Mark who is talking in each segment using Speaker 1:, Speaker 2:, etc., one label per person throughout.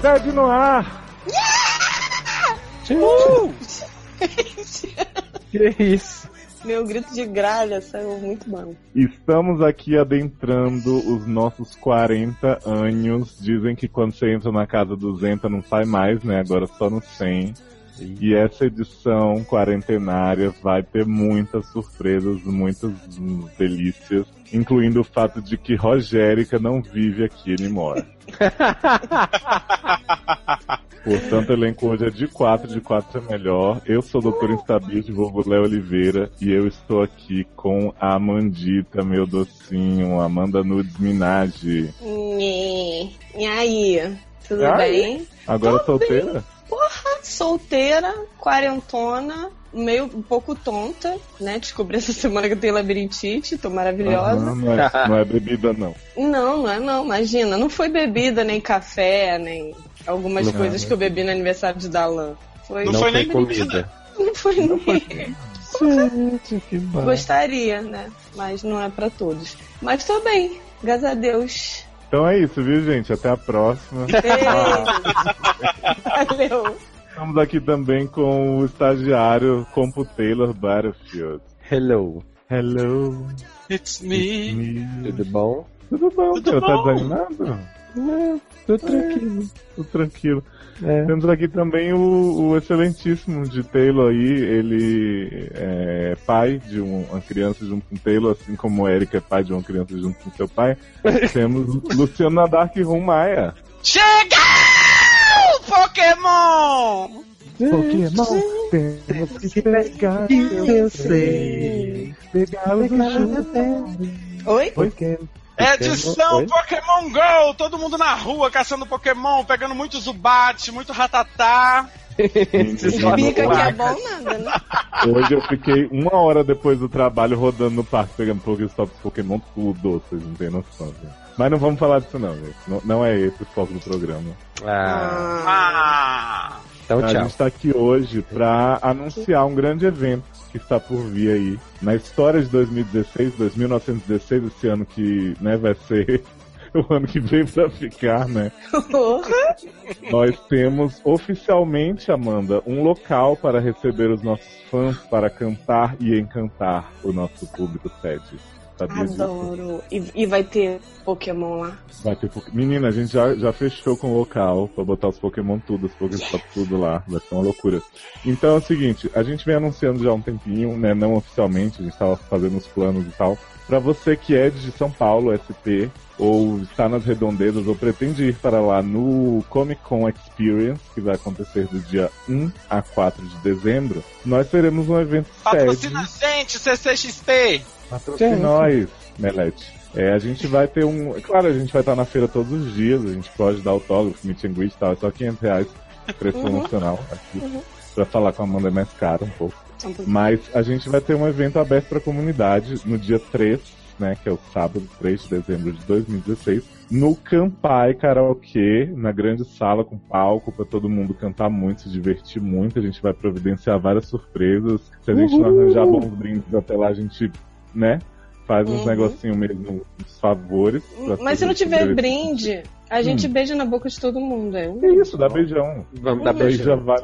Speaker 1: Sede no ar!
Speaker 2: Uh!
Speaker 1: Que isso?
Speaker 3: Meu grito de gralha saiu muito bom.
Speaker 4: Estamos aqui adentrando os nossos 40 anos. Dizem que quando você entra na casa 200 não sai mais, né? Agora só no 100. E essa edição quarentenária vai ter muitas surpresas, muitas hum, delícias, incluindo o fato de que Rogérica não vive aqui, ele mora. Portanto, o elenco hoje é de 4, de 4 é melhor. Eu sou o Dr. Instabil de Vovô Léo Oliveira e eu estou aqui com a Amandita, meu docinho, Amanda Nudes Minaj.
Speaker 3: Nhê. E aí, tudo
Speaker 1: E aí?
Speaker 3: bem?
Speaker 4: Agora
Speaker 3: Tô
Speaker 4: solteira?
Speaker 3: Porra, solteira, quarentona, meio um pouco tonta, né? Descobri essa semana que eu tenho labirintite, tô maravilhosa.
Speaker 4: Aham, não, é, não é bebida, não.
Speaker 3: Não, não é não, imagina. Não foi bebida, nem café, nem algumas
Speaker 4: Não.
Speaker 3: coisas que eu bebi no aniversário de Dalan. Foi,
Speaker 2: Não,
Speaker 3: não,
Speaker 2: foi
Speaker 3: foi,
Speaker 2: nem tem
Speaker 3: bebida.
Speaker 2: comida.
Speaker 3: não foi
Speaker 4: Não foi.
Speaker 3: nem.
Speaker 4: Gente, que bom.
Speaker 3: Gostaria, né? Mas não é pra todos. Mas tô bem, graças a Deus.
Speaker 4: Então é isso, viu, gente? Até a próxima.
Speaker 3: Ei, Valeu.
Speaker 4: Estamos aqui também com o estagiário Compo Taylor Battlefield.
Speaker 2: Hello,
Speaker 4: Hello.
Speaker 5: It's me.
Speaker 2: tudo bom?
Speaker 4: Tudo bom,
Speaker 5: Tudo
Speaker 4: Taylor?
Speaker 5: bom?
Speaker 4: Tá desanimado?
Speaker 2: Não, tô tranquilo.
Speaker 4: Tô tranquilo.
Speaker 2: É.
Speaker 4: Temos aqui também o, o excelentíssimo de Taylor aí. Ele é pai de um- uma criança junto com Taylor, assim como o Eric é pai de uma criança junto com seu pai. Temos o Luciano Nadark Rum Maia.
Speaker 5: Chega! Pokémon!
Speaker 4: Pokémon, temos que pegar,
Speaker 2: Eu sei.
Speaker 4: pegar os
Speaker 3: Oi?
Speaker 5: É
Speaker 2: Pokémon-
Speaker 5: Edição
Speaker 2: Oi?
Speaker 5: Pokémon GO! Todo mundo na rua caçando Pokémon, pegando muito Zubat, muito Ratatá.
Speaker 3: Pica que é
Speaker 4: Hoje
Speaker 3: bom nada, né?
Speaker 4: eu fiquei uma hora depois do trabalho rodando no parque, pegando Pokéstop Pokémon, tudo, vocês não têm noção, velho. Mas não vamos falar disso não, gente. Não, não é esse o foco do programa.
Speaker 2: Ah,
Speaker 3: Ah,
Speaker 5: Ah!
Speaker 2: então
Speaker 4: A
Speaker 2: tchau.
Speaker 4: gente tá aqui hoje pra anunciar um grande evento que está por vir aí. Na história de 2016, 2916, esse ano que, né, vai ser o ano que veio pra ficar, né?
Speaker 3: Oh,
Speaker 4: Nós temos oficialmente, Amanda, um local para receber os nossos fãs para cantar e encantar o nosso público Tá sede. Sabia disso?
Speaker 3: adoro. E, e vai ter Pokémon lá.
Speaker 4: Vai ter pok- Menina, a gente já, já fechou com o local pra botar os Pokémon tudo, os Pokéstop tudo lá. Vai ser uma loucura. Então é o seguinte, a gente vem anunciando já há um tempinho, né? Não oficialmente, a gente tava fazendo os planos e tal. Pra você que é de São Paulo, SP, ou está nas redondezas, ou pretende ir para lá no Comic Con Experience, que vai acontecer do dia 1 a 4 de dezembro, nós teremos um evento sede.
Speaker 5: Patrocina a gente, CCXP!
Speaker 4: Patrocina nós, Melete. É, a gente vai ter um. é Claro, a gente vai estar na feira todos os dias, a gente pode dar autógrafo, meet and greet e tal, é só 500 reais preço
Speaker 3: Uhum.
Speaker 4: promocional aqui.
Speaker 3: Uhum.
Speaker 4: Pra falar com a Amanda é mais caro um pouco.
Speaker 3: Então, tá-
Speaker 4: Mas a gente vai ter um evento aberto para a comunidade no dia 3, né, que é o sábado, 3 de dezembro de 2016, no Campai Karaokê, na grande sala com palco para todo mundo cantar muito, se divertir muito. A gente vai providenciar várias surpresas. Se a gente não arranjar bons brindes até lá, a gente, né, faz uns
Speaker 3: Uhum.
Speaker 4: negocinho mesmo, uns favores. pra todo
Speaker 3: Mas se não
Speaker 4: mundo
Speaker 3: tiver
Speaker 4: sobreviver.
Speaker 3: brinde, a gente beija na boca de todo mundo. É
Speaker 4: Que isso, dá beijão.
Speaker 2: Vamos dar
Speaker 4: Aí já
Speaker 2: beijo.
Speaker 4: vai.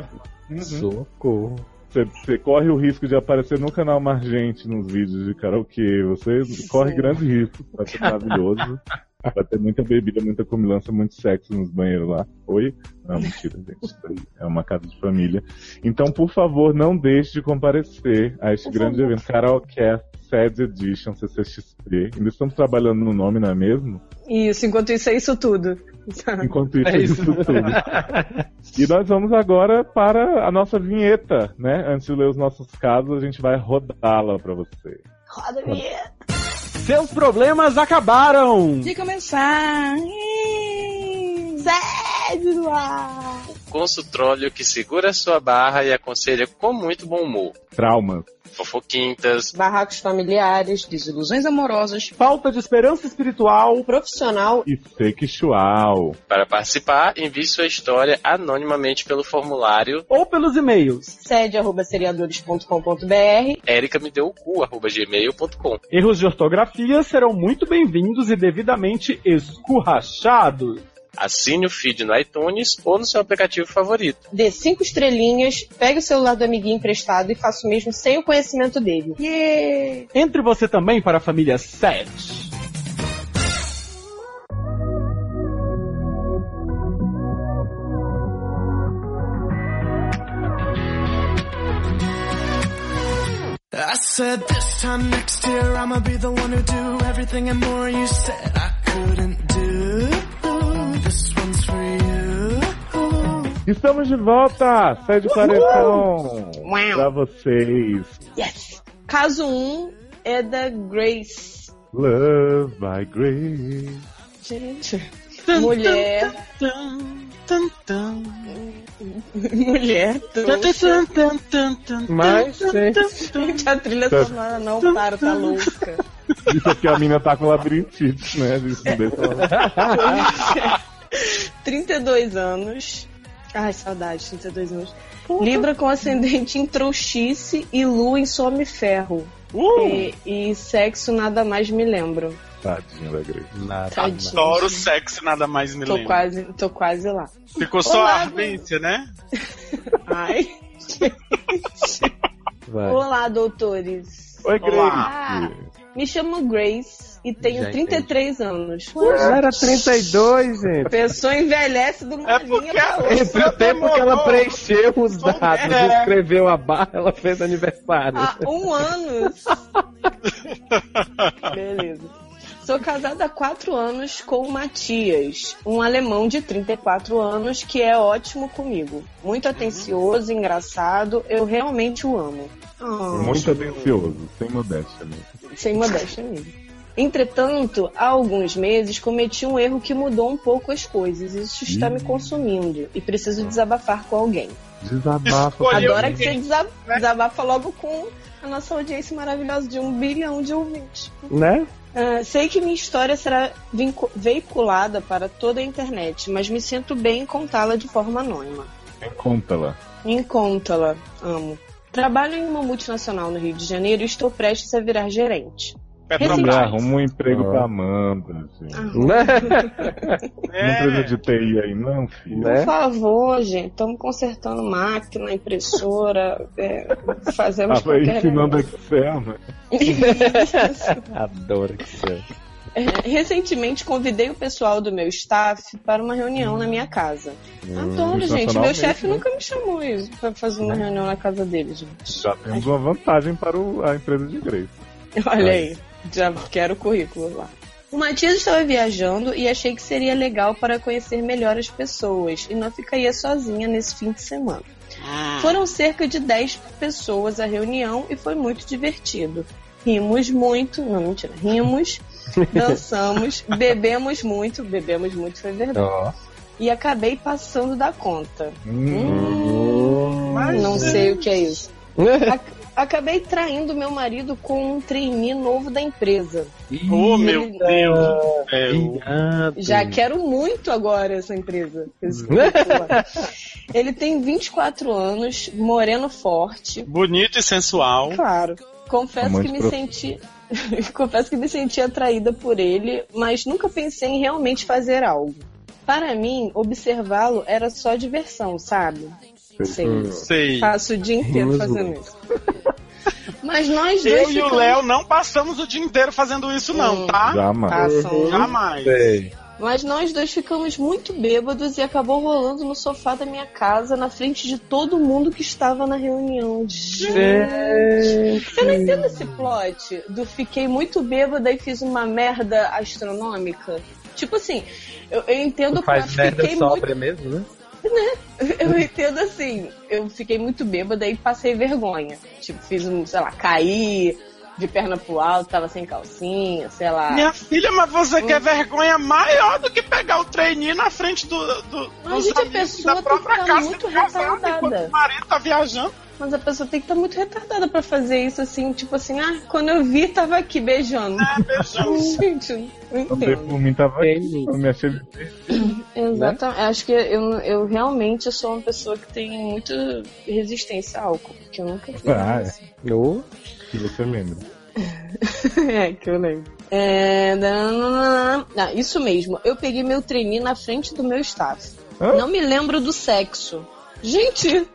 Speaker 4: Uhum.
Speaker 2: Socorro.
Speaker 4: Você, você corre o risco de aparecer no canal Margente nos vídeos de karaokê. Você corre grandes riscos. Vai ser maravilhoso. Vai ter muita bebida, muita comilança, muito sexo nos banheiros lá. Oi? Não, mentira, gente. Isso aí É uma casa de família. Então, por favor, não deixe de comparecer a este
Speaker 3: Por
Speaker 4: grande
Speaker 3: favor.
Speaker 4: evento. Karaoke Sede Edition CCXP. Ainda estamos trabalhando no nome, não é mesmo?
Speaker 3: Isso, enquanto isso é isso tudo.
Speaker 4: Enquanto isso,
Speaker 2: É
Speaker 4: é
Speaker 2: isso.
Speaker 4: isso tudo. E nós vamos agora para a nossa vinheta, né? Antes de ler os nossos casos, a gente vai rodá-la pra você.
Speaker 3: Roda a vinheta.
Speaker 2: Seus problemas acabaram!
Speaker 3: De começar. Ih, Zed no ar.
Speaker 6: consultório que segura sua barra e aconselha com muito bom humor.
Speaker 4: Traumas.
Speaker 6: Fofoquintas,
Speaker 7: barracos familiares, desilusões amorosas,
Speaker 2: Falta de esperança espiritual.
Speaker 7: profissional
Speaker 4: E sexual.
Speaker 6: para participar, envie sua história anonimamente pelo formulário
Speaker 2: Ou pelos e-mails.
Speaker 7: sede arroba seriadores.com.br
Speaker 6: ericamedeucu.gmail.com
Speaker 2: Erros de ortografia serão muito bem-vindos e devidamente escurrachados.
Speaker 6: Assine o feed no iTunes ou no seu aplicativo favorito.
Speaker 7: Dê cinco estrelinhas, pegue o celular do amiguinho emprestado e faça o mesmo sem o conhecimento dele. Yeah!
Speaker 2: Entre você também para a família 7.
Speaker 1: I said this time next year I'ma be the one who do everything and more you said I couldn't do. This one's for you.
Speaker 4: Estamos de volta! Sede Quarentão! Pra vocês!
Speaker 3: Yes! Caso 1 é da Grace.
Speaker 4: Love by Grace.
Speaker 3: Gente. Mulher. Mulher. trouxa.
Speaker 8: Mas, gente,
Speaker 3: Gente, a trilha
Speaker 4: Tá.
Speaker 3: sonora não para, tá louca.
Speaker 4: Isso é porque a mina tá com labirintite, né? Isso não deixa ela-
Speaker 3: 32 anos. Ai, saudade, 32 anos. Libra com ascendente em trouxice e lua em some ferro. E, e sexo nada mais me lembro.
Speaker 4: Tadinha da Grace.
Speaker 3: Tadinho.
Speaker 5: Adoro sexo, nada mais me
Speaker 3: Tô
Speaker 5: lembro.
Speaker 3: quase, tô quase lá.
Speaker 5: Ficou só
Speaker 3: Olá,
Speaker 5: a ardência, né?
Speaker 3: Ai.
Speaker 8: vai.
Speaker 3: Olá, doutores.
Speaker 4: Oi, Grace!
Speaker 5: Ah,
Speaker 3: Olá. Me chamo Grace e tenho
Speaker 8: Já
Speaker 3: 33 anos.
Speaker 8: Já era 32, gente.
Speaker 3: Pessoa envelhece do uma
Speaker 5: É
Speaker 3: linha
Speaker 5: porque
Speaker 3: pra outra.
Speaker 8: Entre o tempo que ela preencheu os dados,
Speaker 5: É.
Speaker 8: escreveu a barra, ela fez aniversário.
Speaker 3: Há um ano. Beleza. Sou casada há quatro anos com o Matias, um alemão de 34 anos que é ótimo comigo.
Speaker 5: Uhum.
Speaker 3: Muito atencioso, engraçado, eu realmente o amo.
Speaker 4: Muito atencioso, sem modéstia, né?
Speaker 3: Sem modéstia mesmo. Entretanto, há alguns meses cometi um erro que mudou um pouco as coisas. Isso está me consumindo e preciso desabafar com alguém.
Speaker 4: Desabafa.
Speaker 5: Escolheu Olha,
Speaker 3: Adora
Speaker 5: eu-
Speaker 3: que você desa- desabafa logo com a nossa audiência maravilhosa de um bilhão de ouvintes.
Speaker 8: Né?
Speaker 3: Ah, sei que minha história será vincu- veiculada para toda a internet, mas me sinto bem em contá-la de forma anônima.
Speaker 4: Conta-la.
Speaker 3: Enconta-la, amo. Trabalho em uma multinacional no Rio de Janeiro e estou prestes a virar gerente.
Speaker 4: Mulher,
Speaker 5: Petrobras.
Speaker 4: arruma um emprego
Speaker 8: Ah.
Speaker 4: pra Amanda, gente.
Speaker 8: Né?
Speaker 4: Não
Speaker 5: É,
Speaker 4: precisa de TI aí, não, filho.
Speaker 8: Né?
Speaker 3: Por favor, gente, estamos consertando máquina, impressora, é, fazemos
Speaker 4: Tava
Speaker 3: qualquer
Speaker 4: ensinando Excel, né?
Speaker 3: Tá
Speaker 8: Adoro que seja.
Speaker 3: É, Recentemente convidei o pessoal do meu staff para uma reunião na minha casa.
Speaker 4: Hum,
Speaker 3: Adoro, gente. Meu
Speaker 4: sensacionalmente,
Speaker 3: chefe
Speaker 4: né?
Speaker 3: nunca me chamou isso pra fazer uma reunião na casa dele, gente.
Speaker 4: Já temos uma vantagem para o- a empresa de Grace.
Speaker 3: Olha aí, já quero o currículo lá. O Matias estava viajando e achei que seria legal para conhecer melhor as pessoas e não ficaria sozinha nesse fim de semana. Foram cerca de 10 pessoas à reunião e foi muito divertido. Rimos muito, não mentira, rimos, dançamos, bebemos muito, bebemos muito foi verdade.
Speaker 8: Ó.
Speaker 3: E acabei passando da conta.
Speaker 4: Hum.
Speaker 3: não sei o que é isso.
Speaker 8: Né?
Speaker 3: Acabei traindo meu marido com um trainee novo da empresa.
Speaker 5: Oh, meu Deus. É, o-
Speaker 8: Viado.
Speaker 3: Já quero muito agora essa empresa. Esse currículo lá. Ele tem 24 anos, moreno forte,
Speaker 5: bonito e sensual.
Speaker 3: claro. Confesso
Speaker 4: Amante
Speaker 3: que me
Speaker 4: pro-
Speaker 3: senti. Confesso que me senti atraída por ele, mas nunca pensei em realmente fazer algo. Para mim, observá-lo era só diversão, sabe? Sim.
Speaker 5: Sei.
Speaker 3: Passo o dia inteiro
Speaker 8: Rimos
Speaker 3: fazendo isso. Mas nós dois.
Speaker 5: Eu e o
Speaker 3: ficamos-
Speaker 5: Léo não passamos o dia inteiro fazendo isso, não,
Speaker 3: Hum.
Speaker 5: tá?
Speaker 4: Jamais.
Speaker 3: Passam.
Speaker 5: Jamais.
Speaker 3: Mas nós dois ficamos muito bêbados e acabou rolando no sofá da minha casa, na frente de todo mundo que estava na reunião. Eu não entendo esse
Speaker 8: Hum.
Speaker 3: plot do fiquei muito bêbada e fiz uma merda astronômica. Tipo assim, eu, eu entendo que eu
Speaker 8: Faz merda
Speaker 3: fiquei muito.
Speaker 8: sobra mesmo, né?
Speaker 3: Eu entendo assim, eu fiquei muito bêbada e passei vergonha. Tipo, fiz um, sei lá, caí de perna pro alto, tava sem calcinha, sei lá.
Speaker 5: Minha filha, mas você quer vergonha maior do que pegar o trainee na frente do, do,
Speaker 3: Mas,
Speaker 5: dos
Speaker 3: gente, a
Speaker 5: amigos
Speaker 3: pessoa
Speaker 5: da
Speaker 3: tem
Speaker 5: própria
Speaker 3: que tá
Speaker 5: casa
Speaker 3: muito
Speaker 5: do casal,
Speaker 3: retardada.
Speaker 5: enquanto O marido tá viajando.
Speaker 3: Mas a pessoa tem que estar muito retardada pra fazer isso, assim, tipo assim, ah, quando eu vi, tava aqui beijando.
Speaker 5: Ah, beijão.
Speaker 3: Gente, não
Speaker 4: Andei
Speaker 3: entendo.
Speaker 4: por mim, tava aqui.
Speaker 8: Sim.
Speaker 4: Eu me achei Né?
Speaker 3: Exatamente. Acho que eu, eu realmente sou uma pessoa que tem muita resistência a álcool, porque eu nunca fiz
Speaker 4: Ah,
Speaker 3: isso.
Speaker 8: No...
Speaker 4: que você lembra.
Speaker 3: é, que eu lembro. É, nananana. Ah, isso mesmo. Eu peguei meu trainee na frente do meu staff.
Speaker 4: Hã?
Speaker 3: Não me lembro do sexo. Gente,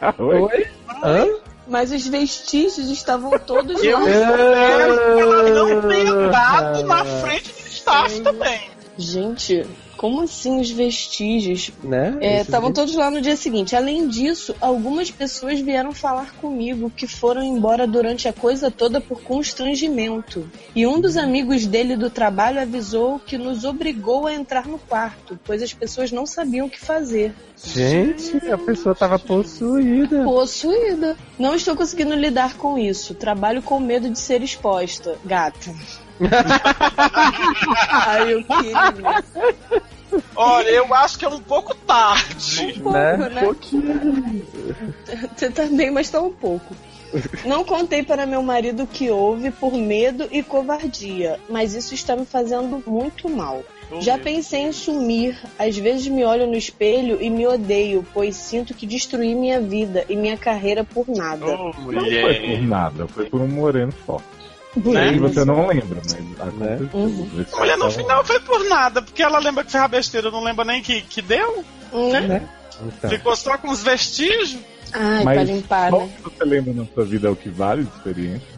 Speaker 4: Ah, Oi?
Speaker 8: Hã?
Speaker 3: mas os vestígios estavam todos
Speaker 5: Eu
Speaker 3: lá.
Speaker 5: Ela não tem andado na frente do staff também.
Speaker 3: Gente, como assim os vestígios?
Speaker 8: Né?
Speaker 3: É,
Speaker 8: Esses
Speaker 3: Estavam
Speaker 8: vídeos.
Speaker 3: todos lá no dia seguinte. Além disso, algumas pessoas vieram falar comigo que foram embora durante a coisa toda por constrangimento. E um dos amigos dele do trabalho avisou que nos obrigou a entrar no quarto, pois as pessoas não sabiam o que fazer. né?
Speaker 8: Gente, a pessoa tava possuída.
Speaker 3: Um Possuída. Não estou conseguindo lidar com isso. Trabalho com medo de ser exposta. Gata. Ai, eu queria.
Speaker 5: Olha, eu acho que é um pouco tarde.
Speaker 3: Pouco,
Speaker 8: Né?
Speaker 3: né? Você também, mas tão pouco. Não contei para meu marido o que houve por medo e covardia, mas isso está me fazendo muito mal. Já pensei em sumir. Às vezes me olho no espelho e me odeio, pois sinto que destruí minha vida e minha carreira por nada.
Speaker 6: Ô,
Speaker 4: Não foi por
Speaker 6: mulher.
Speaker 4: nada, foi por um moreno forte.
Speaker 5: Né?
Speaker 4: E você não lembra, mas aconteceu.
Speaker 3: Uhum.
Speaker 4: Esse
Speaker 5: Olha, no
Speaker 4: pessoal-
Speaker 5: final foi por nada, porque ela lembra que fez a besteira, não lembra nem que, que deu.
Speaker 3: Né?
Speaker 8: Então,
Speaker 5: Ficou só com os vestígios.
Speaker 3: Ai,
Speaker 4: Mas
Speaker 3: pra limpar,
Speaker 4: Só o
Speaker 3: né?
Speaker 4: que você lembra na sua vida é o que vale de experiência?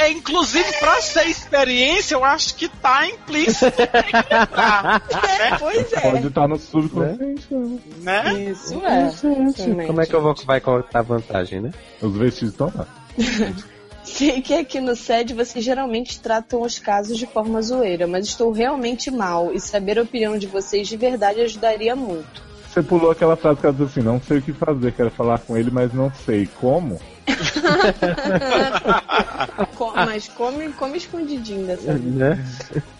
Speaker 5: É, inclusive, pra ser experiência, eu acho que tá implícito. que tem que lembrar,
Speaker 3: Pois
Speaker 4: Pode
Speaker 3: é.
Speaker 4: estar no subconsciente. né?
Speaker 5: né?
Speaker 3: Isso é.
Speaker 8: gente,
Speaker 3: Exatamente.
Speaker 8: como é que eu vou vai contar vantagem, né?
Speaker 4: Os vestidos estão lá.
Speaker 3: Sei que aqui no SED vocês geralmente tratam os casos de forma zoeira, mas estou realmente mal e saber a opinião de vocês de verdade ajudaria muito.
Speaker 4: Você pulou aquela frase que ela diz assim: não sei o que fazer, quero falar com ele, mas não sei como.
Speaker 3: Co- mas come, come escondidinho dessa vez.
Speaker 8: Né?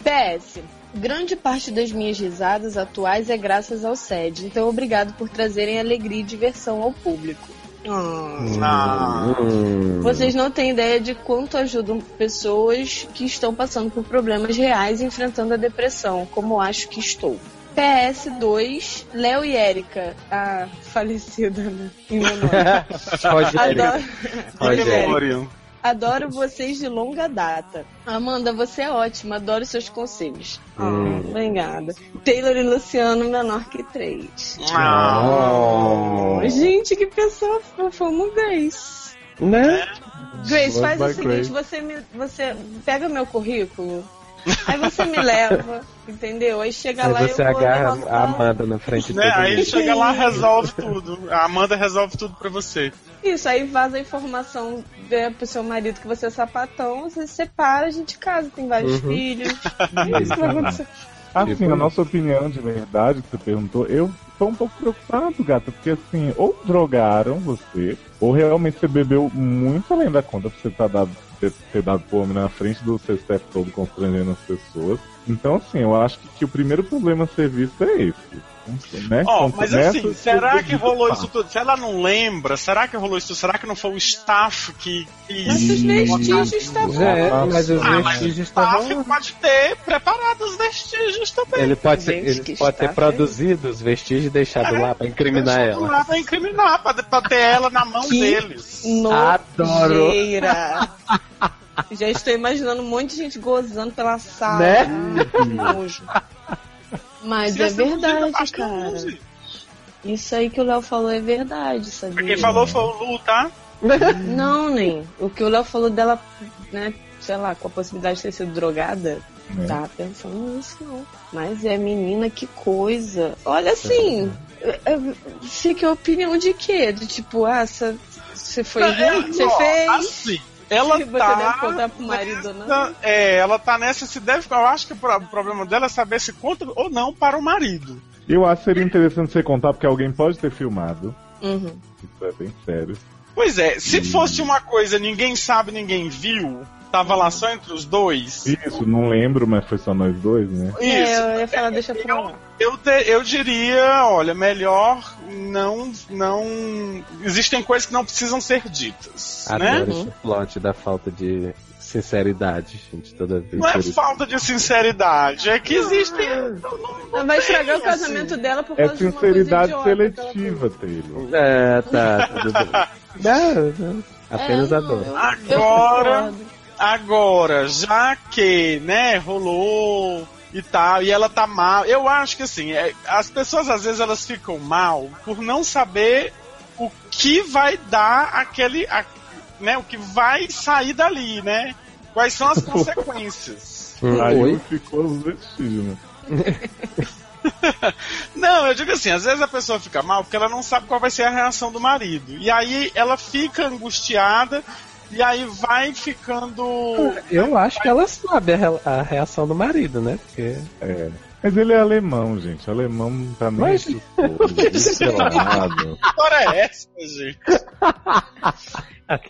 Speaker 3: PS. Grande parte das minhas risadas atuais é graças ao SED, então obrigado por trazerem alegria e diversão ao público. Ah.
Speaker 5: Ah,
Speaker 8: Hum.
Speaker 3: Vocês não têm ideia de quanto ajudam pessoas que estão passando por problemas reais e enfrentando a depressão, como acho que estou. PS2, Léo e Érica, a falecida, né? Em meu nome.
Speaker 8: Rogério.
Speaker 3: Adoro,
Speaker 5: que
Speaker 8: Rogério.
Speaker 5: memória.
Speaker 3: adoro vocês de longa data. Amanda, você é ótima, adoro seus conselhos. Ah,
Speaker 8: Hum.
Speaker 3: Obrigada. Taylor e Luciano, menor que três.
Speaker 5: Ah,
Speaker 8: Oh.
Speaker 3: Gente, que pessoa fofa, um Grace.
Speaker 8: Né?
Speaker 3: Grace,
Speaker 4: Love
Speaker 3: faz o
Speaker 4: by
Speaker 3: seguinte,
Speaker 4: Grace.
Speaker 3: você me, você pega meu currículo, aí você me leva, entendeu? Aí chega lá
Speaker 8: Aí
Speaker 3: e
Speaker 8: você
Speaker 3: eu vou
Speaker 8: agarra
Speaker 3: levantar-
Speaker 8: a Amanda na frente de
Speaker 5: né?
Speaker 8: todo
Speaker 5: Aí
Speaker 8: mundo.
Speaker 5: chega lá, resolve tudo. A Amanda resolve tudo pra você.
Speaker 3: Isso, aí vaza a informação né, pro seu marido que você é sapatão, você se separa, a gente casa, tem vários
Speaker 8: Uhum.
Speaker 3: filhos. É isso que vai acontecer.
Speaker 4: Assim,
Speaker 8: Tipo-
Speaker 4: na nossa opinião de verdade, que você perguntou, eu tô um pouco preocupado, gata, porque assim, ou drogaram você, ou realmente você bebeu muito além da conta pra você tá dado, ter, ter dado fome na frente do seu step todo constrangendo as pessoas. Então, assim, eu acho que, que o primeiro problema a ser visto é esse. Né?
Speaker 5: Ó,
Speaker 4: Então,
Speaker 5: mas
Speaker 4: nessa,
Speaker 5: assim,
Speaker 4: eu
Speaker 5: será que
Speaker 4: duvido
Speaker 5: rolou
Speaker 4: tá.
Speaker 5: isso tudo? Se ela não lembra, será que rolou isso tudo? Será que não foi o staff que. que...
Speaker 3: Mas os vestígios tá estavam.
Speaker 8: É, mas os
Speaker 5: Ah, mas o
Speaker 8: vestígios tá estavam
Speaker 5: staff
Speaker 8: lá.
Speaker 5: pode ter preparado os vestígios também.
Speaker 8: Ele pode, ser-
Speaker 3: Gente,
Speaker 8: ele
Speaker 3: que
Speaker 8: pode ter
Speaker 3: está
Speaker 8: produzido os vestígios e deixado lá pra incriminar
Speaker 5: Deixa eu
Speaker 8: ela.
Speaker 5: lá pra incriminar, pra, pra ter ela na mão
Speaker 3: Que-
Speaker 5: deles.
Speaker 8: Adoro.
Speaker 3: Nojeira. Já estou imaginando um monte de gente gozando pela sala.
Speaker 8: Né?
Speaker 3: Ah, que
Speaker 5: Assim,
Speaker 3: nojo. Mas
Speaker 5: Devia
Speaker 3: é
Speaker 5: ser produzida
Speaker 3: verdade, cara.
Speaker 5: bastante.
Speaker 3: Isso aí que o Léo falou é verdade, sabia?
Speaker 5: Quem falou foi o Lu, tá?
Speaker 3: Não, nem. O que o Léo falou dela, né? Sei lá, com a possibilidade de ter sido drogada,
Speaker 4: É.
Speaker 3: tá pensando nisso, não. Mas é, menina, que coisa. Olha assim, é- é- fica a opinião de quê? De tipo, ah, essa- você foi ruim, você
Speaker 5: Ó,
Speaker 3: fez. Tipo,
Speaker 5: Assim, ela
Speaker 3: Você
Speaker 5: tá.
Speaker 3: deve contar pro marido, né? não?
Speaker 5: nessa- É, ela tá nessa se deve. Eu acho que o pro- o problema dela é saber se conta ou não para o marido.
Speaker 4: Eu acho que seria interessante você contar, porque alguém pode ter filmado.
Speaker 3: Uhum.
Speaker 4: Isso é bem sério.
Speaker 5: Pois é, se fosse uma coisa ninguém sabe, ninguém viu, tava lá só entre os dois.
Speaker 4: Isso, não lembro, mas foi só nós dois, né?
Speaker 3: É,
Speaker 5: Isso.
Speaker 3: eu ia falar, deixa pra lá.
Speaker 5: Eu, te- eu diria, olha, melhor não, não. Existem coisas que não precisam ser ditas, né?
Speaker 8: Adoro esse plot da falta de sinceridade, gente, toda vez.
Speaker 5: Não é
Speaker 8: por isso.
Speaker 5: falta de sinceridade, é que existem. não- não-
Speaker 3: Ela vai estragar o
Speaker 5: Assim,
Speaker 3: casamento dela por
Speaker 4: É
Speaker 3: causa
Speaker 4: sinceridade
Speaker 3: de uma coisa idiota.
Speaker 4: seletiva, Taylor.
Speaker 8: É, tá, tudo bem. Não, não,
Speaker 3: É,
Speaker 8: apenas
Speaker 3: não,
Speaker 8: adoro.
Speaker 3: eu- eu
Speaker 5: Agora-
Speaker 3: concordo.
Speaker 5: Agora, já que, né, rolou e tal, e ela tá mal. Eu acho que assim, é, as pessoas às vezes elas ficam mal por não saber o que vai dar aquele. a- né, o que vai sair dali, né? Quais são as consequências.
Speaker 4: Aí
Speaker 8: Oi?
Speaker 4: ficou os vestígios, né?
Speaker 5: Não, eu digo assim, às vezes a pessoa fica mal porque ela não sabe qual vai ser a reação do marido. E aí ela fica angustiada e aí vai ficando.
Speaker 8: Eu acho que ela sabe a, re- a reação do marido, né? Porque.
Speaker 4: É. Mas ele é alemão, gente. Alemão não tá nem
Speaker 8: Mas-
Speaker 4: isso, pô. Ele é selado.
Speaker 5: Que hora é essa, gente?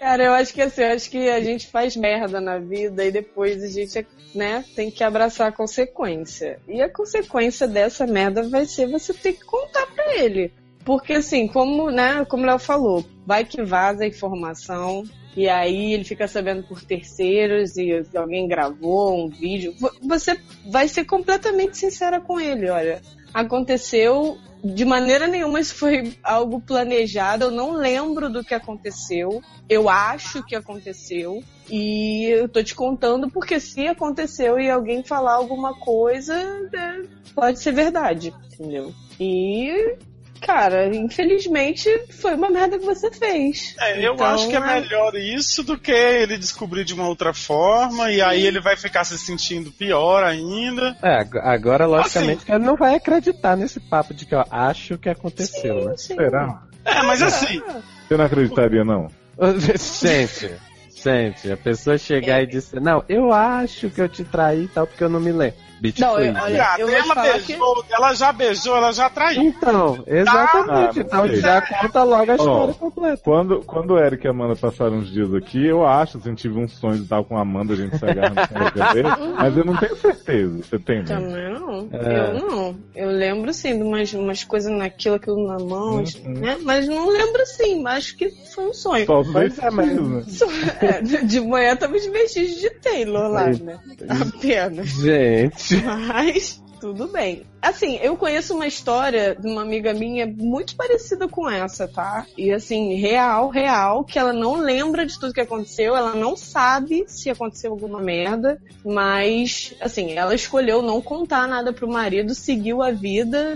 Speaker 3: Cara, eu acho que assim, eu acho que a gente faz merda na vida e depois a gente, né, tem que abraçar a consequência. E a consequência dessa merda vai ser você ter que contar pra ele. Porque assim, como, né, como o Léo falou, vai que vaza a informação e aí ele fica sabendo por terceiros e alguém gravou um vídeo. Vo- Você vai ser completamente sincera com ele, olha. Aconteceu de maneira nenhuma isso foi algo planejado, eu não lembro do que aconteceu eu acho que aconteceu e eu tô te contando porque se aconteceu e alguém falar alguma coisa, né, pode ser verdade, entendeu? E, cara, infelizmente foi uma merda que você fez.
Speaker 5: É, eu
Speaker 3: Então,
Speaker 5: acho que é
Speaker 3: é-
Speaker 5: melhor isso do que ele descobrir de uma outra forma e aí ele vai ficar se sentindo pior ainda.
Speaker 8: É, ag- agora,
Speaker 3: Assim.
Speaker 8: logicamente, que ela não vai acreditar nesse papo de que eu acho que aconteceu, né?
Speaker 3: Sim.
Speaker 4: Será?
Speaker 5: É, mas assim,
Speaker 4: Você não acreditaria, não?
Speaker 8: gente, gente, a pessoa
Speaker 3: É.
Speaker 8: chegar e dizer, não, eu acho que eu te traí e tal, porque eu não me lembro. Bitch,
Speaker 3: Não, eu-
Speaker 8: please.
Speaker 3: olha,
Speaker 5: gata,
Speaker 3: é, eu vou
Speaker 5: ela
Speaker 3: falar
Speaker 5: beijou, ela já beijou, ela já traiu.
Speaker 8: Então, exatamente.
Speaker 4: Ah,
Speaker 8: então
Speaker 4: mas-
Speaker 8: já conta logo a história
Speaker 4: Ó.
Speaker 8: completa.
Speaker 4: Quando, quando o Eric e a Amanda passaram uns dias aqui, eu acho, assim, tive um sonho de estar com a Amanda, a gente se agarrando com a cabeça, mas eu não tenho certeza. Você tem, né?
Speaker 3: Também não.
Speaker 8: É.
Speaker 3: Eu não. Eu lembro sim de umas, umas coisas naquilo, aquilo na mão,
Speaker 4: Uhum.
Speaker 3: né? Mas não lembro sim, acho que foi um sonho.
Speaker 4: Só os
Speaker 8: Mas é, mas-
Speaker 4: vestígios, né?
Speaker 3: Isso- é, de- de manhã tava os vestígios de Taylor lá, né? Apenas.
Speaker 8: Gente.
Speaker 3: Mas tudo bem. Assim, eu conheço uma história de uma amiga minha muito parecida com essa, tá? E assim, real, real, que ela não lembra de tudo que aconteceu, ela não sabe se aconteceu alguma merda, mas assim, ela escolheu não contar nada pro marido, seguiu a vida,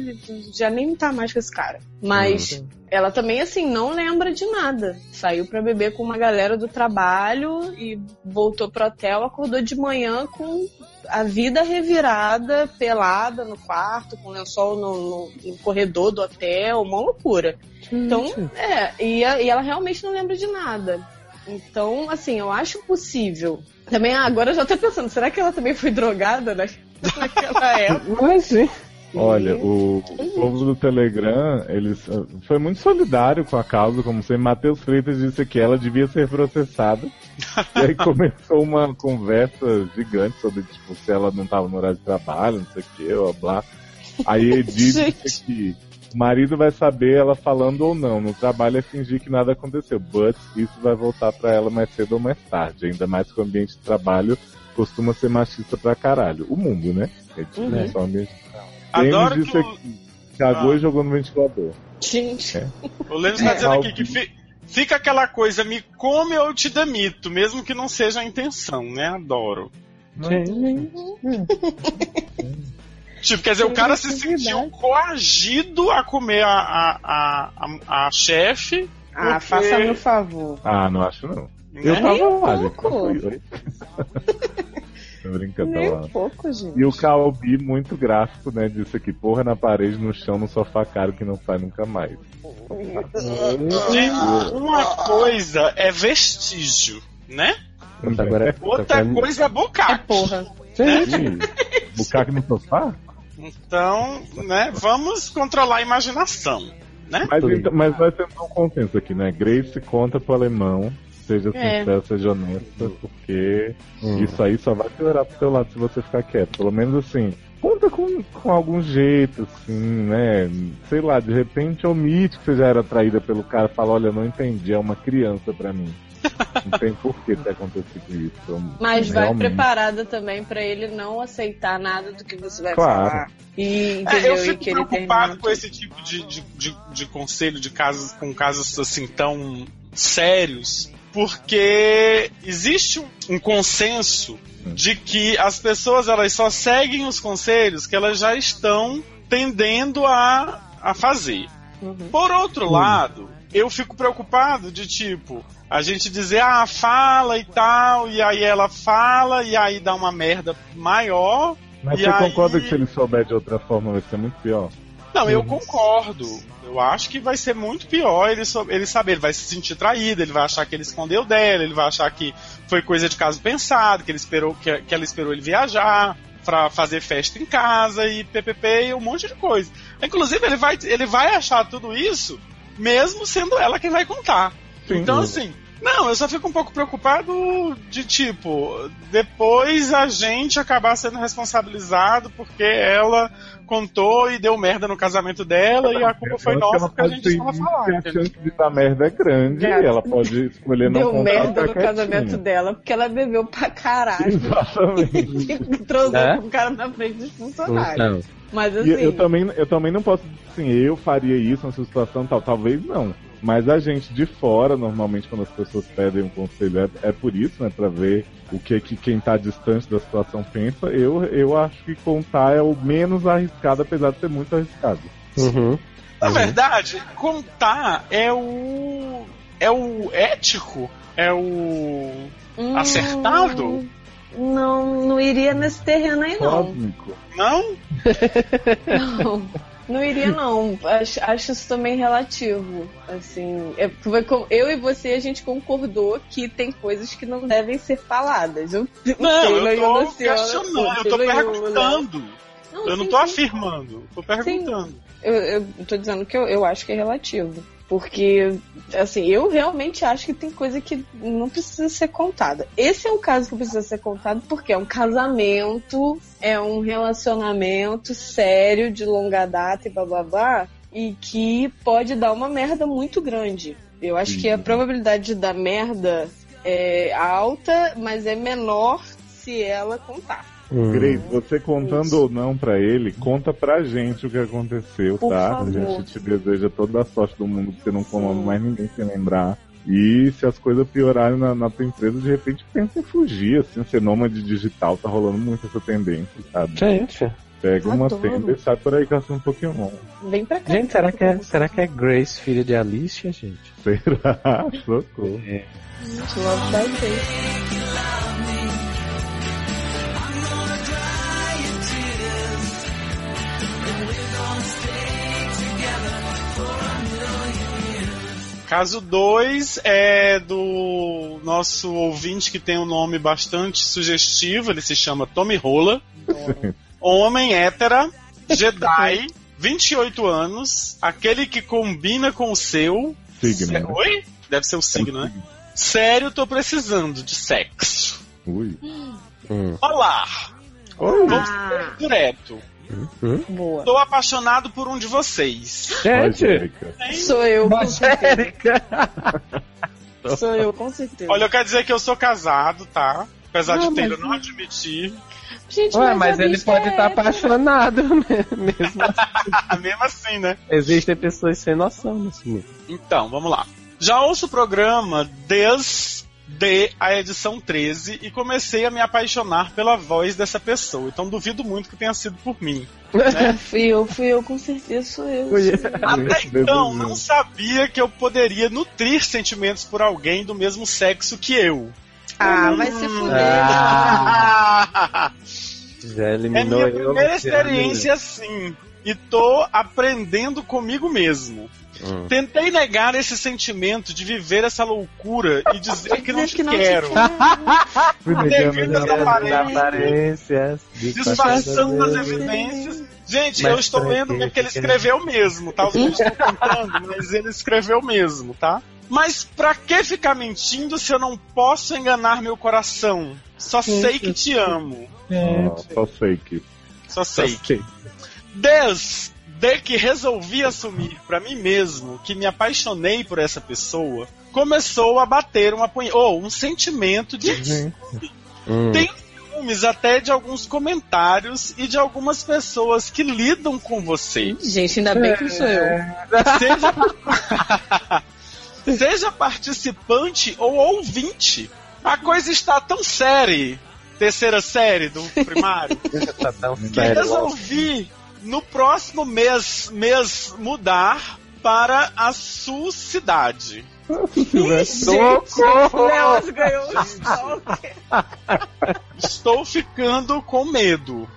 Speaker 3: já nem tá mais com esse cara. Mas ela também, assim, não lembra de nada. Saiu pra beber com uma galera do trabalho e voltou pro hotel, acordou de manhã com a vida revirada, pelada no quarto, com lençol no, no- no corredor do hotel, uma loucura. Então, é, e, a- e ela realmente não lembra de nada. Então, assim, eu acho possível. Também, ah, agora eu já tô pensando, será que ela também foi drogada né? naquela época?
Speaker 8: Mas, sim.
Speaker 4: Olha, o, o povo do Telegram, eles ah, foi muito solidário com a causa, como sempre. Matheus Freitas disse que ela devia ser processada. e aí começou uma conversa gigante sobre tipo, se ela não tava no horário de trabalho, não sei o que, blá blá. Aí Edith disse que o marido vai saber ela falando ou não. No trabalho é fingir que nada aconteceu. But isso vai voltar pra ela mais cedo ou mais tarde. Ainda mais que o ambiente de trabalho costuma ser machista pra caralho. O mundo, né? É tipo, não é só o ambiente
Speaker 5: Adoro
Speaker 4: Lemos
Speaker 5: que
Speaker 4: isso
Speaker 5: o,
Speaker 4: aqui. Cagou
Speaker 5: Ah.
Speaker 4: e jogou no ventilador.
Speaker 3: Gente,
Speaker 5: o Lemos tá
Speaker 4: É,
Speaker 5: dizendo aqui
Speaker 4: algo-
Speaker 5: que fi- fica aquela coisa, me come ou te demito, mesmo que não seja a intenção, né? Adoro. Tipo, quer dizer, o cara se
Speaker 3: é
Speaker 5: sentiu coagido a comer a, a, a, a, a chefe.
Speaker 3: ah,
Speaker 5: porque-
Speaker 3: faça-me um favor.
Speaker 4: Ah, não acho não. Eu
Speaker 5: né?
Speaker 4: tava lá, gente.
Speaker 3: pouco.
Speaker 4: não fui, oi? Tô brincando,
Speaker 3: Nem
Speaker 4: tava
Speaker 3: um
Speaker 4: lá.
Speaker 3: pouco, gente.
Speaker 4: E o Calbi, muito gráfico, né? Disse aqui, porra na parede, no chão, no sofá caro que não sai nunca mais.
Speaker 5: Gente, uma coisa é vestígio, né?
Speaker 8: Puta, agora-
Speaker 5: Outra
Speaker 8: agora-
Speaker 5: coisa é
Speaker 3: É
Speaker 5: bocar.
Speaker 3: porra.
Speaker 4: Ih, Bucaque no sofá?
Speaker 5: Então, né, vamos controlar a imaginação.
Speaker 4: Mas, então, mas nós temos um consenso aqui, né? Grace conta pro alemão, seja
Speaker 3: É.
Speaker 4: sincera, seja honesta, porque
Speaker 8: Hum.
Speaker 4: Isso aí só vai piorar pro teu lado se você ficar quieto. Pelo menos assim, conta com, com algum jeito, assim, né? Sei lá, de repente omite que você já era atraída pelo cara fala, olha, eu não entendi, é uma criança pra mim. Não tem por que ter acontecido isso. Eu-
Speaker 3: Mas vai
Speaker 4: realmente.
Speaker 3: preparada também pra ele não aceitar nada do que você vai
Speaker 4: Claro.
Speaker 3: falar. E,
Speaker 5: É,
Speaker 3: entendeu?
Speaker 5: eu
Speaker 3: e
Speaker 5: fico
Speaker 3: que ele
Speaker 5: preocupado
Speaker 3: termina.
Speaker 5: com esse tipo de, de, de, de conselho de casos com casos assim tão sérios. porque existe um, um consenso de que as pessoas elas só seguem os conselhos que elas já estão tendendo a, a fazer.
Speaker 3: Uhum.
Speaker 5: Por outro lado, eu fico preocupado de tipo, a gente dizer, ah, fala e tal, e aí ela fala, e aí dá uma merda maior.
Speaker 4: Mas
Speaker 5: E
Speaker 4: você
Speaker 5: aí-
Speaker 4: concorda que se ele souber de outra forma vai ser muito pior?
Speaker 5: Não, eu concordo. Eu acho que vai ser muito pior ele, sou- ele saber. Ele vai se sentir traído, ele vai achar que ele escondeu dela, ele vai achar que foi coisa de caso pensado, que, ele esperou, que, que ela esperou ele viajar pra fazer festa em casa e ppp e um monte de coisa. Inclusive, ele vai, ele vai achar tudo isso mesmo sendo ela quem vai contar. Então, assim, não, eu só fico um pouco preocupado de tipo, depois a gente acabar sendo responsabilizado porque ela contou e deu merda no casamento dela e a culpa foi
Speaker 4: Eu acho que ela
Speaker 5: nossa porque a
Speaker 4: pode
Speaker 5: gente
Speaker 4: ter-
Speaker 5: estava falando.
Speaker 4: que A chance de dar merda é grande
Speaker 3: Gato.
Speaker 4: e ela pode escolher não tá
Speaker 3: Deu
Speaker 4: contar
Speaker 3: merda
Speaker 4: e
Speaker 3: no
Speaker 4: ficar quietinha.
Speaker 3: casamento dela, porque ela bebeu pra caralho.
Speaker 4: Exatamente.
Speaker 3: Transou
Speaker 8: É?
Speaker 3: com o cara na frente dos funcionários.
Speaker 8: Então,
Speaker 3: Mas
Speaker 4: E
Speaker 3: assim,
Speaker 4: eu, também, eu também não posso dizer assim, eu faria isso nessa situação tal, talvez não. Mas a gente de fora, normalmente, quando as pessoas pedem um conselho, é, é por isso, né? Pra ver o que, que quem tá distante da situação pensa. Eu, eu acho que contar é o menos arriscado, apesar de ser muito arriscado.
Speaker 5: Tá
Speaker 8: uhum.
Speaker 5: Na verdade, contar é o. é o ético, é o.
Speaker 3: hum,
Speaker 5: acertado?
Speaker 3: Não, não iria nesse terreno aí, não.
Speaker 4: Cósmico.
Speaker 5: Não?
Speaker 3: Não, não iria, não. Acho, acho isso também relativo. Assim, é, foi como- eu e você, a gente concordou que tem coisas que não devem ser faladas. Eu,
Speaker 5: Não,
Speaker 3: Taylor
Speaker 5: eu
Speaker 3: e o
Speaker 5: tô
Speaker 3: Luciano-
Speaker 5: questionando, eu tô
Speaker 3: Taylor e é o
Speaker 5: perguntando.
Speaker 3: não,
Speaker 5: Eu não
Speaker 3: sim,
Speaker 5: tô
Speaker 3: sim.
Speaker 5: afirmando, tô perguntando.
Speaker 3: Eu, eu tô dizendo que eu, eu acho que é relativo. Porque, assim, eu realmente acho que tem coisa que não precisa ser contada. Esse é um caso que precisa ser contado porque é um casamento, é um relacionamento sério, de longa data e blá blá blá, e que pode dar uma merda muito grande. Eu acho que a probabilidade de dar merda é alta, mas é menor se ela contar.
Speaker 8: Hum.
Speaker 4: Grace, você contando
Speaker 3: Isso.
Speaker 4: ou não pra ele, conta pra gente o que aconteceu,
Speaker 3: Por
Speaker 4: tá?
Speaker 3: favor.
Speaker 4: A gente te deseja toda a sorte do mundo, que você não coma
Speaker 3: Sim.
Speaker 4: mais ninguém sem lembrar. E se as coisas piorarem na, na tua empresa, de repente pensa em fugir, assim, ser nômade digital, tá rolando muito essa tendência, sabe?
Speaker 8: Gente,
Speaker 4: Pega uma
Speaker 3: Adoro.
Speaker 4: tenda e sai por aí caçando Pokémon.
Speaker 3: Vem pra cá.
Speaker 8: gente, será que é, será que é Grace, filha de Alicia, gente?
Speaker 4: Será? Socorro.
Speaker 3: Logo vai ter.
Speaker 5: Caso 2 é do nosso ouvinte que tem um nome bastante sugestivo, ele se chama Tommy Rola. Homem hétera, Jedi, 28 anos, aquele que combina com o seu.
Speaker 4: Signo. né?
Speaker 5: Se- Oi? Deve ser o signo, né? Sério, tô precisando de sexo.
Speaker 4: Ui.
Speaker 8: Hum.
Speaker 5: Olá,
Speaker 4: Oi.
Speaker 3: Ah,
Speaker 5: direto.
Speaker 8: Hum?
Speaker 3: boa.
Speaker 5: Tô apaixonado por um de vocês.
Speaker 4: Oi,
Speaker 8: Gente,
Speaker 4: Érica.
Speaker 3: Sou eu, com certeza.
Speaker 8: Érica.
Speaker 3: Sou eu, com certeza.
Speaker 5: Olha, eu quero dizer que eu sou casado, tá? Apesar
Speaker 3: Não,
Speaker 5: de Taylor
Speaker 3: mas-
Speaker 5: não admitir,
Speaker 3: gente,
Speaker 8: Ué,
Speaker 3: a
Speaker 8: mas ele
Speaker 3: bicha
Speaker 8: pode tá
Speaker 3: é
Speaker 8: estar
Speaker 3: hétero.
Speaker 8: apaixonado mesmo.
Speaker 5: mesmo assim, né?
Speaker 8: Existem pessoas sem noção nesse mundo.
Speaker 5: Então, vamos lá. Já ouço o programa desde a edição 13 e comecei a me apaixonar pela voz dessa pessoa. Então duvido muito que tenha sido por mim.
Speaker 3: Fui eu, fui eu, com certeza sou eu.
Speaker 5: Até
Speaker 4: Deus
Speaker 5: então,
Speaker 4: do
Speaker 5: não
Speaker 4: céu.
Speaker 5: sabia que eu poderia nutrir sentimentos por alguém do mesmo sexo que eu.
Speaker 7: Ah, vai se fuder.
Speaker 8: Ah,
Speaker 5: Ah!
Speaker 8: já
Speaker 5: É
Speaker 8: eliminou
Speaker 5: minha
Speaker 8: eu,
Speaker 5: primeira
Speaker 8: Luciano.
Speaker 5: experiência assim. E tô aprendendo comigo mesmo.
Speaker 8: Hum.
Speaker 5: Tentei negar esse sentimento de viver essa loucura e dizer que não
Speaker 3: Dizer
Speaker 5: te
Speaker 3: que não te
Speaker 5: quero.
Speaker 4: Fui
Speaker 5: Devido às aparências,
Speaker 8: aparências,
Speaker 5: disfarçando as evidências. Gente,
Speaker 8: Mas
Speaker 5: eu estou
Speaker 8: pra
Speaker 5: lendo
Speaker 8: quê?
Speaker 5: o que ele escreveu mesmo, tá? Os meninos estão contando, mas ele escreveu mesmo, tá? Mas pra que ficar mentindo se eu não posso enganar meu coração? Só sei que te amo.
Speaker 4: Ah, Só sei que.
Speaker 5: Só sei. Desde que resolvi assumir pra mim mesmo que me apaixonei por essa pessoa, começou a bater uma punha... ou um sentimento
Speaker 8: Uhum.
Speaker 5: de
Speaker 8: Hum.
Speaker 5: Tem- ciúmes até de alguns comentários e de algumas pessoas que lidam com você. É,
Speaker 3: Gente, ainda bem que não sou eu.
Speaker 5: Seja... Seja participante ou ouvinte. A coisa está tão séria, terceira série do primário,
Speaker 8: Tá tão
Speaker 5: que
Speaker 8: sério.
Speaker 5: resolvi no próximo mês, mês mudar para a sua cidade.
Speaker 3: Leoz ganhou um stalker.
Speaker 5: Estou ficando com medo.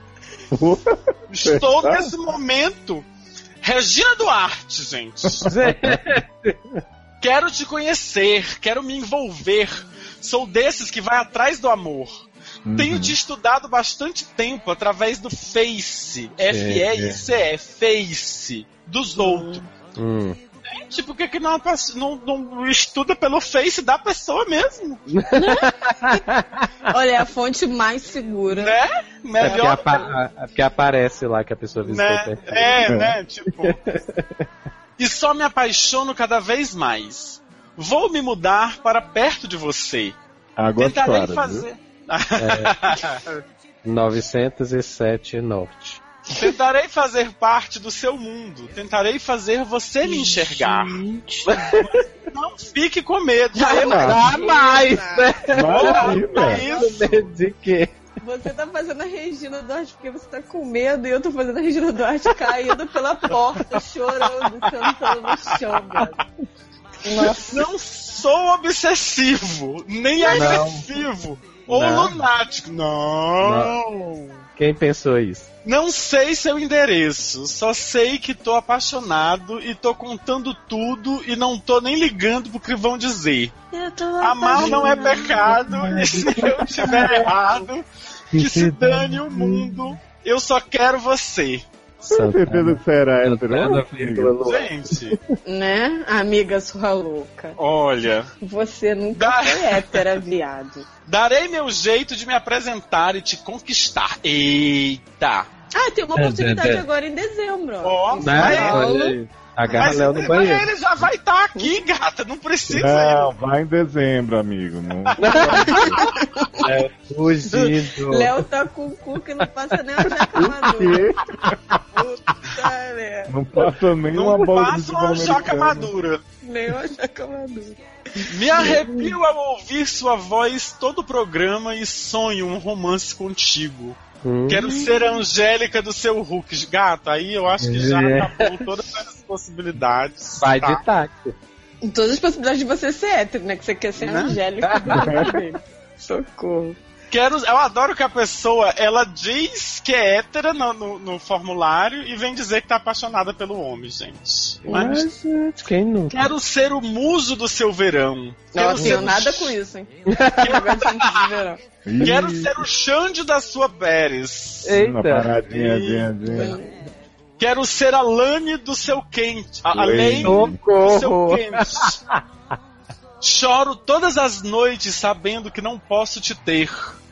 Speaker 5: Estou nesse momento. Regina Duarte, gente. Quero te conhecer, quero me envolver. Sou desses que vai atrás do amor.
Speaker 8: Uhum.
Speaker 5: Tenho te estudado bastante tempo através do Face,
Speaker 8: É,
Speaker 5: F-E-I-C-E, Face, dos
Speaker 8: Uhum.
Speaker 5: outros.
Speaker 8: Hum.
Speaker 5: Gente, por que, que não, apa- não- não estuda pelo Face da pessoa mesmo?
Speaker 3: Olha, é a fonte mais segura.
Speaker 5: Né?
Speaker 8: É porque,
Speaker 5: Melhor
Speaker 8: apa- a- porque aparece lá que a pessoa visitou o
Speaker 5: né?
Speaker 8: perfil.
Speaker 5: É, né? Tipo. E só me apaixono cada vez mais. Vou me mudar para perto de você.
Speaker 4: Água
Speaker 5: Tentarei
Speaker 4: clara. Viu?
Speaker 5: fazer.
Speaker 8: 907 Norte.
Speaker 5: Tentarei fazer parte do seu mundo. Tentarei fazer você me enxergar. Não fique com medo. Eu-
Speaker 8: Jamais!
Speaker 4: Maravilha!
Speaker 5: né? isso.
Speaker 8: De quê?
Speaker 3: Você tá fazendo a Regina Duarte porque você tá com medo e eu tô fazendo a Regina Duarte caindo pela porta, chorando, cantando no chão, cara.
Speaker 5: Não sou obsessivo, nem agressivo. Ou
Speaker 8: Não.
Speaker 5: lunático. Não.
Speaker 8: Quem pensou isso?
Speaker 5: Não sei seu endereço, só sei que tô apaixonado e tô contando tudo e não tô nem ligando pro que vão dizer.
Speaker 3: Eu tô
Speaker 5: Amar não é pecado e se eu estiver errado, que se dane o mundo, eu só quero você.
Speaker 4: Com certeza que você era hétero.
Speaker 8: Santana,
Speaker 4: né,
Speaker 8: vírgula,
Speaker 4: amiga?
Speaker 8: Luan.
Speaker 5: Gente,
Speaker 3: Né, amiga sua louca?
Speaker 5: olha.
Speaker 3: Você nunca
Speaker 5: Dá-
Speaker 3: foi hétera, viado.
Speaker 5: Darei meu jeito de me apresentar e te conquistar. Eita!
Speaker 3: Ah, tem uma
Speaker 8: É,
Speaker 3: oportunidade
Speaker 8: é, é.
Speaker 3: agora em dezembro.
Speaker 5: Ó,
Speaker 3: Em
Speaker 8: Né?
Speaker 3: São Paulo.
Speaker 8: Olha aí. Agarra
Speaker 5: é um Mas, é
Speaker 8: Léo no
Speaker 5: mas
Speaker 8: banheiro.
Speaker 5: ele já vai estar aqui, gata, não precisa.
Speaker 4: Não, vai em dezembro, amigo. Não...
Speaker 8: Fugido.
Speaker 3: Léo tá com o cu que não passa nem a jaca madura.
Speaker 4: Porque
Speaker 3: Puta, né?
Speaker 4: não passa nem
Speaker 5: Não
Speaker 4: uma bola de
Speaker 5: passa
Speaker 4: futebol
Speaker 5: uma jaca
Speaker 4: americano.
Speaker 5: madura.
Speaker 3: Nem a jaca madura.
Speaker 5: Me arrepio ao ouvir sua voz todo o programa e sonho um romance contigo.
Speaker 8: Hum.
Speaker 5: Quero ser a Angélica do seu Hulk. Gato, aí eu acho que já
Speaker 8: É.
Speaker 5: acabou todas as possibilidades.
Speaker 8: Vai
Speaker 5: tá?
Speaker 8: de táxi.
Speaker 3: Em Todas as possibilidades de você ser hétero, né? Que você quer ser
Speaker 5: Né?
Speaker 3: angélico. Socorro.
Speaker 5: Quero, eu adoro que a pessoa ela diz que é hétera no, no- no formulário e vem dizer que tá apaixonada pelo homem, gente. Mas
Speaker 8: Mas, gente, quem nunca?
Speaker 5: quero ser o muso do seu verão. Quero
Speaker 3: Não, eu
Speaker 5: ser
Speaker 3: tenho
Speaker 5: o
Speaker 3: nada com isso, hein? Eu gosto de verão.
Speaker 4: Ih,
Speaker 5: Quero ser o Xande da sua Pérez.
Speaker 4: Uma paradinha, dinha, dinha.
Speaker 5: Quero ser a Lane do seu quente. A, a
Speaker 4: Lane.
Speaker 5: Lane
Speaker 8: Oh.
Speaker 5: do seu
Speaker 8: Socorro!
Speaker 5: quente. Choro todas as noites sabendo que não posso te ter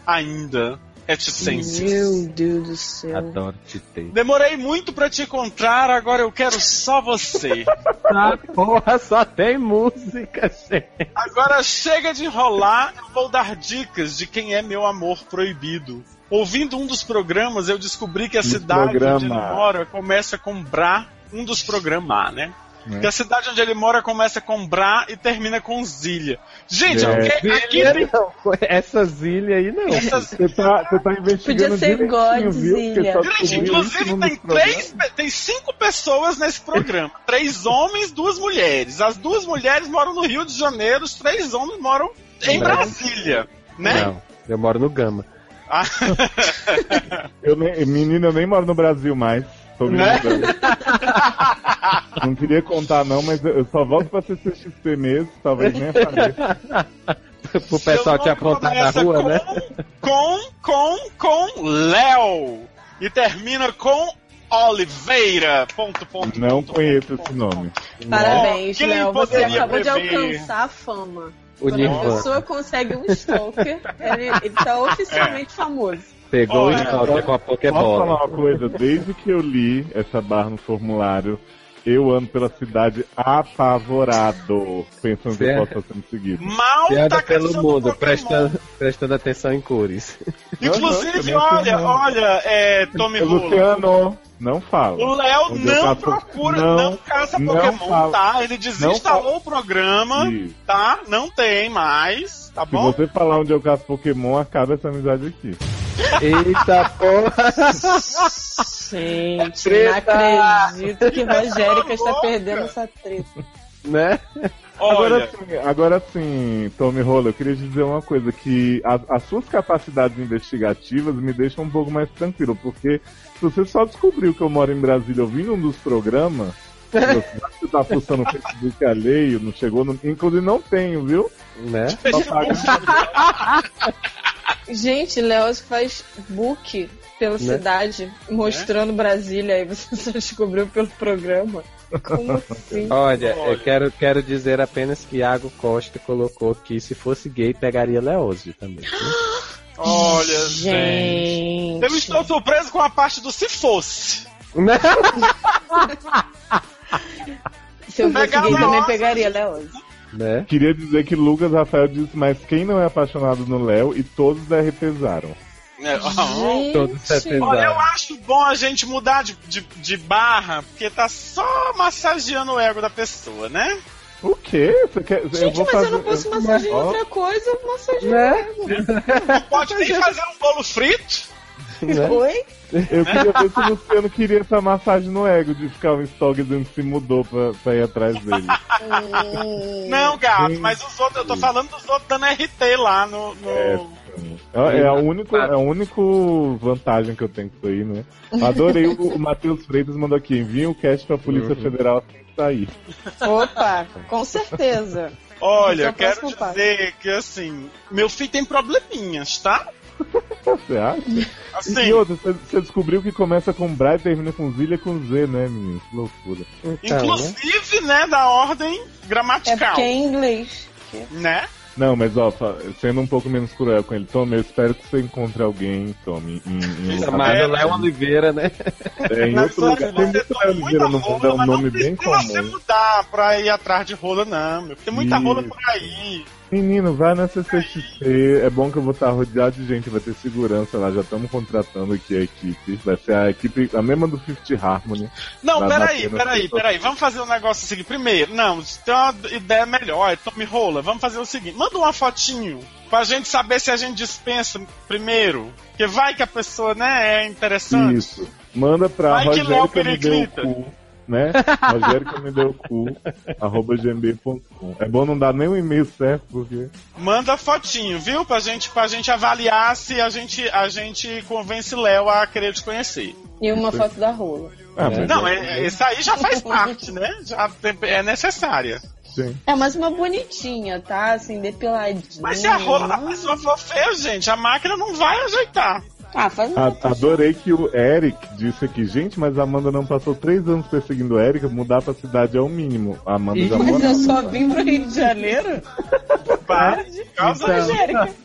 Speaker 5: ainda. Reticências.
Speaker 3: Meu Deus do céu.
Speaker 8: Adoro te ter.
Speaker 5: Demorei muito pra te encontrar, agora eu quero só você.
Speaker 8: Ah, porra, só tem música, gente.
Speaker 5: Agora chega de enrolar, eu vou dar dicas de quem é meu amor proibido. Ouvindo um dos programas, eu descobri que a
Speaker 4: Um
Speaker 5: cidade onde ele
Speaker 4: programa.
Speaker 5: mora começa com Bra, um dos programas, né?
Speaker 4: Né.
Speaker 5: Que a cidade onde ele mora começa com Bra e termina com Zilha. Gente,
Speaker 4: É.
Speaker 5: porque aqui tem
Speaker 8: Não, essas ilhas aí não.
Speaker 5: essas.
Speaker 4: Você tá, você tá investigando
Speaker 3: Podia ser
Speaker 4: direitinho, viu?
Speaker 3: Godzilla.
Speaker 4: Porque só descobriu
Speaker 5: Inclusive
Speaker 4: isso
Speaker 5: tem
Speaker 4: nos programas.
Speaker 5: três, pe- tem cinco pessoas nesse programa. três homens, duas mulheres. As duas mulheres moram no Rio de Janeiro, os três homens moram em
Speaker 8: Não.
Speaker 5: Brasília, né?
Speaker 4: É.
Speaker 8: Não, eu moro no Gama.
Speaker 4: Eu nem, menina, eu nem moro no Brasil mais. Tô
Speaker 5: Né?
Speaker 4: brincando. não queria contar, não, mas eu só volto pra CCXP mesmo, talvez nem a família.
Speaker 8: Pro pessoal te
Speaker 5: Seu nome
Speaker 8: apontar na
Speaker 5: começa
Speaker 8: rua,
Speaker 5: com,
Speaker 8: né?
Speaker 5: Com, com, com Léo. E termina com Oliveira. Ponto, ponto,
Speaker 4: Não
Speaker 5: ponto,
Speaker 4: conheço
Speaker 5: ponto,
Speaker 4: esse
Speaker 5: ponto.
Speaker 4: nome.
Speaker 5: né?
Speaker 8: Né?
Speaker 3: Parabéns,
Speaker 5: Quem
Speaker 3: Léo. Você
Speaker 5: poderia
Speaker 3: acabou de
Speaker 5: prever?
Speaker 3: alcançar a fama.
Speaker 8: O
Speaker 3: Quando a
Speaker 8: Nirvana
Speaker 3: pessoa consegue um stalker, ele, ele tá oficialmente famoso.
Speaker 8: pegou
Speaker 5: Olha,
Speaker 8: o Stalker com a é
Speaker 4: Posso falar
Speaker 8: Pokébola.
Speaker 4: uma coisa? Desde que eu li essa barra no formulário, Eu ando pela cidade apavorado, pensando que eu
Speaker 8: Certo.
Speaker 4: posso estar sendo seguido.
Speaker 5: Mal
Speaker 8: Você anda
Speaker 5: tá
Speaker 8: pelo
Speaker 5: caçando
Speaker 8: mundo,
Speaker 5: Pokémon.
Speaker 8: prestando, prestando atenção em cores.
Speaker 5: Inclusive,
Speaker 4: Não, não, eu
Speaker 5: olha,
Speaker 4: não.
Speaker 5: olha, é, Tommy Rulo.
Speaker 4: Luciano, não fala.
Speaker 5: O Léo
Speaker 4: Onde eu
Speaker 5: não
Speaker 4: caço-
Speaker 5: procura,
Speaker 4: não,
Speaker 5: não, caça
Speaker 4: não
Speaker 5: Pokémon,
Speaker 4: falo.
Speaker 5: tá? Ele desinstalou o programa,
Speaker 4: E
Speaker 5: tá? Não tem mais, tá
Speaker 4: se
Speaker 5: bom?
Speaker 4: você falar onde eu caço Pokémon, acaba essa amizade aqui.
Speaker 8: Eita porra!
Speaker 3: Gente,
Speaker 8: Treta!
Speaker 3: não acredito que Rogérica está perdendo essa treta.
Speaker 8: Né?
Speaker 5: Olha,
Speaker 4: Agora sim, agora sim, Tommy Roller, eu queria te dizer uma coisa, que a- as suas capacidades investigativas me deixam um pouco mais tranquilo, porque se você só descobriu que eu moro em Brasília ouvindo um dos programas, você tá postando no Facebook alheio, não chegou, no, inclusive não tenho, viu?
Speaker 8: Né?
Speaker 4: Só paga.
Speaker 3: Gente, Léo faz book pela cidade, mostrando Brasília, aí você só descobriu pelo programa. Como assim?
Speaker 8: Olha,
Speaker 5: Olha.
Speaker 8: eu quero, quero dizer apenas que Iago Costa colocou que se fosse gay, pegaria Leózio também.
Speaker 5: olha, gente.
Speaker 3: Gente.
Speaker 5: Eu estou surpreso com a parte do se fosse.
Speaker 8: Né?
Speaker 3: Se eu fosse
Speaker 5: Pegar
Speaker 3: gay,
Speaker 5: Léo.
Speaker 3: também pegaria Léo.
Speaker 8: né?
Speaker 4: Queria dizer que Lucas Rafael disse, mas quem não é apaixonado no Léo e todos RPzaram.
Speaker 5: É, ó.
Speaker 8: Todos
Speaker 5: Olha, é eu
Speaker 8: setentados.
Speaker 5: acho bom a gente mudar de, de, de barra, porque tá só massageando o ego da pessoa, né?
Speaker 4: O quê? Você quer, eu
Speaker 3: Gente,
Speaker 4: vou
Speaker 3: mas
Speaker 4: fazer,
Speaker 3: eu
Speaker 4: um
Speaker 3: não posso massagear
Speaker 4: Ó,
Speaker 3: outra coisa, eu massageio.
Speaker 8: Né?
Speaker 5: Não pode nem fazer um bolo frito.
Speaker 8: Né?
Speaker 3: Oi?
Speaker 4: Eu queria ver se o Luciano queria essa massagem no ego de ficar um stalker dizendo que se mudou pra, pra ir atrás dele.
Speaker 5: Não, gato,
Speaker 4: Hum.
Speaker 5: mas os outros, eu tô falando dos outros dando RT lá no. no-
Speaker 4: É. É, é a única é a única vantagem que eu tenho com isso aí, né? Adorei o, o Matheus Freitas mandou aqui, envia o cast pra Polícia
Speaker 8: Uhum.
Speaker 4: Federal assim que sair.
Speaker 3: Opa, com certeza.
Speaker 5: Olha,
Speaker 3: Esse é
Speaker 5: eu
Speaker 3: o
Speaker 5: quero
Speaker 3: próximo passo.
Speaker 5: dizer que assim, meu filho tem probleminhas, tá?
Speaker 4: Você acha?
Speaker 5: Assim,
Speaker 4: E outra, você- você descobriu que começa com Bra e termina com Zilha com Z, né, menino? Que loucura.
Speaker 8: Então, né?
Speaker 5: inclusive, né, da ordem
Speaker 3: É
Speaker 5: gramatical,
Speaker 3: porque é em inglês.
Speaker 5: né?
Speaker 4: Não, mas ó, fa- sendo um pouco menos cruel com ele, Tommy, eu espero que você encontre alguém, Tommy, em, em,
Speaker 8: Chamado é Léo Oliveira, né?
Speaker 4: é, em
Speaker 5: Mas
Speaker 4: outro
Speaker 5: olha,
Speaker 4: lugar. Tem
Speaker 5: você
Speaker 4: muita
Speaker 5: toma
Speaker 4: Oliveira no
Speaker 5: muita
Speaker 4: mundo, é
Speaker 5: rola,
Speaker 4: um
Speaker 5: mas
Speaker 4: nome
Speaker 5: não
Speaker 4: bem
Speaker 5: precisa você
Speaker 4: comum.
Speaker 5: mudar pra ir atrás de rola, não. meu. Tem muita rola
Speaker 4: Isso.
Speaker 5: por aí.
Speaker 4: Menino, vai na CCXP. É bom que eu vou estar rodeado de gente, vai ter segurança lá. Já estamos contratando aqui a equipe. Vai ser a equipe, a mesma do Fifth Harmony.
Speaker 5: Não,
Speaker 4: Vai
Speaker 5: peraí,
Speaker 4: bater na
Speaker 5: peraí,
Speaker 4: pessoa.
Speaker 5: peraí. Vamos fazer um negócio assim. Primeiro, não, se tem uma ideia melhor, é tome rola. Vamos fazer o seguinte: manda uma fotinho pra gente saber se a gente dispensa primeiro. Porque vai que a pessoa, né, é interessante.
Speaker 4: Isso. Manda pra
Speaker 5: Vai que é
Speaker 4: Rogérica
Speaker 5: Léo
Speaker 4: me deu o
Speaker 5: Periclita.
Speaker 4: cu. Né? Rogérica me deu o cu. arroba gmail.com. É bom não dar nem o e-mail certo, porque.
Speaker 5: Manda fotinho, viu? Pra gente, pra gente avaliar se a gente, a gente convence Léo a querer te conhecer.
Speaker 3: E uma foto da rola.
Speaker 4: Ah, mas
Speaker 5: Não, é, é- isso aí já faz parte, né? Já tem- é necessária.
Speaker 4: gente.
Speaker 3: É, mas uma bonitinha, tá? Assim, depiladinha.
Speaker 5: Mas se a rola da pessoa for feia, gente, a máquina não vai ajeitar.
Speaker 3: Ah, faz um
Speaker 4: A- Adorei que o Eric disse aqui, gente, mas a Amanda não passou três anos perseguindo o Eric, mudar pra cidade é o mínimo. A Amanda
Speaker 8: Ih,
Speaker 4: já
Speaker 8: mas
Speaker 4: mora.
Speaker 3: Mas eu
Speaker 4: lá.
Speaker 3: só vim pro Rio de Janeiro?
Speaker 5: Para de causa
Speaker 8: Então.
Speaker 3: Angélica.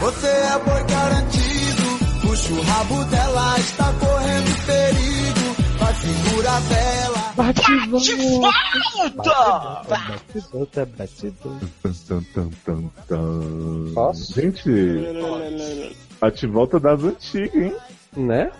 Speaker 1: Você é boi garantido, puxa o rabo dela, está correndo perigo, vai segura dela.
Speaker 5: Ah.
Speaker 8: Bate volta, bate volta.
Speaker 4: Tum, tum, tum, tum, tum.
Speaker 8: Posso?
Speaker 4: Gente, a te volta das antigas, hein?
Speaker 8: Né?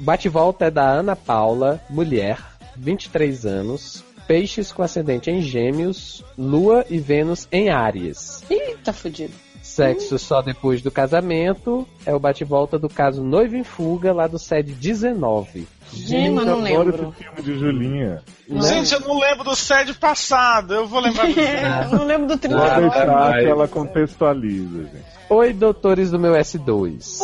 Speaker 8: Bate volta é da Ana Paula, mulher, 23 anos, peixes com ascendente em gêmeos, lua e Vênus em Áries.
Speaker 3: Ih, tá fudido.
Speaker 8: Sexo só depois do casamento. É o bate-volta do caso Noivo em Fuga, lá do sede 19.
Speaker 3: Gente, mas não
Speaker 4: adoro
Speaker 3: lembro.
Speaker 4: esse filme de Julinha.
Speaker 7: Né?
Speaker 8: Né?
Speaker 5: Gente, eu não lembro do sede passado. Eu vou lembrar do
Speaker 3: É, eu não lembro do
Speaker 4: Vou
Speaker 8: Ah,
Speaker 3: 39.
Speaker 4: deixar
Speaker 8: mas-
Speaker 4: que ela contextualiza, gente.
Speaker 8: Oi, doutores do meu S2.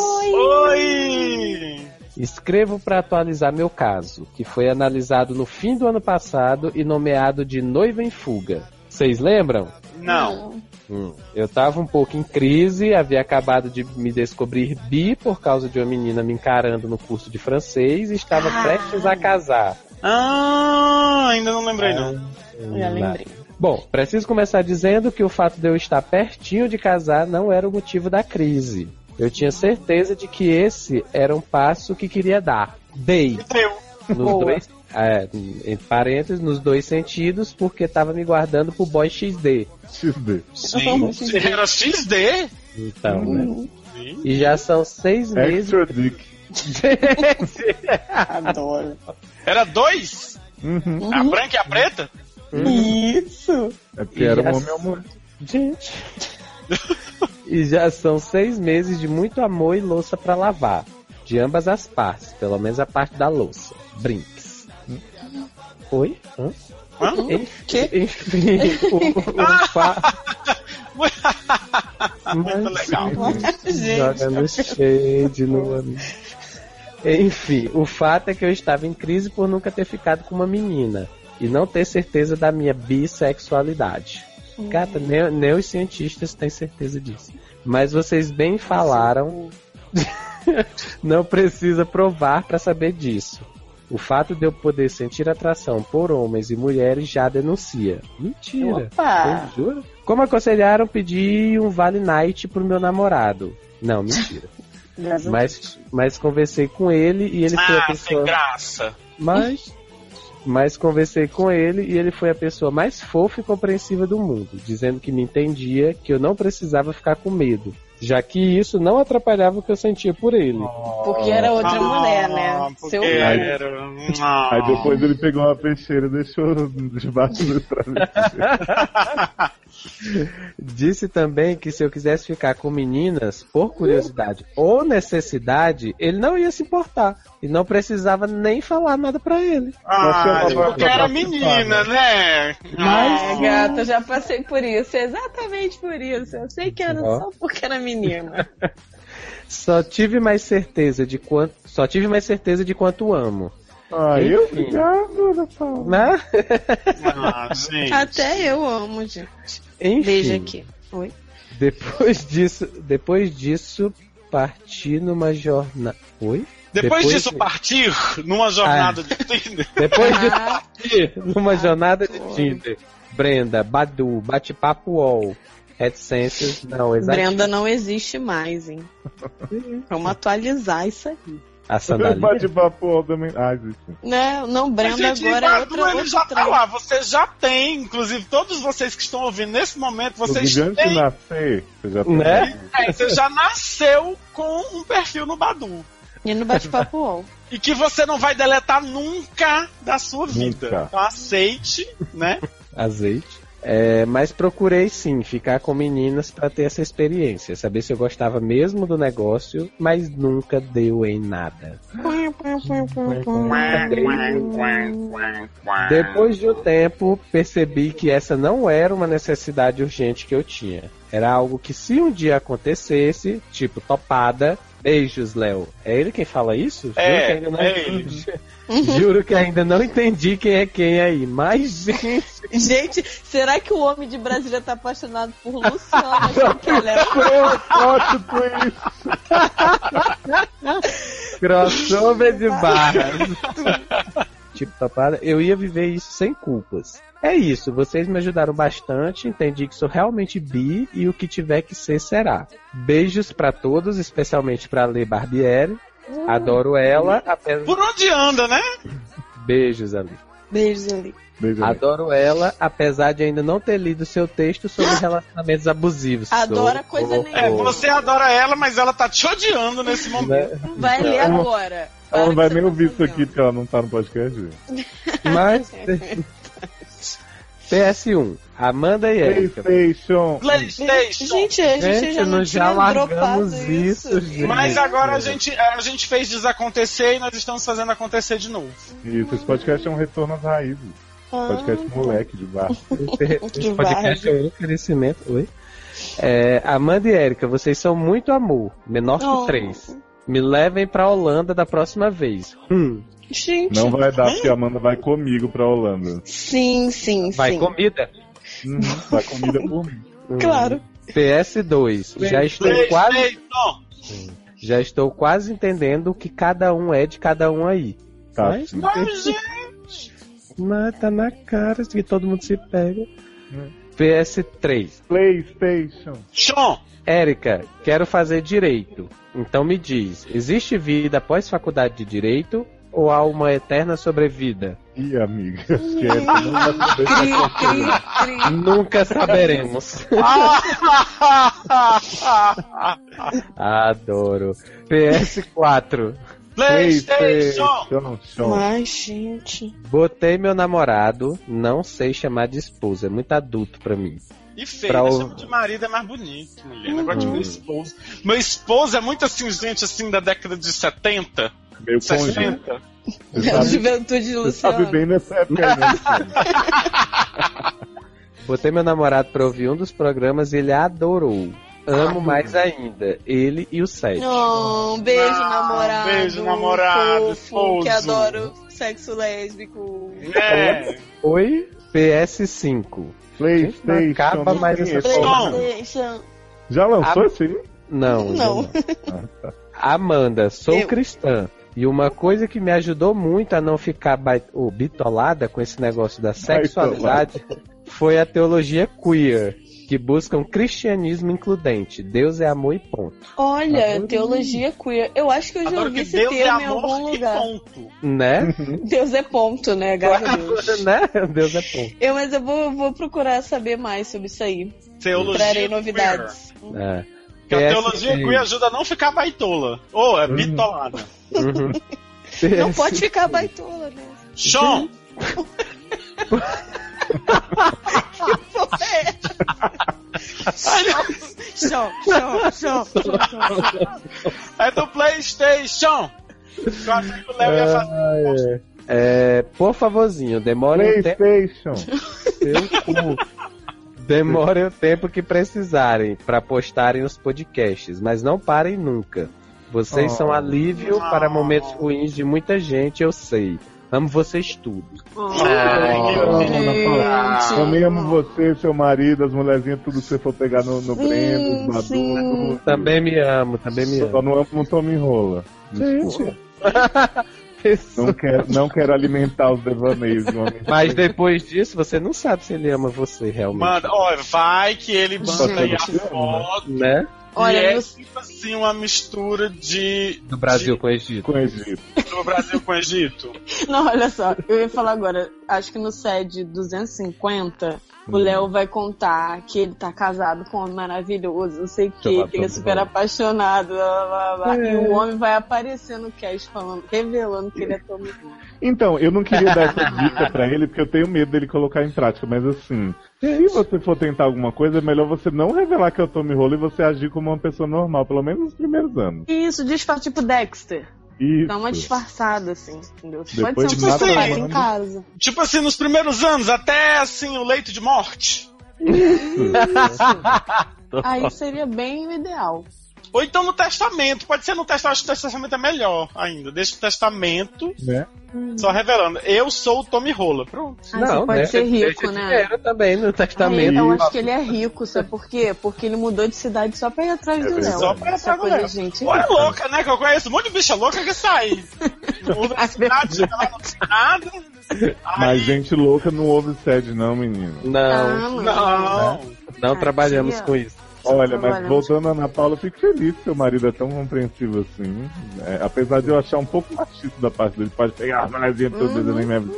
Speaker 5: Oi!
Speaker 8: Escrevo para atualizar meu caso, que foi analisado no fim do ano passado e nomeado de Noiva em Fuga. Vocês lembram?
Speaker 5: Não.
Speaker 8: Hum, Eu tava um pouco em crise, havia acabado de me descobrir bi por causa de uma menina me encarando no curso de francês e estava
Speaker 3: Ah.
Speaker 8: prestes a casar. Ah,
Speaker 5: Ah, ainda não lembrei, não.
Speaker 3: Já lembrei.
Speaker 8: Bom, preciso começar dizendo que o fato de eu estar pertinho de casar não era o motivo da crise. Eu tinha certeza de que esse era um passo que queria dar. Dei.
Speaker 5: Deu.
Speaker 8: Nos
Speaker 7: Boa.
Speaker 8: dois, é, em parênteses, nos dois sentidos, porque tava me guardando pro boy XD.
Speaker 4: XD.
Speaker 5: Gente, era XD?
Speaker 8: Então,
Speaker 3: Hum.
Speaker 8: né?
Speaker 5: Sim.
Speaker 8: E já são seis meses.
Speaker 4: Extra dick.
Speaker 7: Ah, Adoro.
Speaker 5: Era dois?
Speaker 4: Uhum.
Speaker 5: A branca e a preta?
Speaker 7: Isso.
Speaker 4: É porque era um
Speaker 8: Yes.
Speaker 4: homem ao amor.
Speaker 8: Gente. e já são seis meses de muito amor e louça pra lavar. De ambas as partes, pelo menos a parte da louça. Brinks. Oi? Hã?
Speaker 5: Hã?
Speaker 7: Uhum.
Speaker 8: Enfim,
Speaker 7: Quê?
Speaker 8: enfim, o, o fato.
Speaker 5: Muito legal.
Speaker 7: Gente.
Speaker 8: Joga no shade, no ano. Enfim, o fato é que eu estava em crise por nunca ter ficado com uma menina e não ter certeza da minha bissexualidade. Gata, nem, nem os cientistas têm certeza disso. Mas vocês bem falaram. não precisa provar para saber disso. O fato de eu poder sentir atração por homens e mulheres já denuncia. Mentira.
Speaker 7: Opa.
Speaker 8: Eu juro. Como aconselharam, pedi um Vale Night pro meu namorado. Não, mentira. mas, mas conversei com ele e ele foi a
Speaker 5: Ah, sem
Speaker 8: pessoa.
Speaker 5: graça.
Speaker 8: Mas. Mas conversei com ele e ele foi a pessoa mais fofa e compreensiva do mundo, dizendo que me entendia, que eu não precisava ficar com medo, já que isso não atrapalhava o que eu sentia por ele.
Speaker 7: Porque era outra
Speaker 5: Ah,
Speaker 7: mulher, né?
Speaker 5: porque
Speaker 7: Seu
Speaker 5: era... Ah.
Speaker 4: Aí depois ele pegou uma peixeira e deixou debaixo do travesseiro.
Speaker 8: Disse também que se eu quisesse ficar com meninas, por curiosidade ou necessidade, ele não ia se importar e não precisava nem falar nada pra ele.
Speaker 5: Ah,
Speaker 4: Você
Speaker 5: porque
Speaker 4: vai
Speaker 5: era
Speaker 4: pra
Speaker 5: menina, né?
Speaker 7: Ai, Ah, gata, eu já passei por isso. Exatamente por isso. Eu sei que era
Speaker 8: Ó.
Speaker 7: só porque era menina.
Speaker 8: Só tive mais certeza de quanto, só tive mais certeza de quanto amo,
Speaker 4: Ah, eu?
Speaker 8: Enfim.
Speaker 4: Obrigado, Natal.
Speaker 8: né?
Speaker 5: Ah, gente.
Speaker 7: Até eu amo, gente.
Speaker 8: Enfim.
Speaker 7: Beijo aqui.
Speaker 8: Depois disso, depois disso, parti numa jornada. Oi?
Speaker 5: Depois,
Speaker 8: Depois
Speaker 5: disso
Speaker 8: de-
Speaker 5: partir numa jornada de Tinder.
Speaker 8: Depois de
Speaker 7: Ah.
Speaker 3: é.
Speaker 8: partir numa jornada de Tinder. Brenda, Badu, bate-papo UOL, AdSense, não, exatamente.
Speaker 7: Brenda não existe mais, hein?
Speaker 3: Uhum.
Speaker 7: Vamos atualizar isso aí.
Speaker 8: A sandália.
Speaker 4: Bate papo ó, também. Ah, existe.
Speaker 7: Não, Né? não, Brenda
Speaker 5: Gente,
Speaker 7: agora é
Speaker 5: Eduardo,
Speaker 7: outra,
Speaker 5: ele já
Speaker 7: outra
Speaker 5: tá lá, você já tem, inclusive todos vocês que estão ouvindo nesse momento,
Speaker 4: O
Speaker 5: vocês
Speaker 4: gigante né?
Speaker 5: têm,
Speaker 4: nascer, você já tem.
Speaker 8: Né?
Speaker 5: é, você já nasceu com um perfil no Badu.
Speaker 7: E no bate-papo UOL.
Speaker 5: E que você não vai deletar nunca da sua vida.
Speaker 4: Nunca.
Speaker 5: Então aceite, né?
Speaker 8: azeite. É, mas procurei sim ficar com meninas pra ter essa experiência, saber se eu gostava mesmo do negócio, mas nunca deu em nada.
Speaker 4: Né?
Speaker 8: Depois de um tempo, percebi que essa não era uma necessidade urgente que eu tinha. Era algo que se um dia acontecesse, tipo topada, beijos, Léo. É ele quem fala isso? Juro
Speaker 5: É,
Speaker 8: que ainda não-
Speaker 5: é ele.
Speaker 8: Juro que ainda não entendi quem é quem aí, mas gente,
Speaker 7: Gente, será que o homem de Brasília tá apaixonado por Luciana? achando que ela é-
Speaker 4: Ótimo com isso.
Speaker 8: Crossover de barras. Tá. tipo, tapada, eu ia viver isso sem culpas. É isso, vocês me ajudaram bastante, entendi que sou realmente bi e o que tiver que ser será. Beijos pra todos, especialmente pra Lê Barbieri.
Speaker 7: Uh.
Speaker 8: Adoro ela, apesar
Speaker 5: Por onde anda, né?
Speaker 8: beijos ali.
Speaker 7: Beijos ali.
Speaker 8: Uhum.
Speaker 4: Beijo.
Speaker 8: Adoro ela, apesar de ainda não ter lido seu texto sobre relacionamentos abusivos.
Speaker 7: Ah! Adora
Speaker 8: Sou
Speaker 7: coisa
Speaker 8: horror.
Speaker 5: É, você adora ela, mas ela tá te amigo nesse momento.
Speaker 8: né?
Speaker 7: Vai ler agora.
Speaker 4: Ela não vai
Speaker 7: Para que
Speaker 4: nem
Speaker 7: você
Speaker 4: ouvir isso
Speaker 7: tá
Speaker 4: aqui porque ela não tá no podcast.
Speaker 8: Mas PS1, Amanda e Erika.
Speaker 4: PlayStation.
Speaker 5: PlayStation.
Speaker 7: Gente, a gente, já não
Speaker 8: nós já
Speaker 7: tinha dropado
Speaker 8: largamos
Speaker 7: isso.
Speaker 8: isso, gente. né?
Speaker 5: Mas agora a gente, a gente fez desacontecer e nós estamos fazendo acontecer de novo.
Speaker 4: Isso, esse podcast é um retorno às raízes. Podcast moleque de barro.
Speaker 8: Esse podcast é um oferecimento. Oi? É, Amanda e Érica, vocês são muito amor. Menor que
Speaker 7: Oh.
Speaker 8: três. Me levem pra Holanda da próxima vez. Hum,
Speaker 7: Gente,
Speaker 4: Não vai dar porque a Amanda vai comigo pra Holanda.
Speaker 7: sim, sim,
Speaker 8: vai
Speaker 7: sim.
Speaker 8: comida. Hum,
Speaker 4: Uhum, vai comida por mim.
Speaker 7: Claro.
Speaker 8: PS2. Já estou, quase,
Speaker 5: PlayStation.
Speaker 8: já estou quase entendendo o que cada um é de cada um aí.
Speaker 4: Tá.
Speaker 8: Mas-
Speaker 4: sim.
Speaker 5: Mas, gente,
Speaker 8: Mata na cara assim, que
Speaker 5: Hum.
Speaker 8: todo mundo se pega. PS3.
Speaker 4: PlayStation.
Speaker 5: Sean,
Speaker 8: Érica, quero fazer direito. Então me diz, existe vida após faculdade de direito ou há uma eterna sobrevida?
Speaker 4: Ih, amiga, esquece. Não vai saber se vai conseguir.
Speaker 8: Nunca saberemos. Adoro. PS4.
Speaker 5: PlayStation!
Speaker 4: PlayStation.
Speaker 3: Ai, gente.
Speaker 8: Botei meu namorado, não sei chamar de esposa, é muito adulto pra mim.
Speaker 5: E feio,
Speaker 8: Pra
Speaker 5: né?
Speaker 8: o- Uhum.
Speaker 5: Chama de marido é mais bonito, mulher. Negócio de meu esposo. Meu esposo é muito assim, gente, assim, da década de 70,
Speaker 4: Meio cônjuge.
Speaker 5: 60.
Speaker 4: Você
Speaker 7: É
Speaker 3: A
Speaker 4: sabe-
Speaker 3: juventude,
Speaker 4: Você sabe
Speaker 3: Luciano.
Speaker 4: bem nessa época aí, né?
Speaker 8: Botei meu namorado pra ouvir um dos programas e ele adorou. Amo mais ainda, ele e o Seth.
Speaker 3: Não, um beijo,
Speaker 5: Ah,
Speaker 3: namorado.
Speaker 5: beijo, namorado,
Speaker 3: Fofo, que
Speaker 5: esposo.
Speaker 3: adoro sexo lésbico.
Speaker 5: É.
Speaker 8: Oi? PS5.
Speaker 4: PlayStation.
Speaker 8: Acaba
Speaker 4: não
Speaker 8: mais
Speaker 4: tem
Speaker 8: essa
Speaker 4: esse
Speaker 5: porra.
Speaker 4: nome.
Speaker 3: PlayStation.
Speaker 4: Já lançou
Speaker 8: Ah,
Speaker 4: esse aí?
Speaker 8: Não.
Speaker 3: Não.
Speaker 8: Amanda, sou
Speaker 3: Eu.
Speaker 8: cristã. E uma coisa que me ajudou muito a não ficar bai- ô, bitolada com esse negócio da sexualidade foi a teologia queer, que busca um cristianismo includente. Deus é amor e ponto.
Speaker 3: Olha,
Speaker 8: Adoro.
Speaker 3: teologia queer. Eu acho que eu já
Speaker 5: Adoro
Speaker 3: ouvi
Speaker 5: que
Speaker 3: esse
Speaker 5: Deus é
Speaker 3: termo em algum
Speaker 5: amor e
Speaker 3: lugar.
Speaker 5: ponto.
Speaker 8: Né?
Speaker 3: Deus é ponto, né? Graças a Deus.
Speaker 8: né? Deus é ponto.
Speaker 3: Eu, mas eu vou, vou procurar saber mais sobre isso aí.
Speaker 5: Teologia
Speaker 3: Trarei
Speaker 5: queer.
Speaker 3: novidades.
Speaker 8: É.
Speaker 5: Que a
Speaker 8: PS
Speaker 5: teologia queer ajuda a não ficar baitola. Ou é bitolada.
Speaker 8: Uhum.
Speaker 3: Não
Speaker 8: PS
Speaker 3: pode ficar baitola, né?
Speaker 5: Sean,
Speaker 3: Chão, chão, chão.
Speaker 5: é do PlayStation. Eu achei que o Léo ia fazer.
Speaker 8: É, por favorzinho, demora um tempo.
Speaker 4: PlayStation.
Speaker 8: Seu cu. Demorem o tempo que precisarem pra postarem os podcasts, mas não parem nunca. Vocês
Speaker 4: Oh.
Speaker 8: são alívio
Speaker 5: Oh.
Speaker 8: para momentos ruins de muita gente, eu sei. Amo vocês tudo.
Speaker 3: É.
Speaker 5: Ai, que
Speaker 4: Eu amo,
Speaker 5: lindo.
Speaker 4: Ana Paula.
Speaker 5: Ah.
Speaker 4: Também amo você, seu marido, as mulherzinhas, tudo que você for pegar no, no Breno, no
Speaker 3: sim.
Speaker 4: Badu.
Speaker 8: Também me amo, também me
Speaker 4: Só
Speaker 8: amo.
Speaker 4: não amo, não toma enrola. Desculpa. Não quero, não quero alimentar os devaneios de um homem.
Speaker 8: Mas depois disso, você não sabe se ele ama você realmente.
Speaker 5: Manda, ó, vai que ele manda aí a
Speaker 4: Gente.
Speaker 5: foto.
Speaker 8: Né?
Speaker 3: Olha,
Speaker 5: e é
Speaker 3: meu-
Speaker 5: tipo assim uma mistura de
Speaker 8: Do Brasil com o Egito.
Speaker 4: com o Egito.
Speaker 5: do Brasil com o Egito.
Speaker 3: Não, olha só, eu ia falar agora, acho que no SED 250, o Léo vai contar que ele tá casado com um homem maravilhoso, não sei o quê, que ele é super apaixonado, blá, blá, blá, blá. e o homem vai aparecer no cast falando, revelando que ele é todo mundo.
Speaker 4: Então, eu não queria dar essa dica pra ele, porque eu tenho medo dele colocar em prática, mas assim, se você for tentar alguma coisa, é melhor você não revelar que é o Tommy Rolo e você agir como uma pessoa normal, pelo menos nos primeiros anos.
Speaker 3: Isso, disfarça tipo Dexter.
Speaker 4: Isso.
Speaker 3: Dá uma disfarçada, assim, entendeu?
Speaker 4: Depois
Speaker 3: Pode
Speaker 5: de
Speaker 3: ser um
Speaker 5: nada,
Speaker 3: faz
Speaker 5: mano.
Speaker 3: em casa.
Speaker 5: Tipo assim, nos primeiros anos, até assim, o leito de morte. Então.
Speaker 3: Aí seria bem o ideal.
Speaker 5: Ou então no testamento. Pode ser no testamento, acho que o testamento é melhor ainda. Deixa o testamento,
Speaker 4: Né?
Speaker 5: só revelando. Eu sou o Tommy Rola. Pronto.
Speaker 3: Aí Ah, você pode ser rico, né?
Speaker 8: Dinheiro também no
Speaker 3: Aí,
Speaker 8: testamento.
Speaker 3: eu acho que ele é rico, sabe por quê? Porque ele mudou de cidade só pra ir atrás do Léo.
Speaker 5: É Só pra
Speaker 3: Essa
Speaker 5: atrás do
Speaker 3: coisa,
Speaker 5: Léo.
Speaker 3: gente.
Speaker 5: Olha louca, né? Que eu conheço um monte de bicha louca que sai. Muda de cidade, chega lá, não tem nada.
Speaker 4: Mas
Speaker 5: Aí-
Speaker 4: gente louca não ouve sede, não, menino.
Speaker 8: Não,
Speaker 3: Ah, mano.
Speaker 5: Não.
Speaker 3: tá,
Speaker 8: não trabalhamos
Speaker 3: Tadinha.
Speaker 8: com isso.
Speaker 4: Olha, mas
Speaker 3: Trabalhando.
Speaker 4: voltando à Ana Paula, eu fico feliz que seu marido é tão compreensivo assim. É, apesar de eu achar um pouco machista da parte dele, pode pegar a mulherzinha toda uhum. minha vida.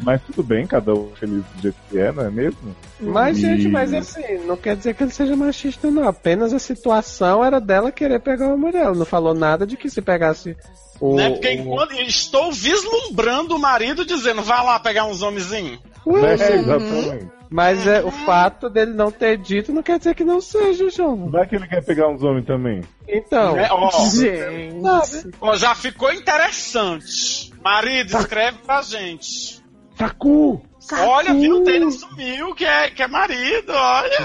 Speaker 4: Mas tudo bem, cada um feliz do jeito que é, não é mesmo?
Speaker 8: Mas,
Speaker 4: E-
Speaker 8: gente, mas assim, não quer dizer que ele seja machista, não. Apenas a situação era dela querer pegar uma mulher. Ela não falou nada de que se pegasse o.
Speaker 5: Né? Porque
Speaker 8: o-
Speaker 5: enquanto estou vislumbrando o marido dizendo, vá lá pegar uns homenzinhos.
Speaker 4: É,
Speaker 8: Ué, gente,
Speaker 4: exatamente.
Speaker 8: Mas é, o fato dele não ter dito não quer dizer que não seja, João.
Speaker 4: Vai é que ele quer pegar uns homens também.
Speaker 8: Então.
Speaker 5: Né? Ó,
Speaker 3: Gente.
Speaker 8: sabe?
Speaker 5: ó, já ficou interessante. Marido, escreve pra gente.
Speaker 4: Sacu!
Speaker 5: Olha, viu? O Taylor sumiu, que é, que é marido, olha.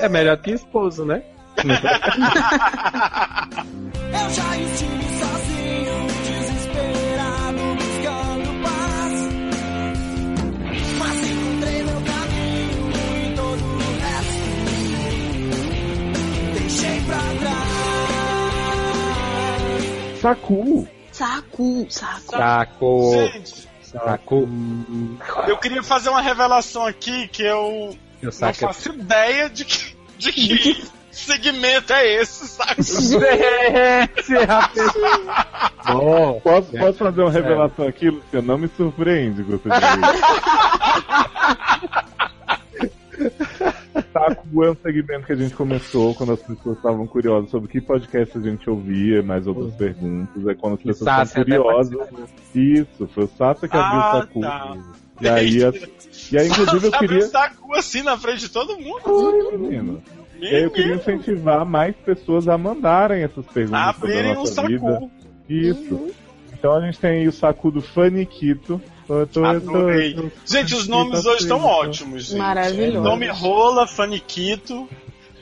Speaker 8: É melhor que esposo, né?
Speaker 1: Eu já estive sozinho, desesperado, buscando paz. Mas encontrei meu caminho e todo o resto deixei pra trás.
Speaker 4: Sacu!
Speaker 3: Saco, saco.
Speaker 8: Saco.
Speaker 5: Gente,
Speaker 8: Saco.
Speaker 5: eu queria fazer uma revelação aqui que eu
Speaker 8: Eu
Speaker 5: Não
Speaker 8: saca.
Speaker 5: faço ideia de que, de que segmento é esse, saca?
Speaker 8: Gente, rapaz. Bom,
Speaker 4: Posso,
Speaker 5: É.
Speaker 4: posso fazer uma revelação aqui, Luciano? Não me surpreende com essa Taco é um segmento que a gente começou quando as pessoas estavam curiosas sobre que podcast a gente ouvia, mais outras perguntas. É quando as
Speaker 8: que né,
Speaker 4: pessoas
Speaker 8: Sassi
Speaker 4: estavam
Speaker 8: até
Speaker 4: curiosas.
Speaker 8: participou.
Speaker 4: Isso, foi o Sassi que abriu
Speaker 5: né, Ah,
Speaker 4: o Taku.
Speaker 5: tá.
Speaker 4: E aí, as- e aí, inclusive, eu
Speaker 5: Sabe,
Speaker 4: queria.
Speaker 5: tá com assim na frente de todo mundo.
Speaker 4: Oi, menino. E aí eu queria incentivar mais pessoas a mandarem essas perguntas sobre a
Speaker 5: Abrirem um
Speaker 4: nossa
Speaker 5: saco.
Speaker 4: vida. Isso. Então a gente tem aí o saco do Faniquito. Tô- tô-
Speaker 5: Adorei.
Speaker 4: tô- assim, né?
Speaker 5: Gente, os nomes
Speaker 4: tá
Speaker 5: hoje estão ótimos, gente.
Speaker 7: Maravilhoso.
Speaker 5: É, Nome rola, faniquito.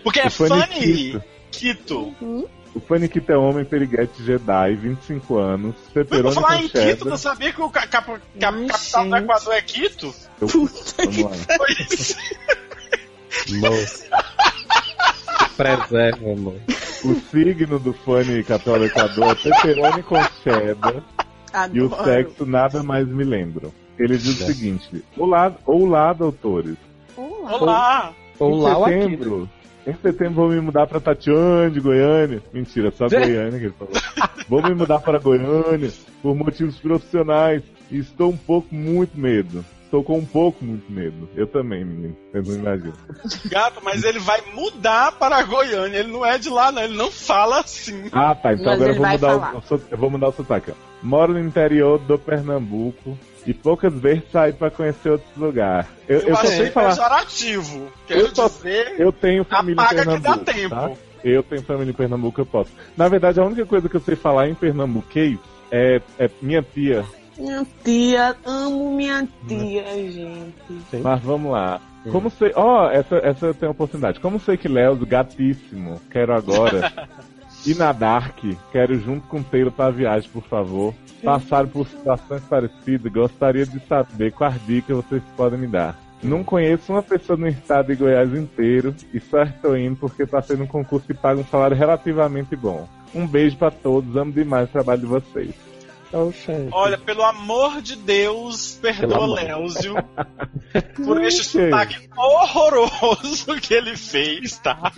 Speaker 5: Porque é
Speaker 4: O Faniquito.
Speaker 5: faniquito.
Speaker 3: Uhum,
Speaker 4: O Faniquito é homem periguete Jedi, 25 anos,
Speaker 5: Vou
Speaker 4: peperoni
Speaker 5: falar
Speaker 4: com
Speaker 5: em Quito,
Speaker 4: cheddar.
Speaker 5: não sabia que o ca- cap- cap- capital do Equador é Quito?
Speaker 4: Vamos lá.
Speaker 5: Foi isso.
Speaker 8: moço. Preserva, amor.
Speaker 4: O signo do Fanny Capital do Equador é peperoni com cheddar e o sexo nada mais me lembro. Ele diz o seguinte: Olá, olá doutores.
Speaker 5: Olá.
Speaker 8: Ou lá o
Speaker 4: em
Speaker 8: aqui.
Speaker 4: setembro, em setembro vou me mudar pra Tatiane, de Goiânia. Mentira, só
Speaker 8: Zé.
Speaker 4: Goiânia que ele falou. vou me mudar para Goiânia por motivos profissionais. E estou um pouco muito medo. Estou com um pouco muito medo. Eu também, menino. Vocês não imaginam.
Speaker 5: Gato, mas ele vai mudar para Goiânia. Ele não é de lá, não. Ele não fala assim.
Speaker 4: Ah, tá. Então
Speaker 7: Mas
Speaker 4: agora eu
Speaker 7: ele
Speaker 4: vou
Speaker 7: vai
Speaker 4: mudar,
Speaker 7: falar.
Speaker 4: o, o sot- eu vou mudar o sotaque. Ó. Moro no interior do Pernambuco e poucas vezes saí pra conhecer outros lugares. Eu, eu, só sei
Speaker 5: achei
Speaker 4: falar.
Speaker 5: pejorativo. Quero
Speaker 4: Eu só-
Speaker 5: dizer,
Speaker 4: Eu tenho família em
Speaker 5: apaga que
Speaker 4: Pernambuco.
Speaker 5: dá tempo.
Speaker 4: tá? Eu tenho família em Pernambuco, eu posso. Na verdade, a única coisa que eu sei falar em pernambuquês é, é minha tia.
Speaker 3: Minha tia, amo minha tia,
Speaker 5: Hum.
Speaker 3: gente.
Speaker 4: Mas vamos lá. Como sei. Ó, essa, essa eu tenho oportunidade. Como sei que Léo, do gatíssimo, quero agora. E na Dark, quero junto com o Taylor pra viagem, por favor. Passaram por situações parecidas, gostaria de saber quais dicas vocês podem me dar. Não conheço uma pessoa no estado de Goiás inteiro e só estou indo porque passei num concurso que paga um salário relativamente bom. Um beijo pra todos, amo demais o trabalho de vocês.
Speaker 8: Oxente.
Speaker 5: Olha, pelo amor de Deus, perdoa
Speaker 8: amor.
Speaker 5: Léozio por este
Speaker 4: Gente.
Speaker 5: sotaque horroroso que ele fez, tá?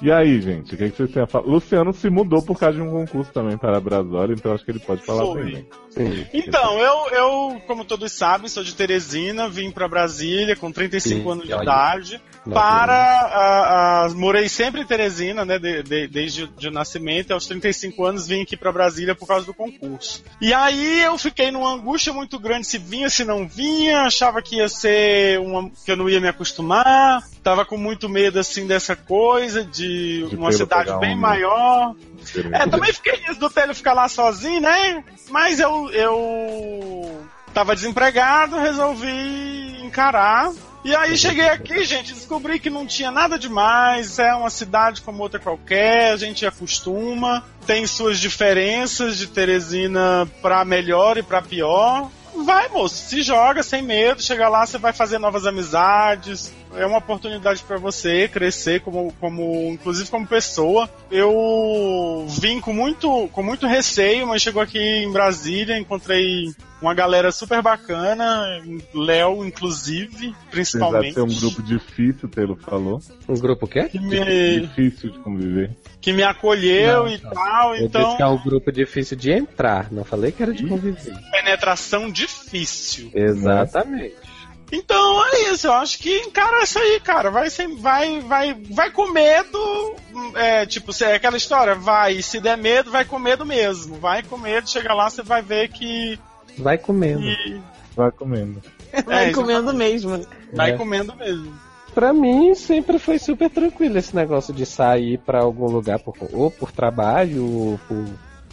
Speaker 4: E aí, gente, o que, é que vocês têm a falar? Luciano se mudou por causa de um concurso também para a Brasólia, então acho que ele pode falar né?
Speaker 5: Foi.
Speaker 4: também.
Speaker 8: Sim.
Speaker 5: Então, eu, eu, como todos sabem, sou de Teresina, vim pra Brasília com 35
Speaker 8: Sim,
Speaker 5: anos de
Speaker 8: olha.
Speaker 5: idade. para a, a- morei sempre em Teresina, né, de- de- desde de nascimento aos 35 anos vim aqui para Brasília por causa do concurso. E aí eu fiquei numa angústia muito grande se vinha, se não vinha, achava que ia ser uma que eu não ia me acostumar, tava com muito medo assim dessa coisa de,
Speaker 4: De
Speaker 5: uma
Speaker 4: pelo
Speaker 5: cidade
Speaker 4: pegar
Speaker 5: bem
Speaker 4: um, né?
Speaker 5: maior. É,
Speaker 4: Diferente.
Speaker 5: também fiquei nisso do Telo ficar lá sozinho, né? Mas eu, eu tava desempregado, resolvi encarar. E aí cheguei aqui, gente, descobri que não tinha nada demais, é uma cidade como outra qualquer, a gente acostuma, tem suas diferenças de Teresina pra melhor e pra pior. Vai, moço, se joga sem medo, chega lá, você vai fazer novas amizades. É uma oportunidade pra você crescer como, como, inclusive como pessoa. Eu vim com muito, com muito receio, mas chegou aqui em Brasília, encontrei uma galera super bacana, Léo inclusive,
Speaker 4: Apesar de
Speaker 5: principalmente.
Speaker 4: ser um grupo difícil, Telo falou.
Speaker 8: Um grupo o quê?
Speaker 5: Que me,
Speaker 4: Difícil de conviver. né?
Speaker 5: que me acolheu
Speaker 8: Não,
Speaker 5: e
Speaker 8: não.
Speaker 5: tal,
Speaker 8: Eu
Speaker 5: então
Speaker 8: disse que é um grupo difícil de entrar, não falei que era de conviver.
Speaker 5: penetração difícil.
Speaker 8: Exatamente.
Speaker 5: Então é isso, eu acho que encara isso aí, cara. Vai sem, vai, vai, vai com medo. hum, É tipo, se- é aquela história, vai, se der medo, vai com medo mesmo. Vai com medo, chega lá, você vai ver que.
Speaker 8: Vai comendo.
Speaker 5: que-
Speaker 4: Vai comendo.
Speaker 5: é,
Speaker 3: Vai
Speaker 5: isso,
Speaker 3: comendo mesmo.
Speaker 5: vai
Speaker 8: É.
Speaker 5: comendo mesmo.
Speaker 8: Pra mim sempre foi super tranquilo esse negócio de sair pra algum lugar por, ou por trabalho ou por,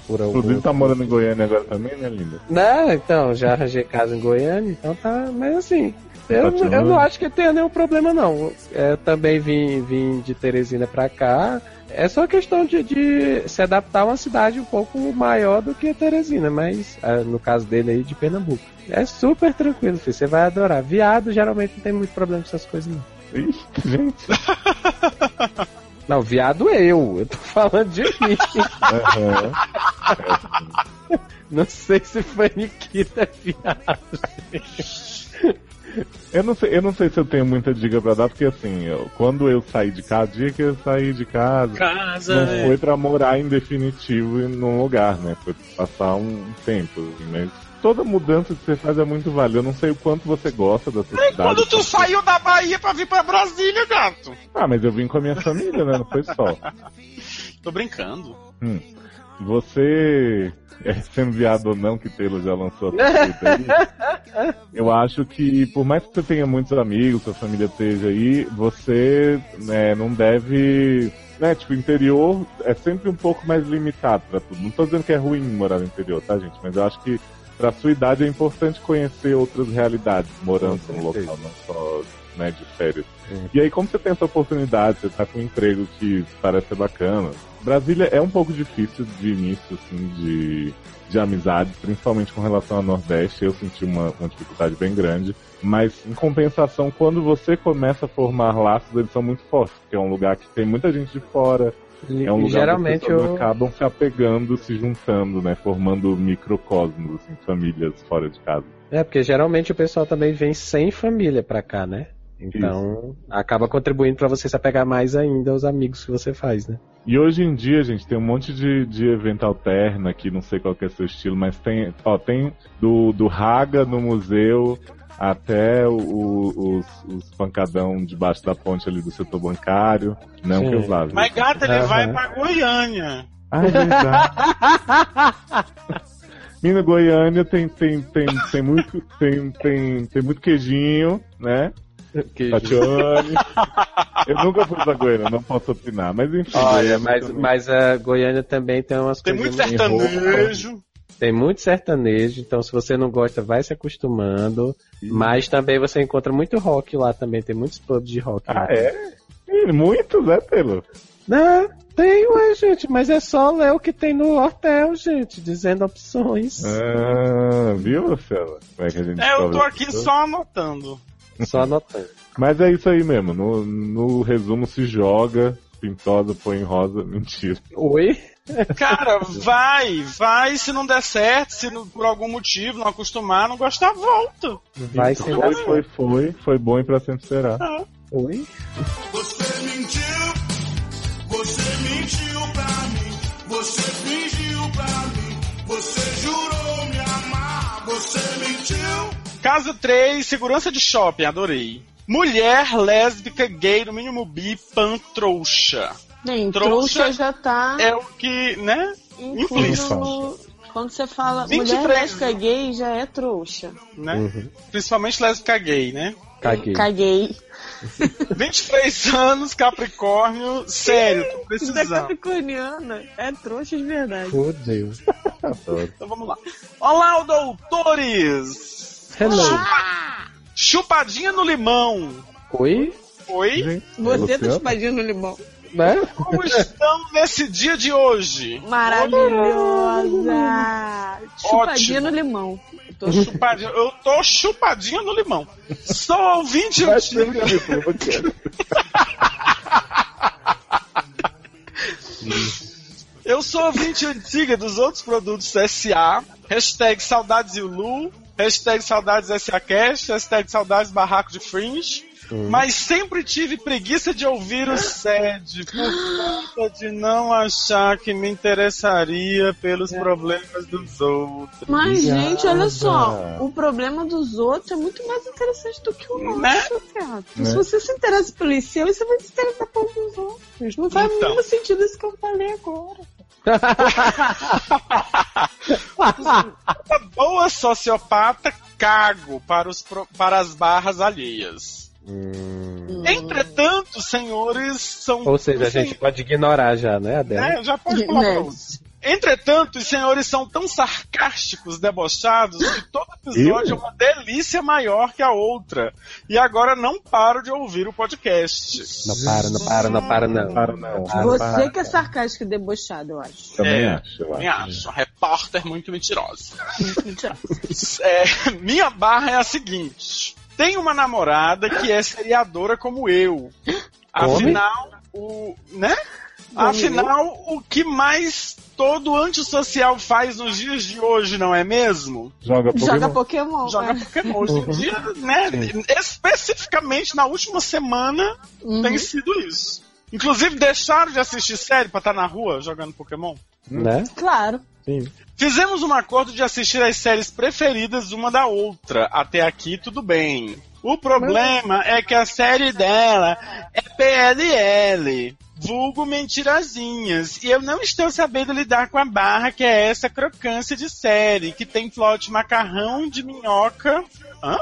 Speaker 8: por algum.
Speaker 4: Inclusive tá morando em Goiânia agora também, né, linda?
Speaker 8: Não, então, já arranjei casa em Goiânia, então tá. Mas assim, eu,
Speaker 4: Tá tirando.
Speaker 8: eu não acho que tenha nenhum problema, não. É, também vim, vim de Teresina pra cá. É só questão de, de se adaptar a uma cidade um pouco maior do que Teresina, mas ah, no caso dele aí de Pernambuco. É super tranquilo, filho. Você vai adorar. Viado geralmente não tem muito problema com essas coisas, não.
Speaker 4: Ixi, gente.
Speaker 8: Não, viado eu. Eu tô falando de mim.
Speaker 4: Aham.
Speaker 8: Não sei se foi Nikita viado.
Speaker 4: Eu não, sei, eu não sei se eu tenho muita dica pra dar, porque assim, eu- quando eu saí de casa, dia que é eu saí de casa,
Speaker 6: Casa.
Speaker 4: não
Speaker 6: é.
Speaker 4: foi pra morar em definitivo em- num lugar, né? Foi passar um tempo, assim, mas toda mudança que você faz é muito válida. Eu não sei o quanto você gosta da sua
Speaker 8: Tá,
Speaker 4: cidade.
Speaker 5: Quando tu saiu da Bahia pra vir pra Brasília, gato.
Speaker 4: Ah, mas eu vim com a minha família, né? Não foi só.
Speaker 5: Tô brincando.
Speaker 4: Você é sendo viado ou não, que Taylor já lançou a sua vida aí, eu acho que por mais que você tenha muitos amigos, sua família esteja aí, você né, não deve. Né, tipo, interior é sempre um pouco mais limitado pra tudo. Não tô dizendo que é ruim morar no interior, tá, gente? Mas eu acho que pra sua idade é importante conhecer outras realidades morando
Speaker 8: Com
Speaker 4: num
Speaker 8: certeza. É.
Speaker 4: local, não só né, de férias. E aí, como você tem essa oportunidade, você tá com um emprego que parece ser bacana. Brasília é um pouco difícil de início, assim, de, de amizade, principalmente com relação ao Nordeste. Eu senti uma, uma dificuldade bem grande. Mas, em compensação, quando você começa a formar laços, eles são muito fortes, porque é um lugar que tem muita gente de fora. É um
Speaker 8: E
Speaker 4: lugar
Speaker 8: geralmente
Speaker 4: que as pessoas
Speaker 8: eu.
Speaker 4: acabam se apegando, se juntando, né? Formando microcosmos, assim, famílias fora de casa.
Speaker 8: É, porque geralmente o pessoal também vem sem família pra cá, né? Então, acaba contribuindo pra você se apegar mais ainda aos amigos que você faz, né?
Speaker 4: E hoje em dia, gente, tem um monte de, de evento alterna que não sei qual que é seu estilo, mas tem, ó, tem do, do Raga no museu até o- o- os, os pancadão debaixo da ponte ali do setor bancário. né, Não
Speaker 8: Sim.
Speaker 4: que eu vá. viu?
Speaker 5: Mas, gato, ele
Speaker 8: Aham.
Speaker 5: vai pra Goiânia.
Speaker 4: Ah, é verdade. Mina Goiânia tem, tem, tem, tem, muito, tem, tem, tem muito queijinho, né?
Speaker 8: Que-
Speaker 4: Tatiane. Eu nunca fui pra Goiânia, não posso opinar, mas enfim.
Speaker 8: Olha,
Speaker 4: Goiânia é
Speaker 8: mas,
Speaker 4: também.
Speaker 8: mas a Goiânia também tem umas
Speaker 5: Tem muito
Speaker 8: coisas.
Speaker 5: sertanejo.
Speaker 8: Tem muito sertanejo, então se você não gosta, vai se acostumando. Mas também você encontra muito rock lá também, tem muitos pubs de rock.
Speaker 4: Ah,
Speaker 8: lá.
Speaker 4: é? Ih, Muitos, é, Pelo?
Speaker 8: Não, Né? tem, ué, gente, mas é só ler o que tem no hotel, gente, dizendo opções.
Speaker 4: Ah, viu, Marcela? Como é que a gente
Speaker 5: É, eu
Speaker 4: descobre
Speaker 5: tô aqui
Speaker 4: isso?
Speaker 5: só anotando.
Speaker 4: É.
Speaker 8: Só anotando.
Speaker 4: Mas é isso aí mesmo. No, no resumo, se joga, pintosa, põe em rosa. Mentira.
Speaker 8: Oi?
Speaker 5: Cara, vai, vai. Se não der certo, se não- por algum motivo não acostumar, não gostar, volta.
Speaker 8: Vai sem
Speaker 4: foi, foi, foi. Foi bom e pra sempre será. tá
Speaker 8: Oi?
Speaker 1: Você mentiu, você mentiu pra mim, você fingiu pra mim, você jurou me amar, você mentiu.
Speaker 5: Caso 3, segurança de shopping, adorei. Mulher, lésbica, gay, no mínimo bi, pan, trouxa.
Speaker 3: Bem,
Speaker 5: Trouxa
Speaker 3: trouxa, já tá
Speaker 5: É o que, né?
Speaker 3: incluso no... Quando você fala
Speaker 5: 23.
Speaker 3: mulher lésbica gay, já é trouxa.
Speaker 5: né?
Speaker 4: Hum.
Speaker 5: Principalmente lésbica gay, né?
Speaker 8: Uhum. Caguei.
Speaker 3: Caguei.
Speaker 5: 23 anos, Capricórnio, sério, tô
Speaker 3: Da
Speaker 5: precisando.
Speaker 3: capricorniana é trouxa de verdade.
Speaker 8: Fudeu.
Speaker 4: Adoro.
Speaker 5: Então vamos lá. Olá, doutores!
Speaker 8: Hello.
Speaker 5: Chupadinha no limão.
Speaker 8: Oi?
Speaker 5: Oi?
Speaker 4: Gente,
Speaker 3: Você tá
Speaker 8: é.
Speaker 4: Luciano?
Speaker 3: espadinha no limão.
Speaker 8: Né?
Speaker 5: Como estão nesse dia de hoje?
Speaker 3: Maravilhosa! Chupadinha
Speaker 5: Ótimo.
Speaker 3: no limão. Tô chu-
Speaker 5: Chupadinha, eu tô chupadinha no limão. Sou ouvinte
Speaker 4: Vai ser
Speaker 5: antigo.
Speaker 4: isso, eu vou quieto.
Speaker 5: Eu sou ouvinte antiga dos outros produtos SA. Hashtag saudades Ilu. Hashtag saudades SAcast. Hashtag saudades barraco de fringe. Mas sempre tive preguiça de ouvir o SED por conta de não achar que me interessaria pelos problemas dos outros.
Speaker 3: Mas,
Speaker 8: Obrigada.
Speaker 3: gente, olha só. O problema dos outros é muito mais interessante do que o nosso,
Speaker 5: Né?
Speaker 3: cara.
Speaker 4: Né?
Speaker 3: Se você se interessa pelos seus, você vai se interessar pelos dos outros. Não faz
Speaker 5: Então.
Speaker 3: o mesmo sentido isso que eu falei agora.
Speaker 5: Uma boa sociopata cago para, os pro- para as barras alheias.
Speaker 8: Hum.
Speaker 5: Entretanto, senhores, são.
Speaker 8: Ou seja, a gente pode ignorar já, né, Adela?
Speaker 5: Né? Já pode pular pra
Speaker 3: Né?
Speaker 5: outro. Entretanto, os senhores são tão sarcásticos, debochados, que todo episódio
Speaker 4: Eu?
Speaker 5: é uma delícia maior que a outra. E agora não paro de ouvir o podcast.
Speaker 8: Não para, não para, não para, não.
Speaker 4: Para não.
Speaker 3: Você que é sarcástico e debochado, eu acho.
Speaker 4: Também
Speaker 5: É.
Speaker 4: acho, eu
Speaker 5: Me
Speaker 4: acho.
Speaker 5: acho, a repórter muito mentirosa.
Speaker 3: Mentira.
Speaker 5: É, minha barra é a seguinte: tem uma namorada que é seriadora como eu.
Speaker 8: Come?
Speaker 5: Afinal, o. né? Afinal, o que mais todo antissocial faz nos dias de hoje, não é mesmo?
Speaker 4: Joga Pokémon.
Speaker 9: Joga Pokémon.
Speaker 5: Joga
Speaker 9: né?
Speaker 5: Pokémon. Hoje em dia, né? Especificamente na última semana
Speaker 3: Uhum.
Speaker 9: Uhum.
Speaker 5: tem sido isso. Inclusive, deixaram de assistir série pra estar na rua jogando Pokémon?
Speaker 8: Né?
Speaker 9: Claro.
Speaker 4: Sim.
Speaker 5: Fizemos um acordo de assistir as séries preferidas uma da outra. Até aqui, tudo bem. O problema é que a série dela é PLL. Vulgo mentirazinhas. E eu não estou sabendo lidar com a barra que é essa crocância de série, que tem plot macarrão de minhoca. Hã?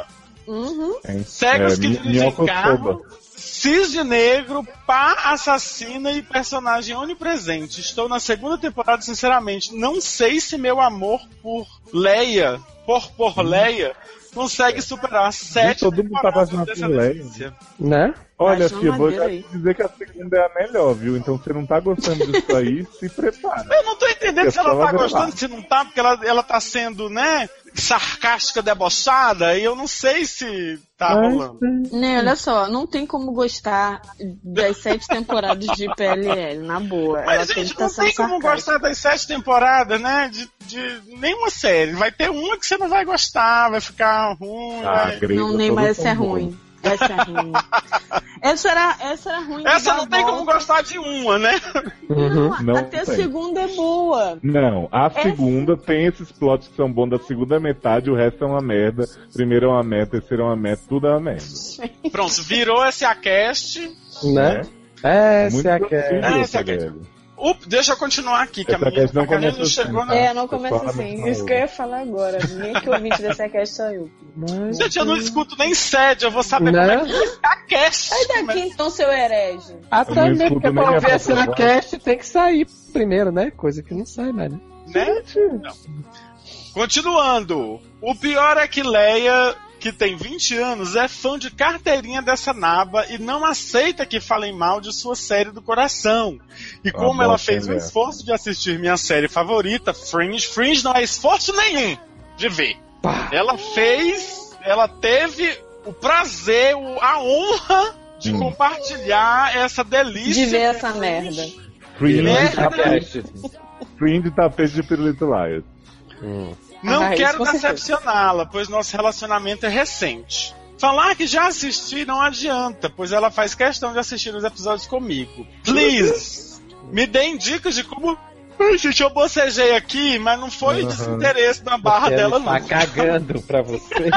Speaker 9: Uhum.
Speaker 4: É,
Speaker 5: Cegos que
Speaker 4: mi-
Speaker 5: dirigem carro,
Speaker 4: minhocofoba.
Speaker 5: cisne negro, pá assassina e personagem onipresente. Estou na segunda temporada, sinceramente. Não sei se meu amor por Leia, por por Leia, consegue superar sete
Speaker 4: Hum. É. todo mundo tá
Speaker 5: temporadas
Speaker 4: apaixonado
Speaker 5: dessa
Speaker 4: por Leia.
Speaker 5: delícia.
Speaker 8: Né?
Speaker 4: Olha,
Speaker 9: Achou
Speaker 4: filho, vou
Speaker 9: maneiro
Speaker 4: já
Speaker 9: aí.
Speaker 4: te dizer que a segunda é a melhor, viu? Então se não tá gostando disso aí, se prepara.
Speaker 5: Eu não tô entendendo
Speaker 4: Eu
Speaker 5: se ela
Speaker 4: tava
Speaker 5: tá
Speaker 4: gravado.
Speaker 5: gostando, se não tá, porque ela, ela tá sendo, né, sarcástica, debochada, e eu não sei se tá
Speaker 4: Mas-
Speaker 5: rolando.
Speaker 9: Né, olha só, não tem como gostar das sete temporadas de PLL, na boa. Ela
Speaker 5: Mas,
Speaker 9: tem que
Speaker 5: gente,
Speaker 9: estar
Speaker 5: não
Speaker 9: sendo
Speaker 5: tem como
Speaker 9: sarcástica.
Speaker 5: gostar das sete temporadas, né? De, de nenhuma série. Vai ter uma que você não vai gostar, vai ficar ruim. vai-
Speaker 4: grega,
Speaker 9: Não, nem
Speaker 4: Ah, todo
Speaker 9: mas essa é
Speaker 4: mundo.
Speaker 9: ruim. Essa é ruim. Essa era, essa era ruim.
Speaker 5: Essa
Speaker 9: dá
Speaker 5: não tem como
Speaker 9: volta.
Speaker 5: gostar de uma, né?
Speaker 8: Uhum.
Speaker 9: Não,
Speaker 4: Não
Speaker 9: até a
Speaker 4: tem.
Speaker 9: segunda é boa.
Speaker 4: Não, a
Speaker 9: Essa-
Speaker 4: segunda tem esses plots que são bons da segunda metade, o resto é uma merda. Primeiro é uma merda, terceiro é uma merda, tudo é uma merda.
Speaker 5: Pronto, virou essa cast.
Speaker 8: Né?
Speaker 4: Muito
Speaker 8: Essa é a
Speaker 4: possível,
Speaker 8: que é
Speaker 5: Ah, essa aqui.
Speaker 4: Sagrado.
Speaker 5: Up, deixa eu continuar aqui, que a
Speaker 4: Essa
Speaker 5: minha
Speaker 4: questão
Speaker 5: a Karina
Speaker 4: começa
Speaker 5: não chegou
Speaker 4: assim,
Speaker 5: na.
Speaker 4: né?
Speaker 3: É, não
Speaker 4: Você
Speaker 3: começa
Speaker 4: fala,
Speaker 3: assim.
Speaker 4: não.
Speaker 3: Isso que eu ia falar agora. Nem que ouvinte dessa
Speaker 9: é
Speaker 3: cast sou eu.
Speaker 8: Mas...
Speaker 5: Gente, eu não escuto nem sede, eu vou saber como é
Speaker 8: Né?
Speaker 5: que tá a cast.
Speaker 3: Sai daqui então, seu herege.
Speaker 4: Eu
Speaker 8: Até
Speaker 4: não
Speaker 8: mesmo
Speaker 4: escuto
Speaker 8: porque
Speaker 4: nem
Speaker 8: pra
Speaker 4: a
Speaker 8: ouvir a
Speaker 4: própria voz.
Speaker 8: Cinecast tem que sair primeiro, né? Coisa que não sai mais, né?
Speaker 5: né? Não. Continuando. O pior é que Leia, que tem 20 anos, é fã de carteirinha dessa naba e não aceita que falem mal de sua série do coração. E como
Speaker 4: bosta,
Speaker 5: ela fez
Speaker 4: hein,
Speaker 5: o
Speaker 4: Léo?
Speaker 5: esforço de assistir minha série favorita, Fringe, Fringe não é esforço nenhum de ver.
Speaker 8: Pá.
Speaker 5: Ela fez, ela teve o prazer, o- a honra de
Speaker 4: Hum.
Speaker 5: compartilhar essa
Speaker 3: De
Speaker 5: delícia.
Speaker 3: ver essa
Speaker 5: Fringe.
Speaker 3: merda.
Speaker 8: é
Speaker 4: Fringe, tá-
Speaker 5: Né?
Speaker 4: Fringe tapete de pirulito Liars.
Speaker 8: Hum.
Speaker 5: Não
Speaker 3: Ah, isso
Speaker 5: quero
Speaker 3: com certeza.
Speaker 5: decepcioná-la, pois nosso relacionamento é recente. Falar que já assisti não adianta, pois ela faz questão de assistir os episódios comigo. Please, me deem dicas de como. Ai, Gente, eu bocejei aqui, mas não foi
Speaker 4: Aham. é
Speaker 5: desinteresse na barra
Speaker 8: Porque
Speaker 5: dela,
Speaker 8: ela tá
Speaker 5: não.
Speaker 8: cagando pra você,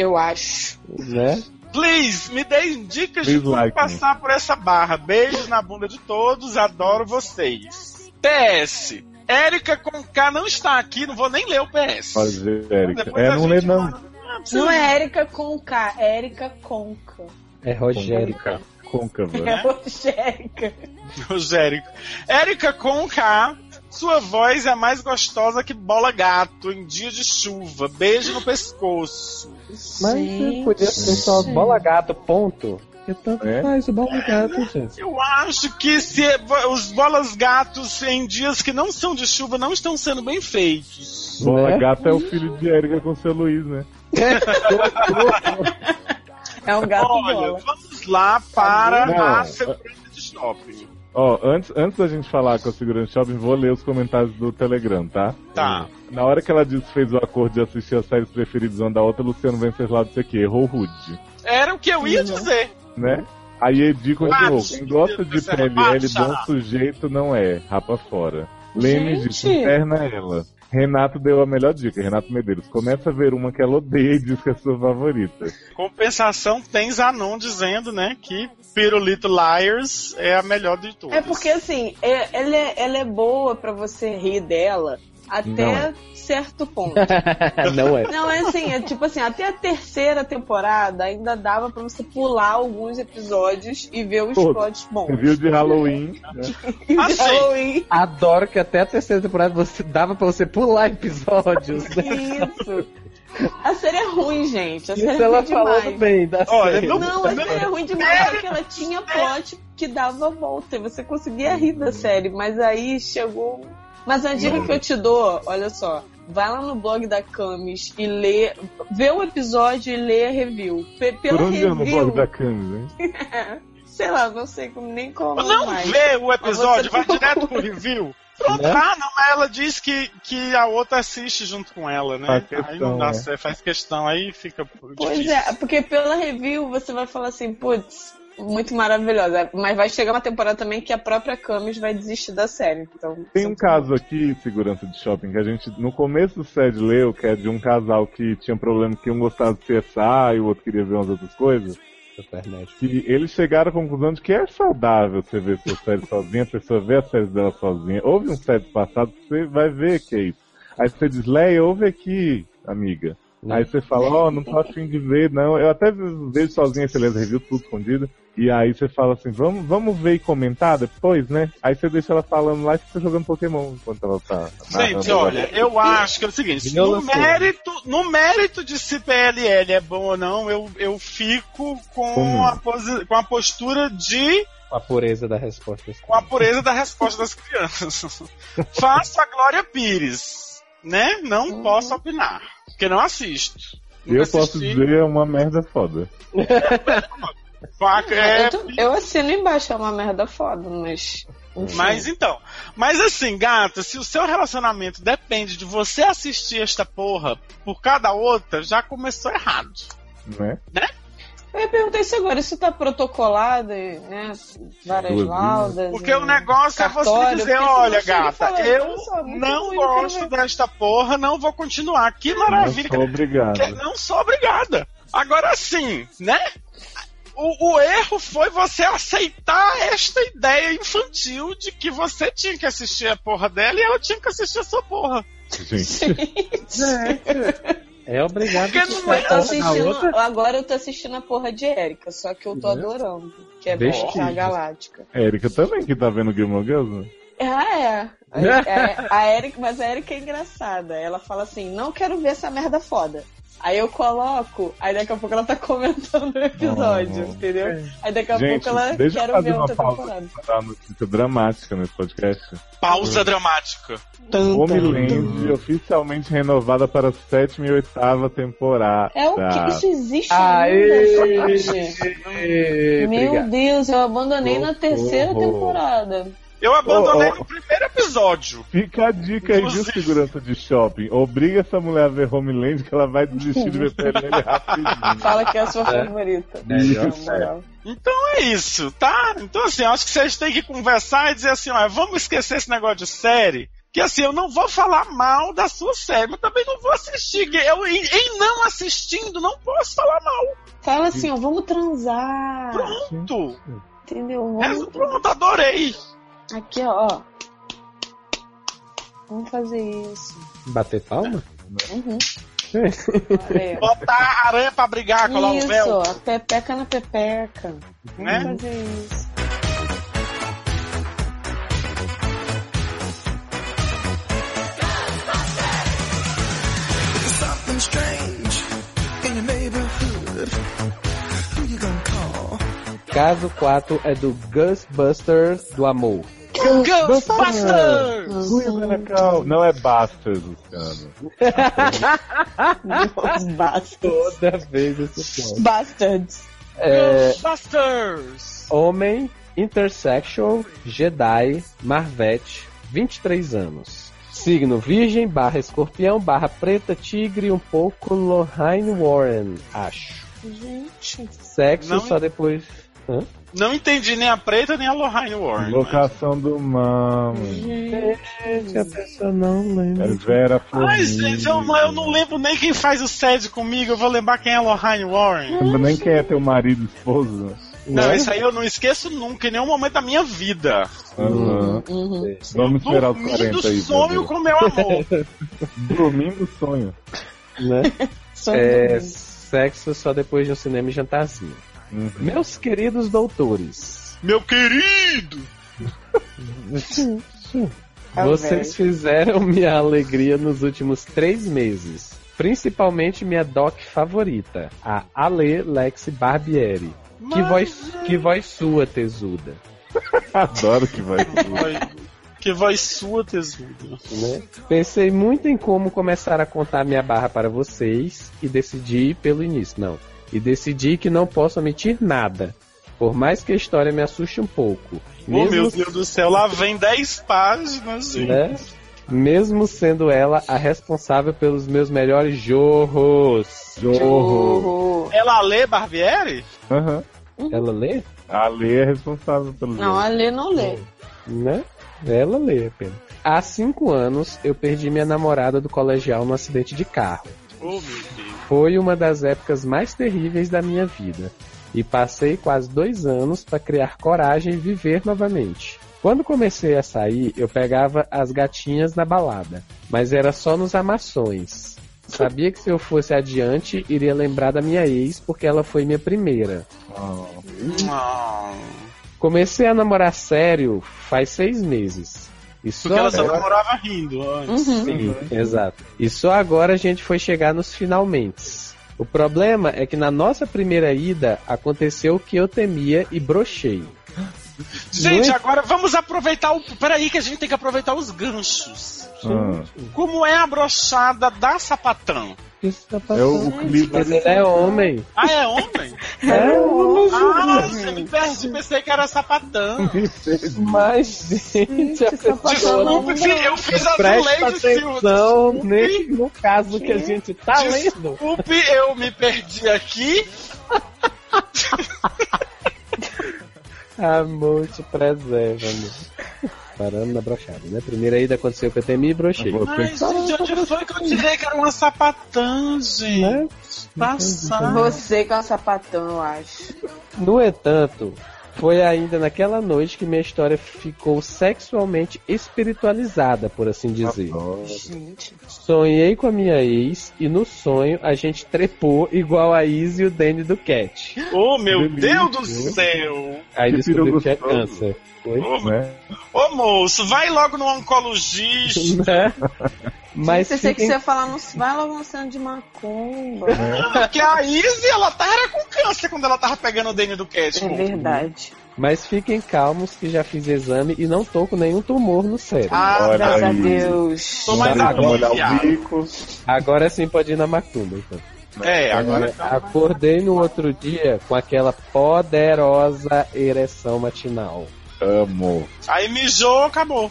Speaker 3: Eu acho.
Speaker 8: né?
Speaker 5: Please, me deem dicas de
Speaker 4: Please
Speaker 5: como
Speaker 4: like me.
Speaker 5: passar por essa barra. Beijos na bunda de todos, adoro vocês. PS. Érica com K não está aqui, não vou nem ler o PS.
Speaker 4: Fazer, Erika.
Speaker 5: Depois
Speaker 4: É,
Speaker 5: a
Speaker 4: não lê
Speaker 5: gente
Speaker 4: não.
Speaker 5: fala.
Speaker 3: Não é Érica com K, é Érica Conca.
Speaker 8: É Rogérica.
Speaker 4: Côncava. Côncava.
Speaker 3: É Rogérica.
Speaker 5: Rogérico. Érica com K. Sua voz é mais gostosa que bola gato em dia de chuva. Beijo no pescoço.
Speaker 8: Mas
Speaker 3: Gente.
Speaker 8: podia ser só bola gato, ponto. Né? Eu tanto
Speaker 4: É?
Speaker 8: faz o bola gato, gente.
Speaker 5: Eu acho que se os bolas gatos em dias que não são de chuva não estão sendo bem feitos.
Speaker 4: Bola
Speaker 8: Né?
Speaker 4: Gata é o filho de Erika com seu Luiz, né?
Speaker 3: É um gato
Speaker 5: Olha,
Speaker 3: bola.
Speaker 5: vamos lá para
Speaker 4: Não.
Speaker 5: a segurança de shopping.
Speaker 4: Ó, antes, antes da gente falar com a segurança shopping, vou ler os comentários do Telegram, tá?
Speaker 5: Tá.
Speaker 4: Na hora que ela disse que fez o acordo de assistir as séries preferidas uma da outra, Luciano Venceslau disse aqui, errou rude,
Speaker 5: Era o que eu ia dizer.
Speaker 4: né? Aí Edi continuou,
Speaker 5: Bate,
Speaker 4: quem gosta de
Speaker 5: Luciano,
Speaker 4: PLL,
Speaker 5: bate,
Speaker 4: bom sujeito não é, rapa fora. Leme disse, interna ela. Renato deu a melhor dica, Renato Medeiros, começa a ver uma que ela odeia e diz que é sua favorita.
Speaker 5: Compensação tem Zanon dizendo, né, que Pirulito Liars é a melhor de todas.
Speaker 3: É porque assim, é- ela, é, ela é boa pra você rir dela
Speaker 4: Não
Speaker 3: até
Speaker 4: é.
Speaker 3: certo ponto.
Speaker 8: não é.
Speaker 3: Não, é assim, é tipo assim, até a terceira temporada ainda dava pra você pular alguns episóos e ver os
Speaker 4: Todos.
Speaker 3: spots bons. Então,
Speaker 4: Viu de Halloween, né?
Speaker 3: E
Speaker 5: Ah, sim.
Speaker 3: Halloween,
Speaker 8: Adoro que até a terceira temporada você dava pra você pular episódios. Né?
Speaker 3: isso. A série é ruim, gente. A série
Speaker 8: Isso
Speaker 3: é
Speaker 8: ela
Speaker 3: ruim demais.
Speaker 8: falando bem da
Speaker 5: Olha,
Speaker 8: série.
Speaker 5: não-
Speaker 3: Não, a série é ruim demais porque ela tinha plot que dava volta. e Você conseguia rir
Speaker 4: Hum.
Speaker 3: da série, mas aí chegou. um- Mas a dica que eu te dou, olha só. Vai lá no blog da Camis e lê. Vê o episódio e lê a review. Pe- Pela
Speaker 4: Por onde eu
Speaker 3: review.
Speaker 4: no blog da Camis, hein?
Speaker 3: Sei lá, não sei como- nem como.
Speaker 5: Não
Speaker 3: mais.
Speaker 5: vê o episódio, vai
Speaker 3: Mas você-
Speaker 5: direto pro review. Pronto,
Speaker 8: Né?
Speaker 5: ah, não, mas ela diz que, que a outra assiste junto com ela, né?
Speaker 4: Faz
Speaker 5: aí
Speaker 4: questão,
Speaker 5: não dá
Speaker 4: né?
Speaker 5: certo, faz questão, aí fica difícil.
Speaker 3: Pois é, porque pela review você vai falar assim, putz, muito maravilhosa. Mas vai chegar uma temporada também que a própria Camis vai desistir da série. Então,
Speaker 4: Tem um caso aqui, segurança de shopping, que a gente, no começo do SED leu, que é de um casal que tinha problema que um gostava de CSI e o outro queria ver umas outras coisas.
Speaker 8: Supernatural.
Speaker 4: Que eles chegaram à conclusão de que é saudável você ver sua série sozinha, a pessoa vê a série dela sozinha. Houve um SED passado, você vai ver que é isso. Aí você diz, Leia, ouve aqui, amiga.
Speaker 8: Né?
Speaker 4: Aí você fala, ó, não tô afim de ver, não. Eu até vejo sozinho esse Lens Review, tudo escondido. E aí você fala assim, vamos, vamos ver e comentar depois, né? Aí você deixa ela falando lá e fica jogando Pokémon enquanto ela tá.
Speaker 5: Gente,
Speaker 4: narrando.
Speaker 5: olha, eu acho que é o seguinte, no
Speaker 8: Violaceu.
Speaker 5: mérito, no mérito de se PLL é bom ou não, eu, eu fico com
Speaker 4: Como?
Speaker 5: a, posi- com a postura de.
Speaker 8: Com a pureza da resposta. é
Speaker 5: com a pureza da resposta das crianças. Faço a Glória Pires, né? Não
Speaker 3: Uhum.
Speaker 5: posso opinar, porque não assisto. Nunca
Speaker 4: Eu posso
Speaker 5: assisti.
Speaker 4: dizer, é uma merda foda.
Speaker 5: Faca-
Speaker 3: eu,
Speaker 5: É,
Speaker 3: tô- eu assino embaixo, é uma merda foda, mas. enfim.
Speaker 5: Mas então, mas assim, gata, se o seu relacionamento depende de você assistir esta porra por cada outra, já começou errado.
Speaker 4: Né?
Speaker 3: Eu ia perguntar isso agora, isso tá protocolado, e, né? Várias
Speaker 4: Duas
Speaker 3: laudas. né?
Speaker 5: Porque
Speaker 3: e-
Speaker 5: o negócio é você
Speaker 3: Uhum. cartório,
Speaker 5: dizer,
Speaker 3: porque senão
Speaker 5: olha,
Speaker 3: chega e
Speaker 5: gata,
Speaker 3: fala,
Speaker 5: eu
Speaker 3: tá olha só, muito
Speaker 5: não
Speaker 3: ruim, não quero
Speaker 5: gosto
Speaker 3: ver.
Speaker 5: desta porra, não vou continuar. Que maravilha.
Speaker 4: Não sou obrigado.
Speaker 5: que- Não sou obrigada. Agora sim, né? O, o erro foi você aceitar esta ideia infantil de que você tinha que assistir a porra dela e ela tinha que assistir a sua porra.
Speaker 4: Gente,
Speaker 8: É obrigado.
Speaker 5: Porque
Speaker 8: que
Speaker 5: não
Speaker 8: vai
Speaker 5: é-
Speaker 3: Eu tô
Speaker 8: dar
Speaker 3: assistindo-
Speaker 8: outra.
Speaker 3: agora eu tô assistindo a porra de Érica, só que
Speaker 4: É.
Speaker 3: eu tô adorando. Que é
Speaker 8: Vestígios.
Speaker 3: Battlestar Galáctica.
Speaker 4: Érica também que tá vendo Gilmore Girls, né?
Speaker 3: Ah, é. É, a Érica, mas a Érica é engraçada. Ela fala assim: não quero ver essa merda foda. Aí eu coloco, aí daqui a pouco ela tá comentando o episódio,
Speaker 4: Não.
Speaker 3: entendeu?
Speaker 5: É.
Speaker 3: Aí daqui a
Speaker 4: Ah. Gente,
Speaker 3: pouco ela
Speaker 4: deixa eu
Speaker 3: quero
Speaker 4: fazer
Speaker 3: ver
Speaker 4: uma
Speaker 3: outra
Speaker 4: pausa.
Speaker 3: temporada.
Speaker 4: Tá uma notícia dramática nesse podcast.
Speaker 5: Pausa
Speaker 4: Hum.
Speaker 5: dramática.
Speaker 3: Então.
Speaker 4: Homeland oficialmente renovada para a sétima e oitava temporada.
Speaker 3: É o
Speaker 8: Tá.
Speaker 3: que isso existe ainda,
Speaker 5: né,
Speaker 8: Aê!
Speaker 3: gente.
Speaker 8: Ei,
Speaker 3: Meu
Speaker 8: Obrigado.
Speaker 3: Deus, eu abandonei na
Speaker 4: Socorro.
Speaker 3: terceira temporada.
Speaker 5: Eu abandonei
Speaker 4: Ô, ô.
Speaker 5: no primeiro episódio.
Speaker 4: Fica a dica aí, viu,
Speaker 5: Inclusive.
Speaker 4: segurança de shopping. Obriga essa mulher a ver Homeland que ela vai desistir de ver PNL rapidinho.
Speaker 3: Fala que é a sua favorita.
Speaker 8: Melhor
Speaker 3: Na moral.
Speaker 5: Então é isso, tá? Então assim, eu acho que vocês têm que conversar e dizer assim, ó, vamos esquecer esse negócio de série. Que assim, eu não vou falar mal da sua série, mas também não vou assistir. que Eu, em, em não assistindo, não posso falar mal.
Speaker 3: Fala assim, ó, vamos transar.
Speaker 5: Pronto.
Speaker 3: Entendeu?
Speaker 5: É,
Speaker 3: Vamos,
Speaker 5: pronto, adorei.
Speaker 3: aqui, ó. ó. Vamos fazer isso.
Speaker 8: Bater palma?
Speaker 3: Uhum. Olha aí, ó.
Speaker 5: Botar a aranha pra brigar, colar o
Speaker 3: Isso,
Speaker 5: véu,
Speaker 3: ó, pepeca na pepeca. Vamos
Speaker 5: né?
Speaker 3: fazer isso.
Speaker 1: Something strange in your neighborhood. Who you gonna call?
Speaker 8: Caso 4 é do Ghostbusters do Amor.
Speaker 5: Ghostbusters!
Speaker 4: Ui, agora calma. Não é Bastas, Luciano.
Speaker 8: Toda vez esse plot.
Speaker 3: Bastards.
Speaker 8: É,
Speaker 5: Ghostbusters!
Speaker 8: homem, intersexual, Jedi, Marvete, 23 anos. Signo virgem, barra escorpião, barra preta, tigre, um pouco Lorraine Warren, acho.
Speaker 3: Gente.
Speaker 8: Sexo
Speaker 5: Não-
Speaker 8: só depois...
Speaker 5: Não entendi nem a preta nem a Lorraine Warren.
Speaker 4: Locação do mamo.
Speaker 8: Gente, a pessoa não
Speaker 4: É
Speaker 8: lembra.
Speaker 4: Vera Formiga.
Speaker 5: Ai, gente, eu não, eu não lembro nem quem faz o SED comigo, eu vou lembrar quem é a Lorraine Warren.
Speaker 4: Lembra nem quem é teu marido e esposo?
Speaker 5: Não,
Speaker 8: é
Speaker 5: é? isso aí eu não esqueço nunca, em nenhum momento da minha vida.
Speaker 4: Aham.
Speaker 3: Uhum.
Speaker 4: Vamos esperar os
Speaker 5: Dormindo
Speaker 4: 40 aí.
Speaker 5: sonho
Speaker 4: bebê.
Speaker 5: com meu amor.
Speaker 4: Dormindo sonho.
Speaker 8: Né?
Speaker 3: Só
Speaker 8: É, sexo só depois de um cinema e jantarzinho.
Speaker 4: Uhum.
Speaker 8: Meus queridos doutores,
Speaker 5: meu querido!
Speaker 3: Ah,
Speaker 8: vocês fizeram minha alegria nos últimos três meses. Principalmente minha doc favorita, a Ale Lex Barbieri. Que voz, que voz sua, tesuda.
Speaker 4: Adoro que vai.
Speaker 5: Que voz sua, tesuda.
Speaker 8: né? Pensei muito em como começar a contar minha barra para vocês e decidi pelo início, não. E decidi que não posso omitir nada. Por mais que a história me assuste um pouco.
Speaker 5: Ô, Oh, meu Deus É. do céu, lá vem 10 páginas, gente.
Speaker 8: né? Mesmo sendo ela a responsável pelos meus melhores jorros.
Speaker 4: Jorro.
Speaker 5: Ela lê Barbieri?
Speaker 4: Aham.
Speaker 8: Ela lê?
Speaker 4: A Lê é responsável pelo
Speaker 9: Não,
Speaker 4: jogo.
Speaker 9: a Lê não lê.
Speaker 8: Né? Ela lê apenas. Há cinco anos eu perdi minha namorada do colegial num acidente de carro.
Speaker 5: Ô, Oh, meu Deus.
Speaker 8: Foi uma das épocas mais terríveis da minha vida. E passei quase dois anos para criar coragem e viver novamente. Quando comecei a sair, eu pegava as gatinhas na balada, mas era só nos amações. Sabia que se eu fosse adiante, iria lembrar da minha ex, porque ela foi minha primeira.
Speaker 5: Ah,
Speaker 8: Comecei a namorar sério faz seis meses. E só
Speaker 5: Porque ela só
Speaker 8: agora-
Speaker 5: namorava rindo antes.
Speaker 9: Uhum.
Speaker 8: Sim, exato. E só agora a gente foi chegar nos finalmente. O problema é que na nossa primeira ida aconteceu o que eu temia e brochei.
Speaker 5: Gente,
Speaker 8: Muito.
Speaker 5: agora vamos aproveitar o. Peraí, que a gente tem que aproveitar os ganchos.
Speaker 4: Ah,
Speaker 5: Como é a brochada da sapatão?
Speaker 8: tá
Speaker 4: é o, o clipe.
Speaker 8: Ele é homem.
Speaker 5: Ah, é homem?
Speaker 8: É homem.
Speaker 5: ah, você me perdi, pensei que era sapatão.
Speaker 4: é
Speaker 8: Mas, gente, a pessoa
Speaker 5: Desculpe, filho, eu fiz as
Speaker 8: é presta
Speaker 5: leis Silva.
Speaker 8: atenção nesse, no caso que a gente tá lendo.
Speaker 5: Desculpe, eu me perdi aqui.
Speaker 8: Amor te preserva, amor. Parando na brochada, né? Primeira ida aconteceu que eu temi e brochei.
Speaker 5: Ai,
Speaker 4: Você
Speaker 5: gente, onde foi que eu tirei que era uma sapatão, gente?
Speaker 8: Né?
Speaker 5: Passado.
Speaker 9: Você com a sapatão, eu acho.
Speaker 8: No entanto, foi ainda naquela noite que minha história ficou sexualmente espiritualizada, por assim dizer.
Speaker 4: Ah, tá.
Speaker 8: Sonhei com a minha ex e no sonho a gente trepou igual a Izzy e o Danny do Cat.
Speaker 5: Ô, meu
Speaker 4: Delícia.
Speaker 5: Deus do céu.
Speaker 8: Aí
Speaker 4: Que
Speaker 8: descobriu
Speaker 4: pirou
Speaker 8: que é
Speaker 4: gostoso.
Speaker 8: câncer. Foi?
Speaker 5: Ô,
Speaker 4: né?
Speaker 5: Ô moço, vai logo no oncologista.
Speaker 8: Né? Mas
Speaker 9: Você sei que
Speaker 8: fiquem-
Speaker 9: você é ia falar, no... vai logo no centro de macumba.
Speaker 5: Porque a Izzy, ela tá, era com câncer quando ela tava pegando o DNA do Cat.
Speaker 9: É
Speaker 8: Uhum.
Speaker 9: verdade.
Speaker 8: Mas fiquem calmos que já fiz exame e não tô com nenhum tumor no cérebro.
Speaker 9: Ah,
Speaker 4: Olha
Speaker 9: graças a
Speaker 4: aí.
Speaker 9: Deus.
Speaker 5: Toma mais
Speaker 4: Deixa eu molhar
Speaker 5: água,
Speaker 4: o
Speaker 5: viado.
Speaker 4: bico.
Speaker 8: Agora sim pode ir na macumba, então.
Speaker 5: É, agora
Speaker 4: tá
Speaker 8: É,
Speaker 9: tá
Speaker 8: acordei no outro dia com aquela poderosa ereção matinal.
Speaker 4: Amo.
Speaker 5: Aí mijou, acabou.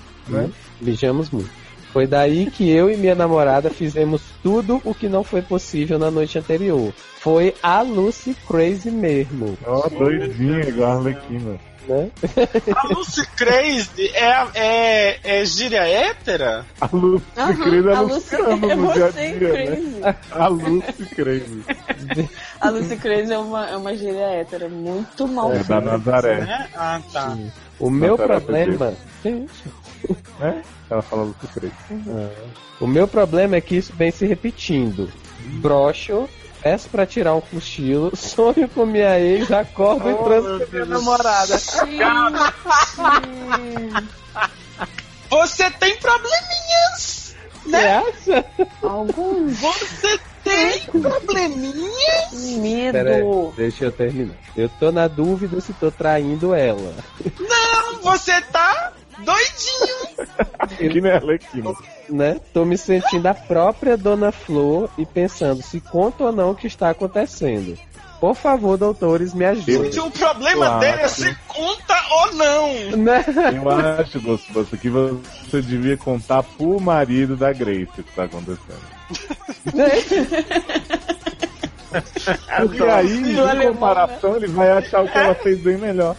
Speaker 8: Mijamos muito. Foi daí que eu e minha namorada fizemos tudo o que não foi possível na noite anterior. Foi a Lucy Crazy mesmo,
Speaker 4: Ó, doidinha, igual a Arlequina.
Speaker 8: né?
Speaker 5: A Lucy Crazy é, é, é gíria hétera?
Speaker 4: A Lucy
Speaker 9: Aham,
Speaker 4: Crazy é
Speaker 9: a Lucy,
Speaker 4: Luciano
Speaker 9: é
Speaker 4: no dia a
Speaker 9: você,
Speaker 4: dia, né?
Speaker 9: Crazy.
Speaker 4: A Lucy Crazy.
Speaker 9: A Lucy Crazy é uma, é uma gíria hétera, muito mal
Speaker 4: É da Nazaré.
Speaker 5: Né? Ah, tá.
Speaker 8: O meu
Speaker 4: terapia
Speaker 8: problema. Gente,
Speaker 4: Ela fala Lucy Crazy.
Speaker 8: O meu problema é que isso vem se repetindo. Brocho, peço pra tirar um cochilo, sonho com minha ex, acordo e transo com minha namorada.
Speaker 5: Você tem probleminhas!
Speaker 8: Você acha?
Speaker 9: Algum
Speaker 5: Você tem probleminhas!
Speaker 8: Pera aí,
Speaker 9: medo.
Speaker 8: deixa eu terminar. Eu tô na dúvida se tô traindo ela.
Speaker 5: Você tá doidinho!
Speaker 4: Que nem a Arlequina.
Speaker 8: né? Tô me sentindo a própria Dona Flor e pensando se conta ou não o que está acontecendo. Por favor, doutores, me
Speaker 5: Que
Speaker 8: ajudem.
Speaker 5: o problema
Speaker 4: Claro.
Speaker 5: dele é se conta ou não!
Speaker 8: Né?
Speaker 4: Eu acho, Ghostbusters, que você devia contar pro marido da Grace o que tá acontecendo. Porque aí, em comparação, ele vai achar o que ela fez bem melhor.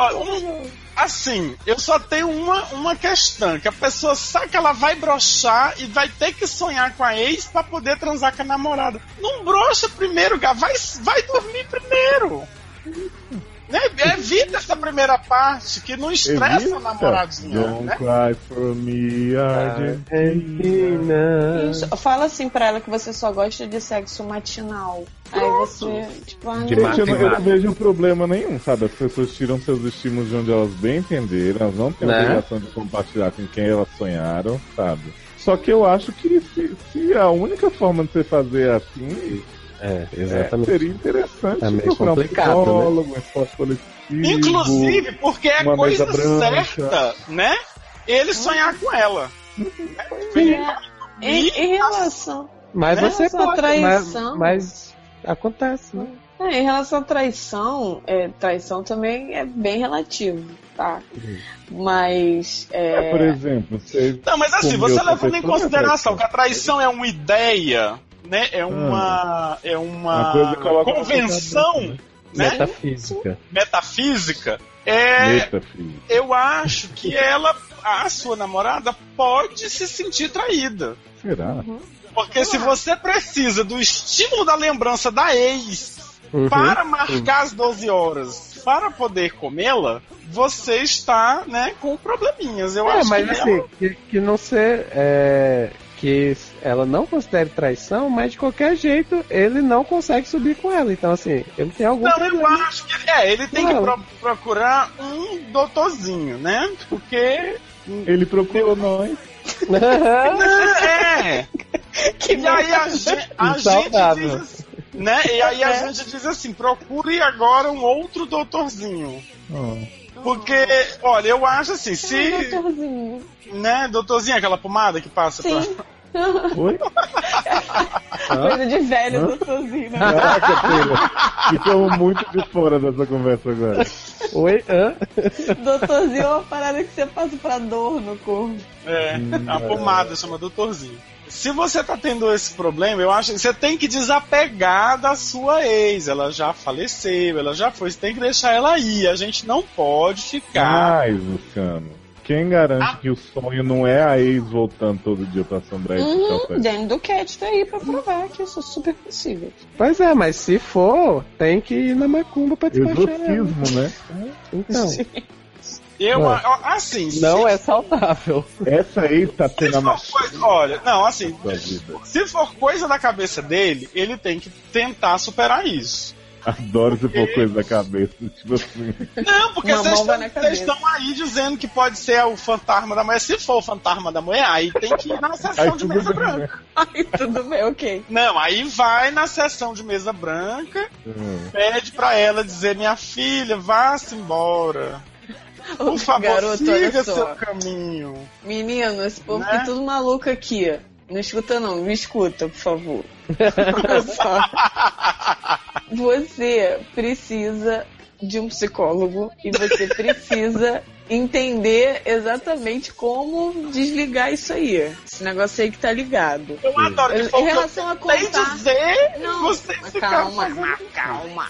Speaker 5: Ó, um- assim, eu só tenho uma, uma questão, que a pessoa sabe que ela vai brochar e vai ter que sonhar com a ex pra poder transar com a namorada. Não brocha primeiro, Gá, vai, vai dormir primeiro. Né? Evita essa primeira parte que não estressa
Speaker 4: Evita.
Speaker 5: a namoradinha,
Speaker 4: Don't
Speaker 5: né?
Speaker 4: cry for me, Argentina.
Speaker 8: Argentina.
Speaker 3: Isso, Fala assim pra ela que você só gosta de sexo matinal. Aí você, tipo, ah, não.
Speaker 4: Gente, eu não, eu não vejo problema nenhum, sabe? As pessoas tiram seus estímulos de onde elas bem entenderam, elas não têm
Speaker 8: Né?
Speaker 4: obrigação de compartilhar com quem elas sonharam, sabe? Só que eu acho que se, se a única forma de você fazer assim
Speaker 8: É,
Speaker 4: é,
Speaker 8: exatamente.
Speaker 4: seria interessante
Speaker 8: Tá meio
Speaker 4: procurar um
Speaker 8: complicado, né?
Speaker 4: psicólogo, um esporte coletivo.
Speaker 5: Inclusive, porque é
Speaker 4: uma mesa
Speaker 5: coisa
Speaker 4: branca. Hum.
Speaker 5: certa, né? Ele sonhar com ela.
Speaker 3: É, Em, em relação.
Speaker 8: Mas
Speaker 5: Né?
Speaker 8: você
Speaker 3: Essa
Speaker 8: pode, mas,
Speaker 3: traição.
Speaker 8: mas acontece, né?
Speaker 3: É, em relação à traição, é, traição também é bem relativo, tá? Mas.
Speaker 4: É,
Speaker 3: É,
Speaker 4: por exemplo, você.
Speaker 5: Não, mas assim,
Speaker 4: comeu
Speaker 5: você
Speaker 4: com a
Speaker 5: levando em
Speaker 4: pessoa,
Speaker 5: consideração
Speaker 4: né? Ah.
Speaker 5: que a traição é uma ideia, né? É uma. É uma,
Speaker 4: Uma coisa que coloca
Speaker 5: convenção né?
Speaker 8: É. Metafísica.
Speaker 5: metafísica. É,
Speaker 4: Eita, filho.
Speaker 5: eu acho que ela, a sua namorada, pode se sentir traída.
Speaker 4: Será?
Speaker 5: Porque
Speaker 4: Ah.
Speaker 5: se você precisa do estímulo da lembrança da ex
Speaker 8: Uhum.
Speaker 5: para marcar as 12 horas, para poder comê-la, você está, né, com probleminhas. Eu
Speaker 8: É,
Speaker 5: acho
Speaker 8: mas
Speaker 5: que ela-
Speaker 8: assim, que, que não ser. é, que ela não considere traição, mas de qualquer jeito ele não consegue subir com ela. Então, assim, ele tem algum.
Speaker 5: Não, eu
Speaker 8: problema.
Speaker 5: acho que ele- é, ele tem que
Speaker 8: Não.
Speaker 5: pro- procurar um doutorzinho, né? Porque.
Speaker 4: Ele procurou nós.
Speaker 5: É! e aí a, ge- a
Speaker 8: Um
Speaker 5: gente diz
Speaker 8: Saudável.
Speaker 5: assim, né? E aí a gente diz assim: procure agora um outro doutorzinho.
Speaker 4: Oh.
Speaker 5: Porque, olha, eu acho assim, se.
Speaker 3: doutorzinho.
Speaker 8: Uhum.
Speaker 5: Né, doutorzinho, é aquela pomada que passa pra.
Speaker 3: Sim.
Speaker 4: Oi?
Speaker 3: Coisa de velho, doutorzinho. né?
Speaker 4: Caraca, filha. Ficamos muito de fora dessa conversa agora.
Speaker 8: Oi, hã?
Speaker 3: Doutorzinho é uma parada que você passa pra dor no corpo.
Speaker 5: É, a pomada chama doutorzinho. Se você tá tendo esse problema, eu acho que você tem que desapegar da sua ex. Ela já faleceu, ela já foi, você tem que deixar ela ir. A gente não pode ficar.
Speaker 4: Mas, Luciano, quem garante que o sonho não é a ex voltando todo dia pra assombrar esse café?
Speaker 3: Dentro do cat tá aí pra provar que isso é super possível.
Speaker 8: Pois é, mas se for, tem que ir na macumba pra despachar ela.
Speaker 4: Exorcismo, né?
Speaker 8: Então,
Speaker 5: Eu,
Speaker 8: Ué.
Speaker 5: a- a- assim, se-
Speaker 8: não é saudável.
Speaker 4: Essa ex tá
Speaker 5: se
Speaker 4: sendo a
Speaker 5: for
Speaker 4: machista
Speaker 5: coisa, olha, não, assim,
Speaker 4: da vida.
Speaker 5: se for coisa da cabeça dele, ele tem que tentar superar isso.
Speaker 4: Adoro se for coisa da cabeça. Tipo assim.
Speaker 5: Não, porque
Speaker 3: Uma
Speaker 5: vocês
Speaker 3: mão vai
Speaker 5: estão-
Speaker 3: na cabeça.
Speaker 5: vocês estão aí dizendo que pode ser o fantasma da mulher. Se for o fantasma da mulher, aí tem que ir na
Speaker 4: Aí
Speaker 5: sessão de
Speaker 4: tudo
Speaker 5: mesa branca.
Speaker 4: bem, né?
Speaker 3: Ai, tudo bem, ok.
Speaker 5: Não, aí vai na sessão de mesa branca,
Speaker 4: Hum.
Speaker 5: pede pra ela dizer: Minha filha, vá-se embora. Por favor,
Speaker 3: Garoto,
Speaker 5: siga
Speaker 3: olha só.
Speaker 5: seu caminho.
Speaker 3: Menino, esse povo
Speaker 5: Né?
Speaker 3: tá tudo maluco aqui. Não escuta não, me escuta, por favor. Só. você precisa de um psicólogo e você precisa entender exatamente como desligar isso aí. Esse negócio aí que tá ligado.
Speaker 5: Eu adoro que
Speaker 3: Em
Speaker 5: for o
Speaker 3: relação a
Speaker 5: que eu sei
Speaker 3: contar.
Speaker 5: dizer,
Speaker 3: Não,
Speaker 5: você fica.
Speaker 3: Calma, calma.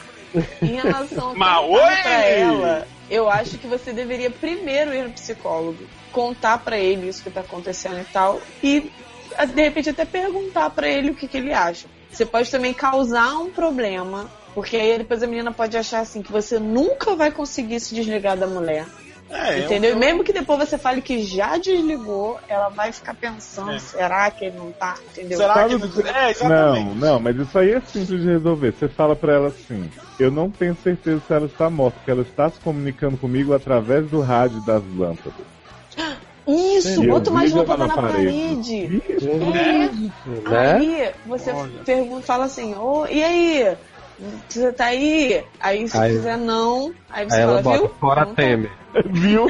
Speaker 3: Em relação a contar
Speaker 5: Mas oi!
Speaker 3: pra ela, eu acho que você deveria primeiro ir no psicólogo, contar pra ele isso que tá acontecendo e tal, e a- de repente até perguntar pra ele o que, que ele acha. Você pode também causar um problema, porque aí depois a menina pode achar assim que você nunca vai conseguir se desligar da mulher.
Speaker 5: É, eu-
Speaker 3: Entendeu? E mesmo que depois você fale que já desligou, ela vai ficar pensando,
Speaker 5: É.
Speaker 3: será que ele não tá? Entendeu?
Speaker 5: será que.
Speaker 4: Sabe
Speaker 5: Não...
Speaker 4: do-
Speaker 5: É, exatamente.
Speaker 4: Não, não, mas isso aí é simples de resolver. Você fala pra ela assim: Eu não tenho certeza se ela está morta, porque ela está se comunicando comigo através do rádio das lâmpadas.
Speaker 3: Isso,
Speaker 4: Entendeu?
Speaker 3: bota mais
Speaker 4: Liga
Speaker 3: lâmpada
Speaker 4: na
Speaker 3: na
Speaker 4: parede. É?
Speaker 3: parede.
Speaker 5: Né?
Speaker 3: É,
Speaker 8: Né?
Speaker 3: Aí você
Speaker 5: Olha.
Speaker 3: pergunta, fala assim, ô, e aí? Você tá aí? Aí se
Speaker 8: Aí-
Speaker 3: quiser não, aí você
Speaker 8: Aí ela
Speaker 3: fala,
Speaker 8: bota
Speaker 3: viu?
Speaker 8: fora
Speaker 3: Não tá-
Speaker 8: Temer.
Speaker 4: Viu?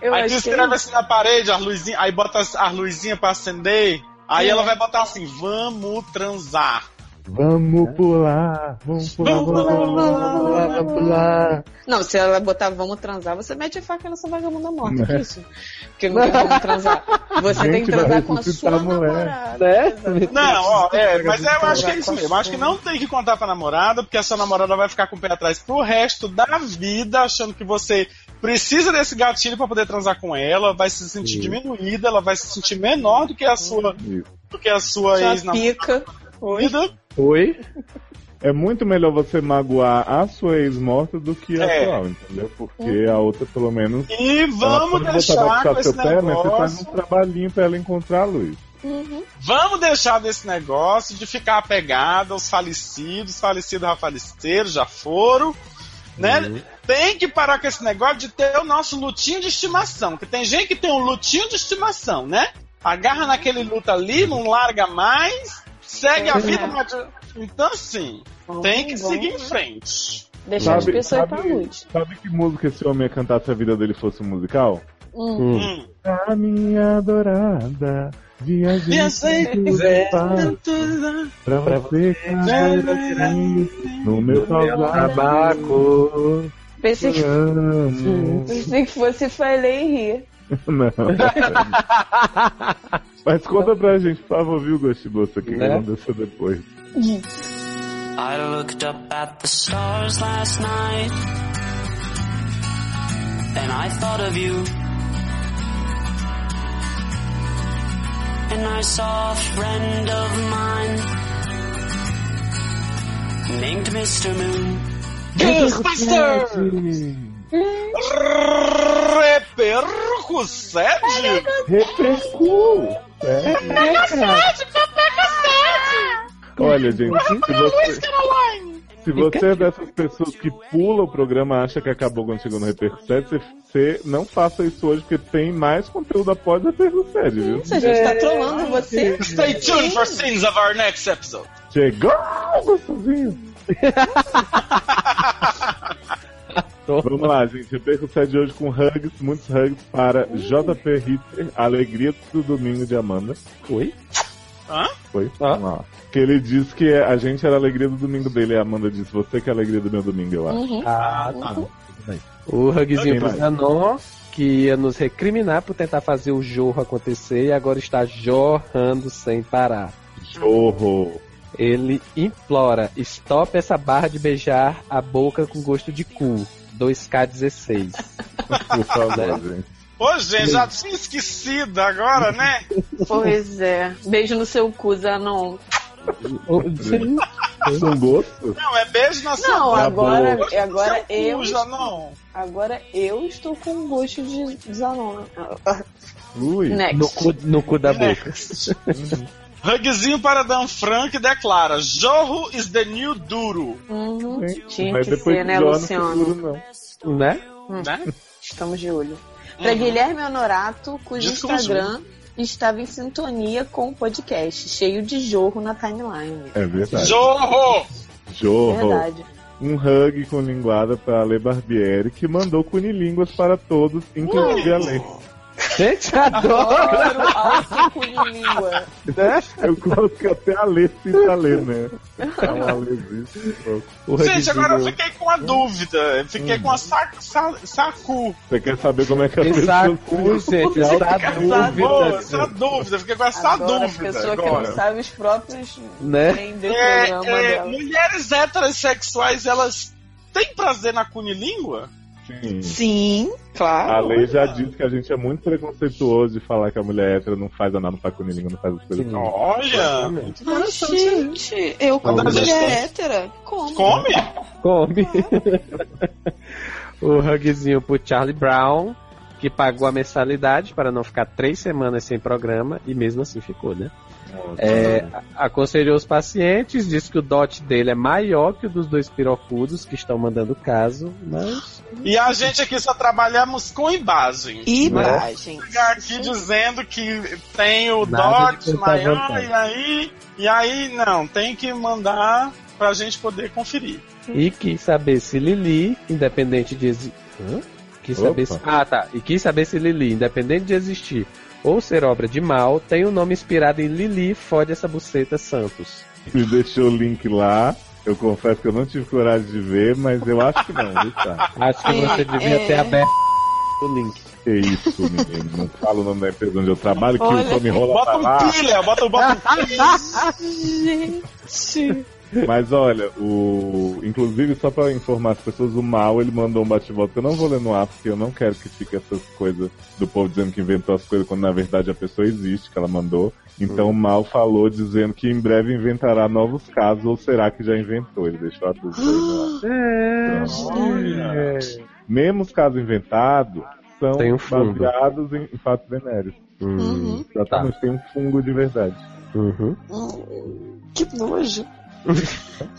Speaker 3: Eu
Speaker 5: Aí tu
Speaker 3: acho que
Speaker 5: escreve assim na parede, as luzinhas, aí bota as, as luzinhas pra acender. Aí
Speaker 3: É.
Speaker 5: ela vai botar assim: Vamos transar.
Speaker 4: Vamos pular, vamos pular, vamos pular, vamos pular, vamos pular.
Speaker 3: Não, se ela botar vamos transar, você mete a faca nessa vagabunda morta, que isso? Porque não tem vamos transar. Você
Speaker 4: Né? Gente,
Speaker 3: tem que
Speaker 4: vai
Speaker 3: transar com a
Speaker 4: ressuscitar
Speaker 3: sua
Speaker 4: a mulher. É, tá
Speaker 3: namorada.
Speaker 8: Né?
Speaker 3: Exatamente.
Speaker 5: Não, ó, é, mas eu acho que é
Speaker 3: Transar
Speaker 5: isso
Speaker 3: com a
Speaker 5: mesmo. Eu Acho que
Speaker 3: sua.
Speaker 5: não tem que contar pra namorada, porque a sua namorada vai ficar com o pé atrás pro resto da vida, achando que você precisa desse gatilho pra poder transar com ela, vai se sentir
Speaker 8: Sim.
Speaker 5: diminuída, ela vai se sentir menor do que a sua,
Speaker 4: Isso.
Speaker 5: do que a sua
Speaker 3: Sua
Speaker 5: ex-namorada.
Speaker 3: pica. Oi.
Speaker 8: Oi?
Speaker 4: É muito melhor você magoar a sua ex-morta do que a
Speaker 5: É.
Speaker 4: atual, entendeu? Porque a outra, pelo menos,
Speaker 5: E
Speaker 4: ela
Speaker 5: vamos
Speaker 4: pode botar
Speaker 5: deixar
Speaker 4: pra
Speaker 5: com
Speaker 4: ficar seu
Speaker 5: esse
Speaker 4: pé, mas você faz
Speaker 5: negócio.
Speaker 4: um trabalhinho pra ela encontrar a luz.
Speaker 5: Vamos deixar desse negócio de ficar apegado aos falecidos, falecidos já faleceram, já foram, né? Tem que parar com esse negócio de ter o nosso lutinho de estimação, que tem gente que tem um lutinho de estimação, né? Agarra naquele luto ali, não larga mais, segue a
Speaker 3: É.
Speaker 5: vida. mas- Então, assim,
Speaker 3: Vamos,
Speaker 5: tem que
Speaker 3: vamos
Speaker 5: seguir em frente.
Speaker 3: Deixar as
Speaker 4: Sabe-
Speaker 3: pessoas ir
Speaker 4: sabe-
Speaker 3: pra luz.
Speaker 4: Sabe que música esse homem ia cantar se a vida dele fosse um musical?
Speaker 8: Hum.
Speaker 5: Hum.
Speaker 4: A minha adorada, viajei tantos passos
Speaker 5: Hum.
Speaker 4: pra você cair assim no meu tabaco.
Speaker 9: Pensei
Speaker 4: Te
Speaker 9: que,
Speaker 4: amo.
Speaker 9: pensei que fosse falei e rir.
Speaker 4: Não. Mas conta pra gente, por favor, viu, Ghost Buster, o que, que
Speaker 8: Né?
Speaker 4: aconteceu depois.
Speaker 1: I looked up at the stars last night. And I thought of you. And I saw a friend of mine named Mr. Moon.
Speaker 5: Ghostbuster! Repercussede?
Speaker 4: Repercu! É. Olha, gente, se você, se você é dessas pessoas que pula o programa acha que acabou quando chegou no Repercussede, você, você não faça isso hoje, porque tem mais conteúdo após o Repercussede, viu?
Speaker 3: Nossa, a gente tá trolando você.
Speaker 5: É. Stay tuned for scenes of our next episode.
Speaker 4: Chegou, gostosinho! Vamos lá, gente. Repercussão de hoje com hugs, muitos hugs para JP Ritter, Alegria do Domingo de Amanda.
Speaker 8: Foi?
Speaker 5: Hã?
Speaker 4: Foi?
Speaker 8: Ah.
Speaker 4: Vamos lá. Que ele diz que é, a gente era a alegria do domingo dele. E a Amanda disse, você que é a alegria do meu domingo, eu acho.
Speaker 3: Uhum.
Speaker 8: Ah, tá. O Hugzinho
Speaker 4: Quem
Speaker 8: pro
Speaker 4: mais?
Speaker 8: Zanon, que ia nos recriminar por tentar fazer o jorro acontecer e agora está jorrando sem parar.
Speaker 4: Jorro.
Speaker 8: Ele implora, stop essa barra de beijar a boca com gosto de cu. 2K16.
Speaker 4: Por favor,
Speaker 8: Né?
Speaker 4: gente.
Speaker 5: Ô, gente, é, já tinha esquecido agora, né?
Speaker 9: Pois é. Beijo no seu cu, Zanon.
Speaker 4: São gostos?
Speaker 5: Não, é beijo na sua
Speaker 3: Não,
Speaker 5: boca.
Speaker 3: agora,
Speaker 5: Beijo no
Speaker 3: agora
Speaker 5: Tá seu cu,
Speaker 3: eu.
Speaker 5: já não.
Speaker 3: Agora eu estou com um gosto de Zanon.
Speaker 4: Ui. Uhum.
Speaker 3: Next.
Speaker 8: no, cu, no cu da boca.
Speaker 5: Hugzinho para Dan Frank declara: Jorro is the new duro.
Speaker 3: Uhum.
Speaker 4: Gente,
Speaker 3: Tinha
Speaker 4: Mas
Speaker 3: que
Speaker 4: depois
Speaker 3: ser, né,
Speaker 4: de Jó, não
Speaker 3: Luciano?
Speaker 4: seguro, não.
Speaker 8: Né?
Speaker 5: Né?
Speaker 3: Estamos de olho. Para
Speaker 5: Uhum.
Speaker 3: Guilherme Honorato, cujo
Speaker 5: Desconjunto.
Speaker 3: Instagram estava em sintonia com o podcast, cheio de jorro na timeline.
Speaker 4: É verdade.
Speaker 5: Uhum. Jorro!
Speaker 4: Jorro.
Speaker 3: Verdade.
Speaker 4: Um hug com linguada para Ale Barbieri, que mandou cunilínguas para todos, inclusive a Lê.
Speaker 8: Gente, adoro!
Speaker 3: Adoro alto cu em língua.
Speaker 8: Né?
Speaker 4: Eu gosto que até a Lê cita a Lê, né? É uma Lêzinha.
Speaker 8: O Uhum.
Speaker 5: Gente, agora eu
Speaker 8: Hugzinho-
Speaker 5: fiquei com a dúvida. Eu Fiquei com a sac, sa- sacu.
Speaker 4: Você quer saber como é que a pessoa...
Speaker 8: Essa cu, gente, essa
Speaker 5: Boa, essa
Speaker 8: dúvida.
Speaker 5: dúvida. Fiquei com essa
Speaker 3: Adoro as
Speaker 5: Tá dúvida
Speaker 3: pessoas que não
Speaker 5: agora.
Speaker 3: sabem os próprios
Speaker 8: Né?
Speaker 3: bem do
Speaker 5: É,
Speaker 3: programa
Speaker 5: é,
Speaker 3: dela.
Speaker 5: mulheres heterossexuais, elas têm prazer na cunilíngua?
Speaker 4: Sim.
Speaker 3: Sim, claro.
Speaker 4: A lei já disse que a gente é muito preconceituoso de falar que a mulher hétera não faz anal, não faz cunilinga, não faz as coisas.
Speaker 8: Sim.
Speaker 4: Não.
Speaker 5: Olha!
Speaker 8: Ah.
Speaker 3: Ai, gente, eu como
Speaker 5: Mas
Speaker 3: mulher hétera, como?
Speaker 5: Come?
Speaker 8: Come. o hugzinho pro Charlie Brown, que pagou a mensalidade para não ficar três semanas sem programa, e mesmo assim ficou, né? É, a- aconselhou os pacientes, disse que o dote dele é maior que o dos dois pirocudos que estão mandando caso, mas.
Speaker 5: E a gente aqui só trabalhamos com imagem.
Speaker 3: Imagem.
Speaker 5: Ficar aqui dizendo que tem o
Speaker 8: Nada de tá
Speaker 5: DOT
Speaker 8: tanta
Speaker 5: maior,
Speaker 8: vantagem.
Speaker 5: e aí, e aí não, tem que mandar pra gente poder conferir.
Speaker 8: E quis saber se Lili, independente de exi- Hã? Quis
Speaker 4: Opa.
Speaker 8: saber se... Ah, tá. E quis saber se Lili, independente de existir ou ser obra de mal, tem um nome inspirado em Lili, fode essa buceta Santos.
Speaker 4: Me deixou o link lá. Eu confesso que eu não tive coragem de ver, mas eu acho que não, viu, tá?
Speaker 8: Acho que você devia ter aberto o link.
Speaker 4: Que É isso, menino. Não falo o nome da empresa onde eu trabalho, que o Tony Rola
Speaker 5: Bota
Speaker 4: tá lá.
Speaker 5: um pilha, bota, bota um
Speaker 4: Mas olha, o. Inclusive, só pra informar as pessoas, o mal ele mandou um bate-volta que eu não vou ler no ar, porque eu não quero que fique essas coisas do povo dizendo que inventou as coisas quando na verdade a pessoa existe, que ela mandou. Então o mal falou dizendo que em breve inventará novos casos, ou será que já inventou? Ele deixou a dúvida aí né? no ar.
Speaker 8: É.
Speaker 5: um pilha.
Speaker 4: Mesmo os casos inventados são
Speaker 8: Tem um fundo.
Speaker 4: baseados em, em fatos venéreos.
Speaker 8: Hum,
Speaker 4: Exatamente, tem um fungo de verdade.
Speaker 8: uhum.
Speaker 3: Que nojo.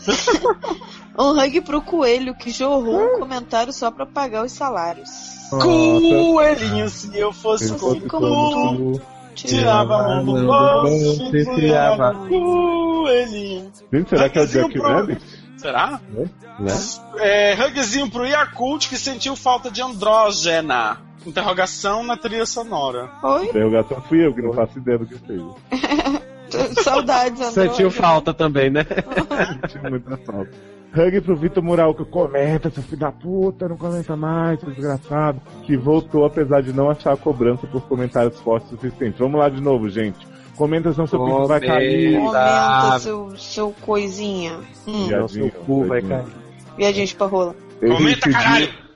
Speaker 3: um hug pro coelho que jorrou um comentário só pra pagar os salários.
Speaker 5: coelhinho se eu fosse
Speaker 4: Eu
Speaker 5: um
Speaker 4: fosse
Speaker 5: cu.
Speaker 4: como tu.
Speaker 5: Tirava a mão
Speaker 8: Tirava a
Speaker 5: do
Speaker 8: mão do
Speaker 5: bolso,
Speaker 8: bolso e
Speaker 5: tirava
Speaker 8: tirava.
Speaker 5: coelhinho.
Speaker 4: Gente, será que é o
Speaker 5: Mas e o
Speaker 4: Jack
Speaker 5: pro-
Speaker 4: Rabbit?
Speaker 5: Será?
Speaker 8: né?
Speaker 5: É, hugzinho pro Yakult que sentiu falta de andrógena. Interrogação na trilha sonora.
Speaker 3: Oi?
Speaker 4: Interrogação fui eu, que não faço ideia do que seja.
Speaker 3: Tô- Saudades, André.
Speaker 8: Sentiu falta também, né?
Speaker 4: Senti muita falta. Hug pro Vitor Muralco, comenta, seu filho da puta, não comenta mais, seu desgraçado. Que voltou, apesar de não achar a cobrança por comentários fortes o suficiente. Vamos lá de novo, gente. Comenta senão seu pinto vai cair.
Speaker 3: Comenta, seu, seu coisinha. Hum,
Speaker 4: Viadinho,
Speaker 8: Nosso cu vai
Speaker 4: tadinho.
Speaker 8: cair.
Speaker 3: viadinho pra rola.
Speaker 4: Ele
Speaker 5: Comenta,
Speaker 4: pediu-
Speaker 5: caralho!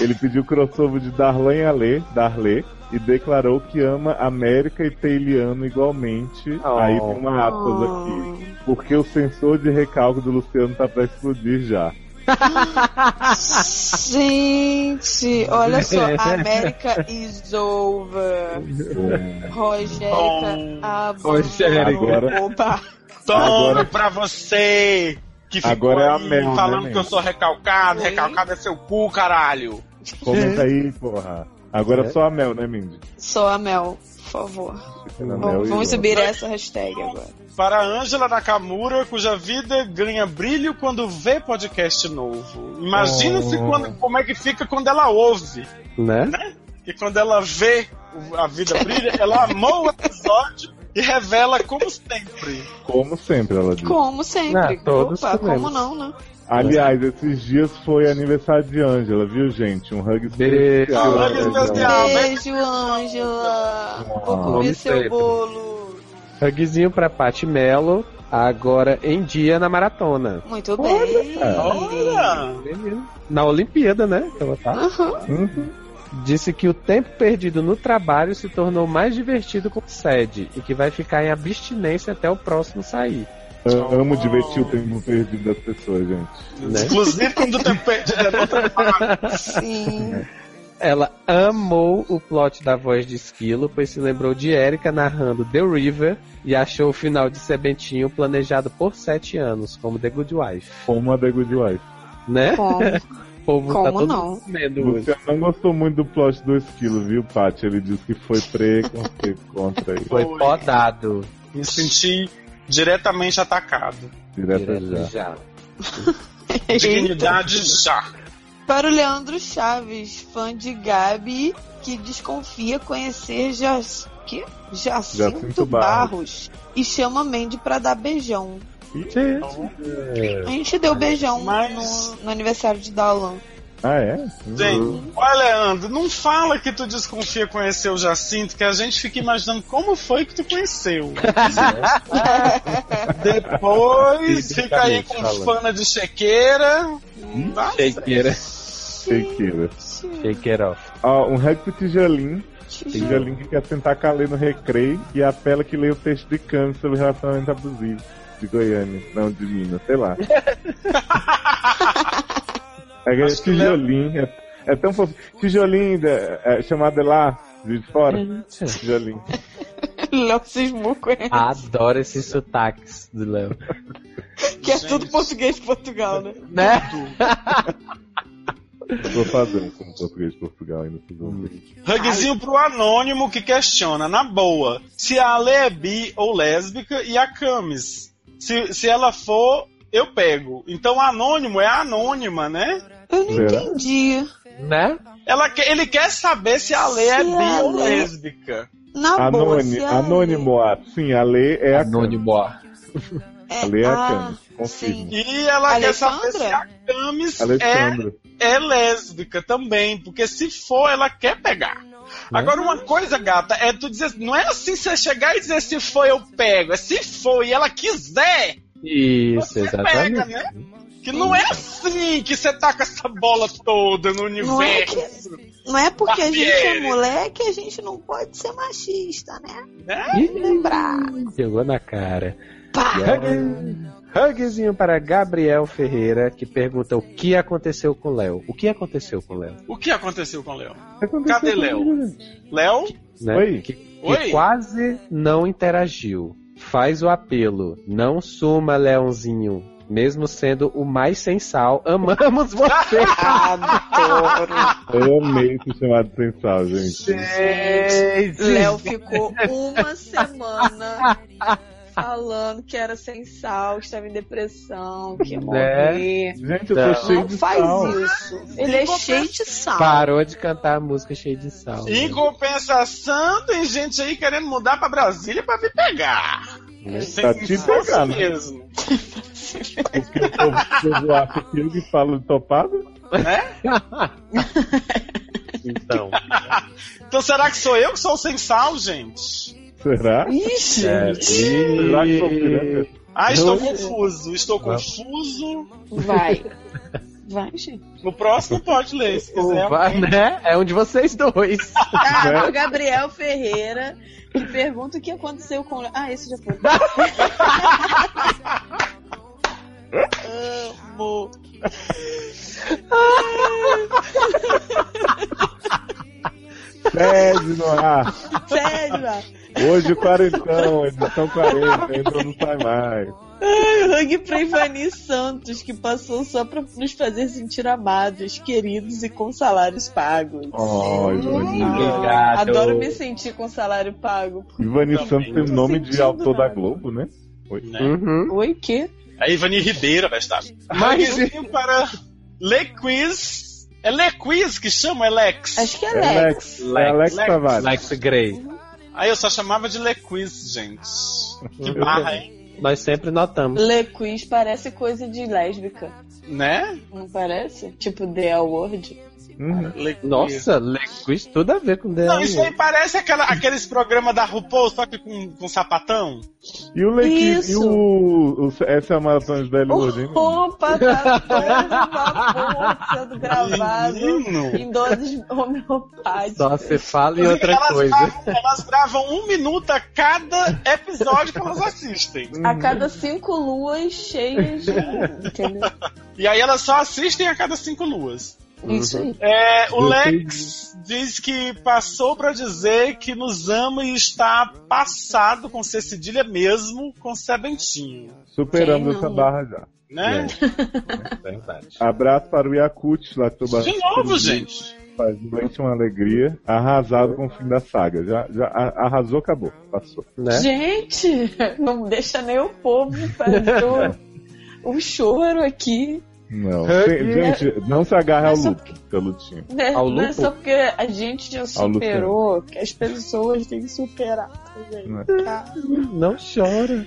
Speaker 4: Ele pediu crossover de Darlan e Alê, Darlê, e declarou que ama América e Tailiano igualmente.
Speaker 8: Oh.
Speaker 4: Aí tem uma aspas Ah,
Speaker 3: Hum.
Speaker 4: aqui. Porque o sensor de recalque do Luciano tá pra explodir já.
Speaker 3: Gente, olha só, América is over. É. Rogéria,
Speaker 5: Bom.
Speaker 3: abandonou.
Speaker 8: Rogéria.
Speaker 4: Agora-
Speaker 3: Opa.
Speaker 5: Toma
Speaker 4: Agora-
Speaker 5: pra você! Que ficou
Speaker 4: Agora é a
Speaker 5: aí
Speaker 4: merda,
Speaker 5: falando
Speaker 4: né,
Speaker 5: que eu
Speaker 4: gente?
Speaker 5: sou recalcado,
Speaker 3: Oi?
Speaker 5: recalcado é seu cu, caralho!
Speaker 4: Comenta aí, porra. Agora é só a Mel, né, Mindy?
Speaker 3: Só a Mel, por favor.
Speaker 4: Era
Speaker 3: Bom,
Speaker 4: Mel
Speaker 3: vamos
Speaker 4: e João.
Speaker 3: subir essa hashtag agora.
Speaker 5: Para Angela Nakamura, cuja vida ganha brilho quando vê podcast novo. Imagina-se
Speaker 8: Oh.
Speaker 5: quando- como é que fica quando ela ouve.
Speaker 8: Né?
Speaker 5: E quando ela vê o- a vida brilha, ela amou o episódio e revela como sempre.
Speaker 4: Como sempre, ela diz.
Speaker 3: Como sempre.
Speaker 8: Ah, todos
Speaker 3: Opa,
Speaker 8: comemos.
Speaker 3: como não, né?
Speaker 4: Aliás, esses dias foi aniversário de Ângela, viu, gente? Um hug
Speaker 8: Beijo.
Speaker 4: especial.
Speaker 5: Hug especial. Ah, mas-
Speaker 3: Beijo, Ângela.
Speaker 8: Hum.
Speaker 3: Vou
Speaker 4: Ah.
Speaker 3: comer
Speaker 8: Vamos
Speaker 3: seu
Speaker 8: sempre.
Speaker 3: bolo.
Speaker 8: Hugzinho pra Paty Melo, agora em dia na maratona.
Speaker 3: Muito bem.
Speaker 5: Olha!
Speaker 8: Na Olimpíada, né? que Ela tá.
Speaker 4: Uhum.
Speaker 8: Disse que o tempo perdido no trabalho se tornou mais divertido com sede e que vai ficar em abstinência até o próximo sair.
Speaker 4: Eu Amo divertir o tempo perdido das pessoas, gente.
Speaker 8: Né?
Speaker 5: Inclusive quando o tempo perdido é no trabalho.
Speaker 3: Sim.
Speaker 8: Ela amou o plot da voz de esquilo, pois se lembrou de Erika narrando The River e achou o final de Sebentinho planejado por sete anos, como The Good Wife.
Speaker 4: Como a The Good Wife.
Speaker 8: Né?
Speaker 3: Como,
Speaker 8: O povo tá
Speaker 3: como
Speaker 8: todo
Speaker 3: não?
Speaker 8: comendo
Speaker 4: O
Speaker 8: hoje.
Speaker 4: Luciano não gostou muito do plot do esquilo, viu, Paty? Ele disse que foi preconceito contra ele.
Speaker 8: Foi podado.
Speaker 5: Me senti diretamente atacado.
Speaker 4: Direto já.
Speaker 8: Já.
Speaker 5: Dignidade já.
Speaker 3: Para o Leandro Chaves, fã de Gabi, que desconfia conhecer ja... que? Jacinto,
Speaker 4: Jacinto
Speaker 3: Barros. e chama Mandy pra dar beijão.
Speaker 4: É.
Speaker 3: A gente deu beijão no,
Speaker 5: Mas-
Speaker 3: no aniversário de Dallan.
Speaker 4: Ah, é?
Speaker 5: Gente, olha, Leandro, não fala que tu desconfia conhecer o Jacinto, que a gente fica imaginando como foi que tu conheceu. Depois fica aí com
Speaker 8: Fisicamente
Speaker 5: fana de chequeira. Tá?
Speaker 8: Shakeira.
Speaker 4: Shakira.
Speaker 8: Shakeira off.
Speaker 4: Ó, um hug pro Tijolim.
Speaker 3: Gente,
Speaker 4: Tijolim que quer sentar com a lei no recreio e apela que leia o texto de Cândido sobre relacionamento abusivo. De Goiânia, não, de Minas, sei lá. é que é tijolim, é, é tão fofo. Tijolim, é, é chamado lá, de fora.
Speaker 3: É,
Speaker 4: Tijolim.
Speaker 3: Léo cismou com ele,
Speaker 5: Ah,
Speaker 8: Adoro esses sotaques do Léo.
Speaker 3: que é
Speaker 5: Gente.
Speaker 3: tudo português de Portugal, né?
Speaker 8: Né?
Speaker 4: Vou fazer um com o português de Portugal ainda. vocês vão ver.
Speaker 3: Hum.
Speaker 5: Hugzinho pro anônimo que questiona, na boa, se a Ale é bi ou lésbica e a Camis. Se, se ela for, eu pego. Então anônimo é anônima, né?
Speaker 3: Eu não
Speaker 4: Será?
Speaker 3: entendi.
Speaker 8: Né?
Speaker 5: Ela, que- ele quer saber se a Ale é
Speaker 3: Se
Speaker 5: bi
Speaker 3: a
Speaker 5: ou
Speaker 3: Ale-
Speaker 5: lésbica.
Speaker 3: Na boa, se
Speaker 4: Anônimo,
Speaker 3: a-
Speaker 4: anônimo, ah, sim, a lei é a
Speaker 8: Anônimo.
Speaker 3: É,
Speaker 4: Cami. A lei é a
Speaker 3: ah,
Speaker 4: Cami, confirmo.
Speaker 3: sim.
Speaker 5: E ela
Speaker 3: Alexandra?
Speaker 5: quer saber se a Camis é,
Speaker 4: Alexandre.
Speaker 5: é lésbica também, porque se for, ela quer pegar. Agora, uma coisa, gata, é tu dizer. Não é assim você chegar e dizer se for, eu pego. É se for e ela quiser,
Speaker 8: Isso,
Speaker 5: você pega,
Speaker 8: exatamente.
Speaker 5: né? Que não é assim que você taca essa bola toda no
Speaker 3: Não é, que,
Speaker 5: universo.
Speaker 3: não é porque a gente é
Speaker 5: Barbieri.
Speaker 3: mulher que a gente não pode ser machista, né?
Speaker 5: né?
Speaker 3: Lembrar.
Speaker 8: Chegou na cara.
Speaker 3: Pá!
Speaker 8: Hug- Hugzinho para Gabriel Ferreira, que pergunta o que aconteceu com o Léo. O que aconteceu com o Léo?
Speaker 5: O que aconteceu com o Léo?
Speaker 4: Aconteceu
Speaker 5: Cadê
Speaker 4: com
Speaker 5: Léo?
Speaker 4: ele, gente?
Speaker 5: Léo?
Speaker 8: Né?
Speaker 4: Oi?
Speaker 8: Que, que
Speaker 5: Oi?
Speaker 8: quase não interagiu. Faz o apelo. Não suma, Leãozinho. Mesmo sendo o mais sem sal, amamos você.
Speaker 5: Ah,
Speaker 8: Ah,
Speaker 3: Adoro.
Speaker 4: Eu amei esse chamado sensal, gente.
Speaker 3: Léo ficou uma semana falando que era sem sal, que estava em depressão, que ia
Speaker 8: Né?
Speaker 3: morrer.
Speaker 4: Gente, eu
Speaker 8: Não.
Speaker 4: tô cheio
Speaker 3: Não
Speaker 4: de
Speaker 3: faz
Speaker 4: sal.
Speaker 3: isso. Ele é cheio de sal.
Speaker 8: Parou de cantar a música cheia de sal. né?
Speaker 5: Em compensação, tem gente aí querendo mudar pra Brasília pra vir pegar.
Speaker 8: Tá
Speaker 4: Pra te pegar, né?
Speaker 5: mesmo.
Speaker 4: Porque o povo o povo acha que ele fala de topado.
Speaker 6: Então,
Speaker 5: Então será que sou eu que sou sem sal, gente?
Speaker 4: Será?
Speaker 3: Ixi,
Speaker 8: É,
Speaker 4: Será que sou piranga?
Speaker 5: Ah, estou
Speaker 8: Não.
Speaker 5: confuso, estou
Speaker 8: Não.
Speaker 5: confuso.
Speaker 9: Vai. Vai, gente.
Speaker 5: No próximo pode ler,
Speaker 8: é um
Speaker 5: se quiser.
Speaker 8: Vai, né? É um de vocês dois.
Speaker 3: cara, Tá, o Gabriel Ferreira me pergunta o que aconteceu com. o- Ah, esse já foi.
Speaker 5: Amo.
Speaker 4: Pede no ar.
Speaker 3: Sério, lá.
Speaker 4: Hoje o quarentão, edição 40, então não sai mais.
Speaker 3: Hug pra Ivani Santos, que passou só pra nos fazer sentir amados, queridos e com salários pagos.
Speaker 4: Ó, Ivani.
Speaker 8: Obrigado.
Speaker 3: Adoro me sentir com salário pago.
Speaker 4: Ivani
Speaker 5: Também
Speaker 4: Santos
Speaker 5: não
Speaker 4: tem nome de
Speaker 3: sentindo
Speaker 4: autor da
Speaker 3: nada.
Speaker 4: Globo, né? Oi.
Speaker 5: Né?
Speaker 8: Uhum.
Speaker 3: Oi, o quê?
Speaker 5: A Ivani Ribeira vai estar.
Speaker 8: Mas-
Speaker 5: Hugzinho para Lequiz. É Lequiz que chama, é Lex?
Speaker 3: Acho que é Lex.
Speaker 4: Alex, é Alex
Speaker 5: Lex.
Speaker 4: Tavares.
Speaker 8: Lex Uhum. Grey.
Speaker 5: Aí eu só chamava de Lequiz, gente. Que barra, hein?
Speaker 8: Nós sempre notamos.
Speaker 3: Lequiz parece coisa de lésbica,
Speaker 5: Né?
Speaker 3: não parece? Tipo The Word.
Speaker 4: Uhum.
Speaker 5: Lequiz.
Speaker 8: Nossa, Lex Quiz tudo a ver com o
Speaker 5: Não, isso aí parece aquela- aqueles programas da RuPaul, só que com, com sapatão.
Speaker 4: E o Lequim,
Speaker 3: Isso.
Speaker 4: e o, o. Essa é a maratona de Délio Gordini.
Speaker 3: Opa, tá todo vapor sendo gravado
Speaker 5: Menino.
Speaker 3: em doses homeopáticas.
Speaker 8: Só você fala e outra
Speaker 5: elas
Speaker 8: coisa.
Speaker 5: Gravam, elas gravam um minuto a cada episódio que elas assistem.
Speaker 3: A cada cinco luas cheias de. Entendeu?
Speaker 5: E aí elas só assistem a cada cinco luas.
Speaker 3: Isso aí.
Speaker 5: É, o
Speaker 4: Eu
Speaker 5: Lex diz que passou pra dizer que nos ama e está passado com C cedilha mesmo, com Sebentinho.
Speaker 4: Superamos
Speaker 3: Quem não?
Speaker 4: essa barra já.
Speaker 8: É,
Speaker 5: Né?
Speaker 8: Verdade.
Speaker 4: Abraço para o Yakut, lá de Tubarão.
Speaker 5: De novo, gente.
Speaker 4: Faz noite uma alegria. Arrasado com o fim da saga. Já, já a- arrasou, acabou. Passou.
Speaker 8: Né?
Speaker 3: Gente, não deixa nem o povo fazer o, o choro aqui.
Speaker 4: Não.
Speaker 8: É
Speaker 4: Tem- gente, não se agarra ao
Speaker 3: Mas o-
Speaker 4: luto, seu lutinho.
Speaker 3: Né?
Speaker 8: Ao
Speaker 3: Não é
Speaker 8: lupo?
Speaker 3: só porque a gente já
Speaker 4: Ao lupo.
Speaker 3: superou, que as pessoas têm que superar. também.
Speaker 4: né?
Speaker 3: Tá?
Speaker 8: Não chora.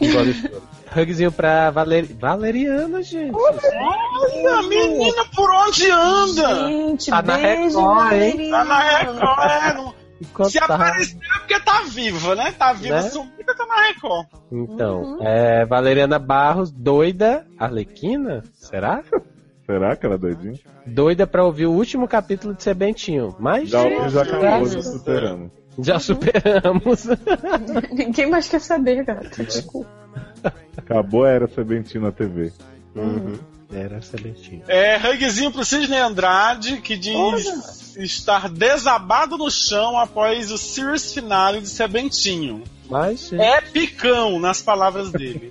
Speaker 8: Igual eu choro. Hugzinho pra Valer... Valeriana, gente.
Speaker 5: Olha, menina, por onde anda?
Speaker 3: Gente,
Speaker 8: Tá na
Speaker 3: beijo,
Speaker 8: Record, hein?
Speaker 5: Tá na
Speaker 3: Marina.
Speaker 5: Record, é, não-
Speaker 8: Enquanto
Speaker 5: Se
Speaker 8: tava-
Speaker 5: aparecer é porque tá viva, né? Tá viva,
Speaker 8: tá Né?
Speaker 5: sumida, tá na Record.
Speaker 8: Então, é, Valeriana Barros, doida, Arlequina? Será?
Speaker 4: Será que é era doidinho?
Speaker 8: Doida pra ouvir o último capítulo de Sebentinho. Mas
Speaker 4: Já,
Speaker 8: gente,
Speaker 4: já acabou, já
Speaker 8: graças-
Speaker 4: superamos.
Speaker 8: já superamos.
Speaker 3: Ninguém mais quer saber, gata. Desculpa.
Speaker 4: Acabou a era Sebentina TV.
Speaker 8: Uhum. Era Sebentinho.
Speaker 5: É, hugzinho pro Sidney Andrade, que diz estar desabado no chão após o series finale de Sebentinho.
Speaker 8: Mas, gente,
Speaker 5: É picão, nas palavras dele.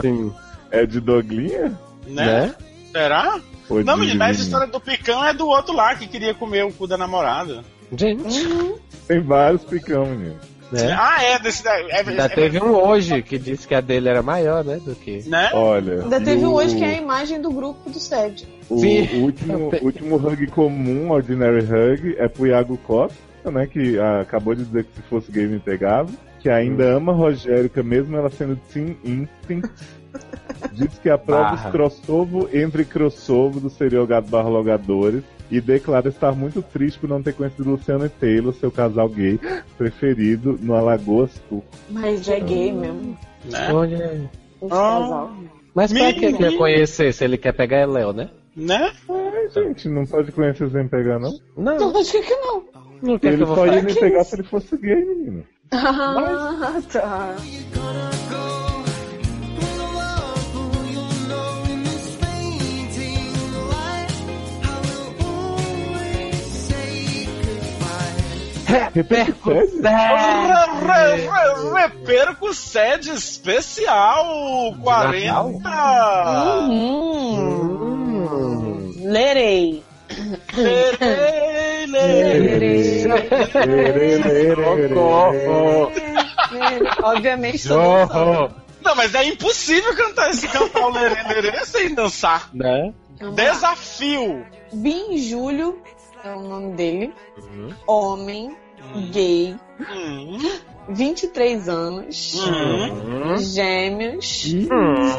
Speaker 8: sim,
Speaker 4: É de Doglinha?
Speaker 5: né?
Speaker 8: né?
Speaker 5: Será?
Speaker 4: Ou é
Speaker 5: Não,
Speaker 4: de
Speaker 5: menina, mas a
Speaker 4: Liminha?
Speaker 5: história do picão é do outro lá que queria comer o cu da namorada.
Speaker 8: Gente,
Speaker 4: Tem vários picão, menino.
Speaker 8: né?
Speaker 5: Ah, é, desse daí. É, é,
Speaker 8: Ainda teve um hoje que disse que a dele era maior, né? Do que.
Speaker 5: Né?
Speaker 4: Olha.
Speaker 3: Ainda teve
Speaker 4: e
Speaker 3: um
Speaker 4: o-
Speaker 3: hoje que é a imagem do grupo do SED.
Speaker 4: O
Speaker 8: Sim.
Speaker 4: o último, o último hug comum, Ordinary Hug, é pro Iago Costa, né? Que ah, acabou de dizer que se fosse gay me pegava. Que ainda
Speaker 8: Hum.
Speaker 4: ama Rogérica, mesmo ela sendo Team Instinct. Diz que aprova
Speaker 8: Barra.
Speaker 4: os crossover entre crossover do serial Gato Barra Logadores. E declara estar muito triste por não ter conhecido Luciano e Taylor, seu casal gay preferido, no Alagoas Tour.
Speaker 3: Mas é gay mesmo.
Speaker 5: Né?
Speaker 8: Olha aí.
Speaker 3: Esse
Speaker 5: Ah.
Speaker 3: casal.
Speaker 8: é. Mas pra que
Speaker 5: Menino.
Speaker 8: quer conhecer se ele quer pegar é Léo, né?
Speaker 5: Né?
Speaker 4: Ai, gente, não pode conhecer sem pegar, não.
Speaker 8: Não,
Speaker 3: Lógico Então, que não.
Speaker 8: não quer que
Speaker 4: Ele
Speaker 8: eu vou
Speaker 4: só
Speaker 8: falar.
Speaker 4: ia me pegar se ele fosse gay, menino.
Speaker 3: Ah, tá.
Speaker 5: Re- re- Reperco sede especial 40.
Speaker 8: Hum.
Speaker 3: Lerei.
Speaker 5: Lelele.
Speaker 8: é.
Speaker 4: Lerê, lerê, lerê, lerê.
Speaker 8: Socorro.
Speaker 3: Obviamente, todo mundo sabe.
Speaker 8: Jorro!
Speaker 5: Não, mas é impossível cantar esse um cantar o lerê, lerê sem dançar.
Speaker 8: Né?
Speaker 5: Desafio.
Speaker 3: Bin Júlio é o nome dele. Homem, gay,
Speaker 5: Hum,
Speaker 3: 23 anos,
Speaker 5: hum.
Speaker 3: gêmeos,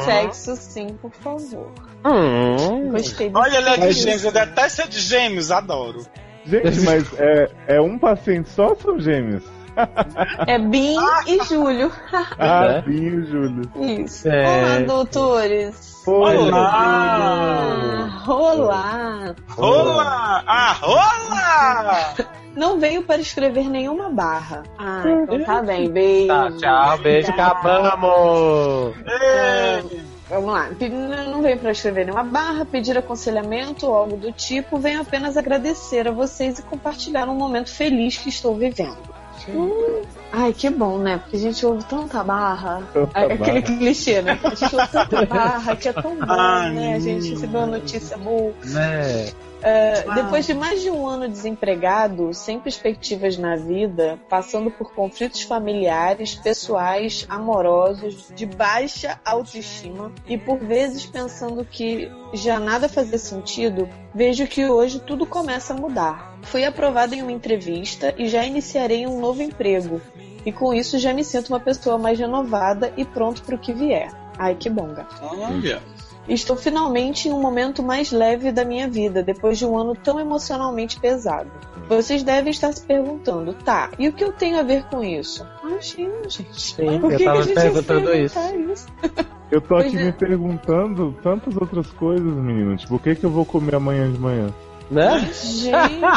Speaker 3: sexo sim, por favor.
Speaker 8: Hum.
Speaker 3: Gostei do
Speaker 5: Olha, ele é de
Speaker 4: Mas-
Speaker 5: gêmeos. Eu detesto ser de gêmeos, adoro.
Speaker 4: Gente, mas é, é um paciente só ou são gêmeos?
Speaker 3: É Bin e Júlio.
Speaker 8: É.
Speaker 4: Ah, sim, Júlio.
Speaker 3: Isso.
Speaker 8: É. Hum.
Speaker 3: Olá, doutores. Ah,
Speaker 4: Foi,
Speaker 5: Olá!
Speaker 3: Olá.
Speaker 5: Rola! Ah, rola!
Speaker 3: Não veio para escrever nenhuma barra. Ah, então tá bem. Beijo.
Speaker 8: Tá, tchau, beijo,
Speaker 3: Tchau.
Speaker 8: acabamos!
Speaker 5: Ei,
Speaker 3: Vamos lá. Pedi- Não não veio para escrever nenhuma barra, pedir aconselhamento ou algo do tipo. Venho apenas agradecer a vocês e compartilhar um momento feliz que estou vivendo. Hum. Ai, que bom, né? Porque a gente ouve tanta barra.
Speaker 4: Tanta
Speaker 3: É Aquele
Speaker 4: barra.
Speaker 3: clichê, né? A gente ouve tanta barra que é tão bom,
Speaker 5: Ai.
Speaker 3: né? A gente recebeu uma notícia boa.
Speaker 8: Né?
Speaker 3: É, Depois de mais de um ano desempregado, sem perspectivas na vida, passando por conflitos familiares, pessoais, amorosos, de baixa autoestima e por vezes pensando que já nada fazia sentido, vejo que hoje tudo começa a mudar. Fui aprovada em uma entrevista e já iniciarei um novo emprego. E com isso já me sinto uma pessoa mais renovada e pronto para o que vier. Ai, que bom, gata.
Speaker 5: Olha.
Speaker 3: Estou finalmente em um momento mais leve da minha vida, depois de um ano tão emocionalmente pesado. Vocês devem estar se perguntando, tá, e o que eu tenho a ver com isso? Imagina, gente.
Speaker 8: Sim,
Speaker 3: Por
Speaker 8: eu
Speaker 3: que, que a
Speaker 8: tava
Speaker 3: gente
Speaker 8: perguntando isso.
Speaker 3: perguntar isso?
Speaker 4: Eu tô
Speaker 3: Pois
Speaker 4: aqui
Speaker 3: é.
Speaker 4: me perguntando tantas outras coisas, menino. Tipo, o que que eu vou comer amanhã de manhã?
Speaker 8: Né?
Speaker 3: Gente,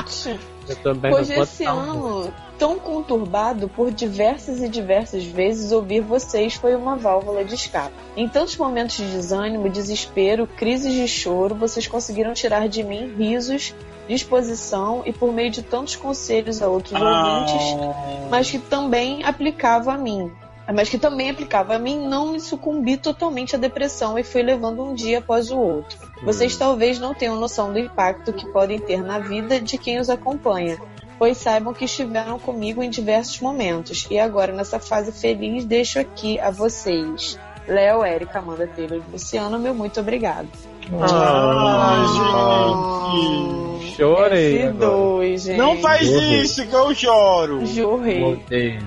Speaker 8: Eu também
Speaker 3: pois
Speaker 8: não um
Speaker 3: é
Speaker 8: posso
Speaker 3: esse
Speaker 8: falar.
Speaker 3: ano tão conturbado por diversas e diversas vezes ouvir vocês foi uma válvula de escape. Em tantos momentos de desânimo, desespero, crises de choro, vocês conseguiram tirar de mim risos, disposição e por meio de tantos conselhos a outros
Speaker 5: Ah.
Speaker 3: ouvintes, mas que também aplicava a mim. Mas que também aplicava a mim, não me sucumbi totalmente à depressão e fui levando um dia após o outro. Vocês talvez não tenham noção do impacto que podem ter na vida de quem os acompanha, pois saibam que estiveram comigo em diversos momentos. E agora, nessa fase feliz, deixo aqui a vocês. Léo, Érica, Amanda, Taylor e Luciano, meu muito obrigado.
Speaker 5: Ah, Ai,
Speaker 8: Chorei.
Speaker 3: Esse
Speaker 8: agora.
Speaker 3: dois, gente.
Speaker 5: gente. Não faz isso que eu choro.
Speaker 3: Jorrei.
Speaker 8: Odeio.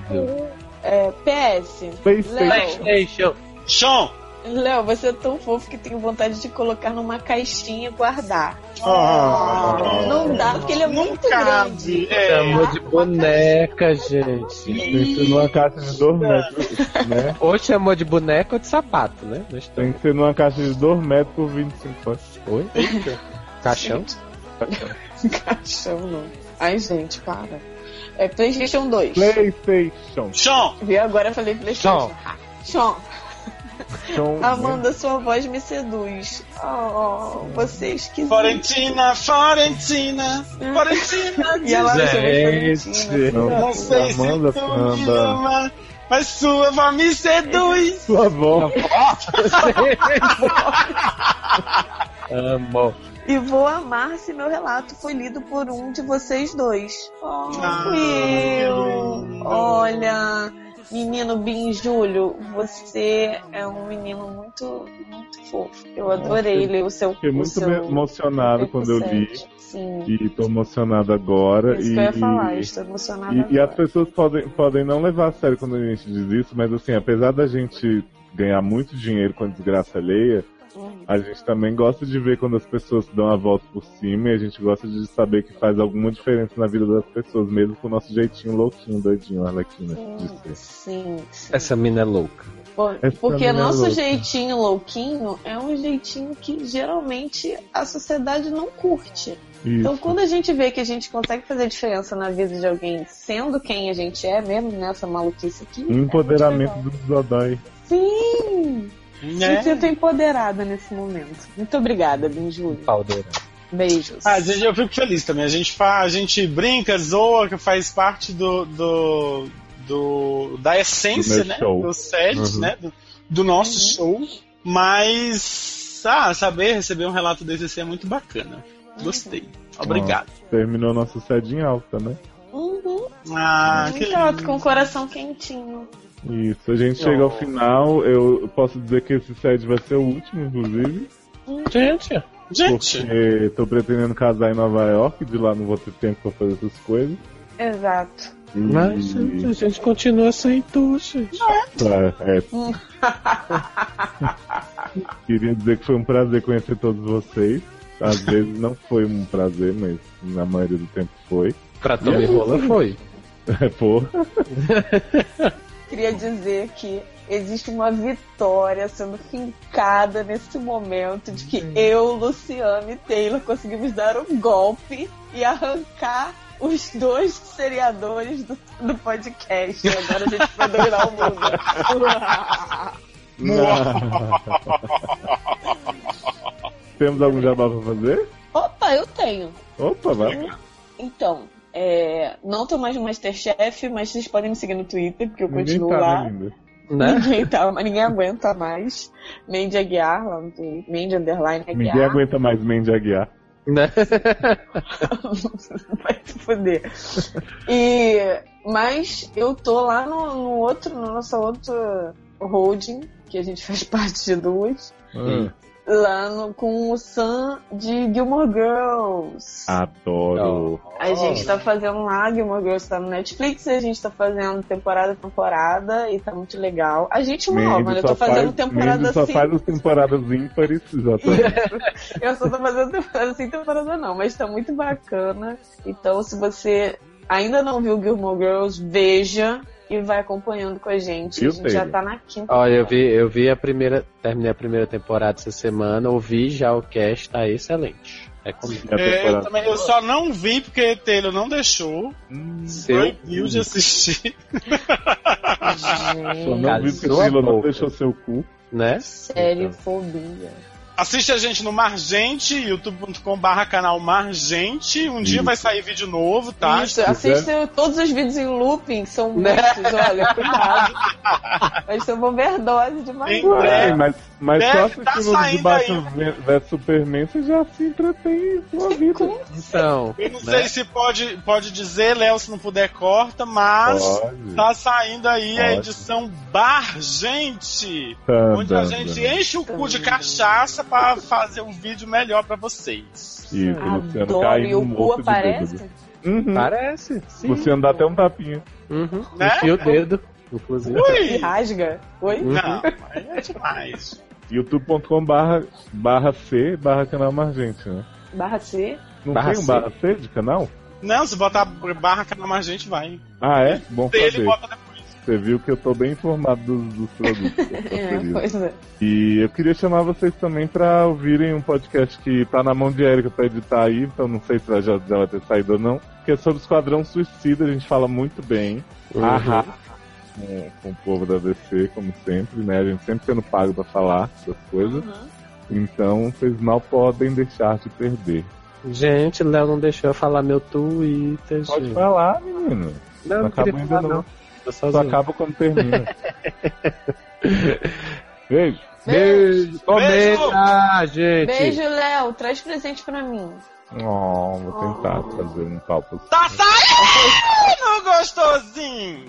Speaker 3: É, PS,
Speaker 4: PlayStation.
Speaker 3: Léo,
Speaker 8: Playstation.
Speaker 5: Chão.
Speaker 3: Léo, você é tão fofo que tenho vontade de colocar numa caixinha e guardar.
Speaker 5: Ah.
Speaker 3: Não dá, porque ele é
Speaker 5: Não
Speaker 3: muito
Speaker 5: cabe.
Speaker 3: grande.
Speaker 5: É.
Speaker 8: Chamou de boneca, gente.
Speaker 4: Tem que ser numa caixa de dois metros, né?
Speaker 8: Ou chamou de boneca ou de sapato, né? Nós
Speaker 4: Tem
Speaker 8: estamos-
Speaker 4: que ser numa caixa de dois metros por 25 anos.
Speaker 8: Oi? Caixão?
Speaker 3: Caixão, não. Ai, gente, para. É PlayStation 2.
Speaker 4: PlayStation.
Speaker 5: Chão.
Speaker 3: Viu? Agora eu falei PlayStation. Ah, Sean,
Speaker 4: Então, né?
Speaker 3: Amanda, sua voz me seduz. Oh, você é esquisito.
Speaker 5: Florentina, Florentina,
Speaker 3: Uhum.
Speaker 5: Florentina.
Speaker 3: E ela me chama de
Speaker 8: Gente.
Speaker 3: Florentina.
Speaker 4: Não,
Speaker 5: Não sei
Speaker 4: Amanda
Speaker 5: se então tu me
Speaker 4: Samba.
Speaker 5: ama, mas sua voz me
Speaker 4: é
Speaker 5: seduz.
Speaker 4: Sua avó.
Speaker 8: Amo.
Speaker 3: E vou amar se meu relato foi lido por um de vocês dois. Oh,
Speaker 5: Ah,
Speaker 3: meu.
Speaker 5: meu.
Speaker 3: Olha, menino Bin Júlio, você é um menino muito, muito fofo. Eu adorei ler o seu.
Speaker 4: Fiquei
Speaker 3: o
Speaker 4: muito
Speaker 3: seu-
Speaker 4: me- emocionado quando eu li.
Speaker 3: Sim.
Speaker 4: E tô emocionado agora.
Speaker 3: Isso
Speaker 4: e,
Speaker 3: que eu ia falar, estou emocionada.
Speaker 4: e, e as
Speaker 3: agora.
Speaker 4: pessoas podem, podem não levar a sério quando a gente diz isso, mas assim, apesar da gente ganhar muito dinheiro com a desgraça alheia,
Speaker 3: Hum.
Speaker 4: a gente também gosta de ver quando as pessoas dão a volta por cima e a gente gosta de saber que faz alguma diferença na vida das pessoas, mesmo com o nosso jeitinho louquinho, doidinho, arlequina de ser.
Speaker 3: Uhum. Sim, sim.
Speaker 8: Essa mina é louca.
Speaker 3: Por-
Speaker 4: Essa
Speaker 3: Porque
Speaker 4: mina é
Speaker 3: nosso
Speaker 4: louca.
Speaker 3: jeitinho louquinho é um jeitinho que geralmente a sociedade não curte. Então,
Speaker 4: Isso.
Speaker 3: quando a gente vê que a gente consegue fazer diferença na vida de alguém sendo quem a gente é, mesmo nessa maluquice aqui.
Speaker 4: O Um empoderamento do Zodói.
Speaker 3: Sim! Me
Speaker 5: Né?
Speaker 3: sinto tá empoderada nesse momento. Muito obrigada, Bin Júlio.
Speaker 8: Paldeira.
Speaker 3: Beijos.
Speaker 5: Ah, gente, eu fico feliz também. A gente, fa, a gente brinca, zoa, que faz parte do, do, do- da essência,
Speaker 4: Do meu
Speaker 5: né?
Speaker 4: show.
Speaker 5: Do set,
Speaker 4: Uhum.
Speaker 5: né? Do, do nosso show. Mas, ah, saber receber um relato desse assim é muito bacana. Gostei. Obrigado.
Speaker 4: Terminou nosso sede em alta, né?
Speaker 3: Uhum. Um
Speaker 5: Ah, que
Speaker 3: Muito
Speaker 5: lindo.
Speaker 3: alto, com o coração quentinho.
Speaker 4: Isso, a gente chega ao final. Eu posso dizer que esse sede vai ser o último, inclusive.
Speaker 10: Gente, gente.
Speaker 4: Porque É, tô pretendendo casar em Nova York, de lá não vou ter tempo pra fazer essas coisas.
Speaker 11: Exato.
Speaker 4: E...
Speaker 8: Mas é um gente, a gente continua sem tu, gente.
Speaker 4: Pra- é. Queria dizer que foi um prazer conhecer todos vocês. Às vezes não foi um prazer, mas na maioria do tempo foi.
Speaker 8: Pra Tommy Rola foi.
Speaker 4: É, pô.
Speaker 3: Queria dizer que existe uma vitória sendo fincada nesse momento de que eu, Luciano e Taylor conseguimos dar um golpe e arrancar os dois seriadores do, do podcast. Agora a gente vai dominar o mundo.
Speaker 4: Temos algum jabá pra fazer?
Speaker 3: Opa, eu tenho.
Speaker 4: Opa, vai.
Speaker 3: Então, é, não tô mais no Masterchef, mas vocês podem me seguir no Twitter, porque eu
Speaker 4: Ninguém
Speaker 3: continuo
Speaker 4: tá
Speaker 3: lá.
Speaker 4: né, ainda.
Speaker 8: Né?
Speaker 3: Ninguém, tá, mas ninguém aguenta mais. Mandy Aguiar, lá no Twitter. Mandy Underline Aguiar.
Speaker 4: Ninguém aguenta mais Mandy Aguiar.
Speaker 8: Né?
Speaker 3: Vai se fuder. E, mas eu tô lá no, no outro, no nosso outro holding, que a gente faz parte de duas.
Speaker 4: Ah,
Speaker 3: Lá no, com o Sam de Gilmore Girls.
Speaker 4: Ah. Adoro.
Speaker 3: A gente tá fazendo lá, Gilmore Girls tá no Netflix, a gente tá fazendo temporada a temporada e tá muito legal. A gente é não,
Speaker 4: Mandy
Speaker 3: mas né? eu
Speaker 4: só
Speaker 3: tô fazendo
Speaker 4: faz-
Speaker 3: temporada
Speaker 4: Mandy só
Speaker 3: assim.
Speaker 4: faz as temporadas ímpares, exatamente.
Speaker 3: Eu só tô fazendo temporada sem temporada não, mas tá muito bacana. Então se você ainda não viu Gilmore Girls, veja e vai acompanhando com a gente.
Speaker 4: Viu,
Speaker 3: a gente já
Speaker 4: Taylor?
Speaker 3: tá na quinta.
Speaker 8: Olha, eu vi, eu vi a primeira. Terminei a primeira temporada essa semana, ouvi já o cast, tá excelente. É comigo.
Speaker 4: A
Speaker 5: É, eu,
Speaker 4: temporada.
Speaker 5: também, eu só não vi porque Taylor não deixou.
Speaker 8: Seu
Speaker 5: Proibiu de assistir.
Speaker 4: Só não vi porque
Speaker 8: Casou a
Speaker 4: Taylor não
Speaker 8: boca.
Speaker 4: deixou seu cu.
Speaker 8: né?
Speaker 3: Série fobia.
Speaker 5: Assiste a gente no Margente, youtube.com/barra canal Margente. Um dia
Speaker 4: Isso.
Speaker 5: vai sair vídeo novo, tá?
Speaker 3: Isso, assista todos os vídeos em looping, são
Speaker 4: Né?
Speaker 3: muitos, olha, cuidado. Mas são uma overdose de
Speaker 5: Em breve.
Speaker 3: maconha.
Speaker 4: Ai, mas, mas
Speaker 5: Deve
Speaker 4: só
Speaker 5: É. tá
Speaker 4: assistindo o de
Speaker 5: saindo
Speaker 4: Batman vs Superman, você já se entretém sua vida.
Speaker 8: Então.
Speaker 5: Eu não sei
Speaker 8: né?
Speaker 5: se pode, pode dizer, Léo, se não puder, corta, mas
Speaker 4: Pode.
Speaker 5: tá saindo aí a
Speaker 4: Ótimo.
Speaker 5: edição Bargente,
Speaker 4: Tá,
Speaker 5: onde a
Speaker 4: tá,
Speaker 5: gente
Speaker 4: tá.
Speaker 5: enche o cu de cachaça pra fazer um vídeo melhor pra vocês.
Speaker 4: Isso, Luciano
Speaker 3: Adoro, e
Speaker 4: caiu
Speaker 3: o cu
Speaker 4: morto de
Speaker 3: aparece.
Speaker 4: bêbado. Uhum.
Speaker 8: Parece, sim.
Speaker 4: Luciano dá até um tapinha.
Speaker 8: Uhum.
Speaker 5: Né?
Speaker 8: Enfia o dedo,
Speaker 4: Uhum.
Speaker 8: inclusive. Uhum.
Speaker 3: E
Speaker 5: Ui!
Speaker 3: rasga. Oi?
Speaker 5: Não, aí é demais.
Speaker 4: youtube.com barra, barra C barra canal Margente, né?
Speaker 3: Barra C.
Speaker 4: Não
Speaker 8: Barra
Speaker 4: tem um
Speaker 8: C.
Speaker 4: barra C de canal?
Speaker 5: Não, se botar barra canal Margente, vai.
Speaker 4: Ah, é? Bom
Speaker 5: Ele
Speaker 4: saber.
Speaker 5: bota depois.
Speaker 4: Você viu que eu tô bem informado dos, dos produtos. Eu tô
Speaker 3: É,
Speaker 4: feliz.
Speaker 3: pois é.
Speaker 4: E eu queria chamar vocês também pra ouvirem um podcast que tá na mão de Érica pra editar aí, então não sei se vai já já vai ter saído ou não, que é sobre o Esquadrão Suicida, a gente fala muito bem.
Speaker 8: Uhum.
Speaker 4: Ahá. Com, com o povo da DC, como sempre, né? A gente sempre sendo pago pra falar essas coisas.
Speaker 3: Uhum.
Speaker 4: Então vocês mal podem deixar de perder.
Speaker 8: Gente, Léo não deixou eu falar meu Twitter,
Speaker 4: Pode
Speaker 8: gente.
Speaker 4: falar, menino.
Speaker 8: Não,
Speaker 4: Não
Speaker 8: não
Speaker 4: acaba
Speaker 8: queria
Speaker 4: ainda
Speaker 8: falar,
Speaker 4: não.
Speaker 8: não. Eu só
Speaker 4: Só
Speaker 8: zoei.
Speaker 4: acaba quando termina. Beijo.
Speaker 8: Beijo! Comenta, gente!
Speaker 3: Beijo, Léo. Traz presente pra mim.
Speaker 4: Oh, vou tentar fazer um papo.
Speaker 5: Tá saindo, gostosinho!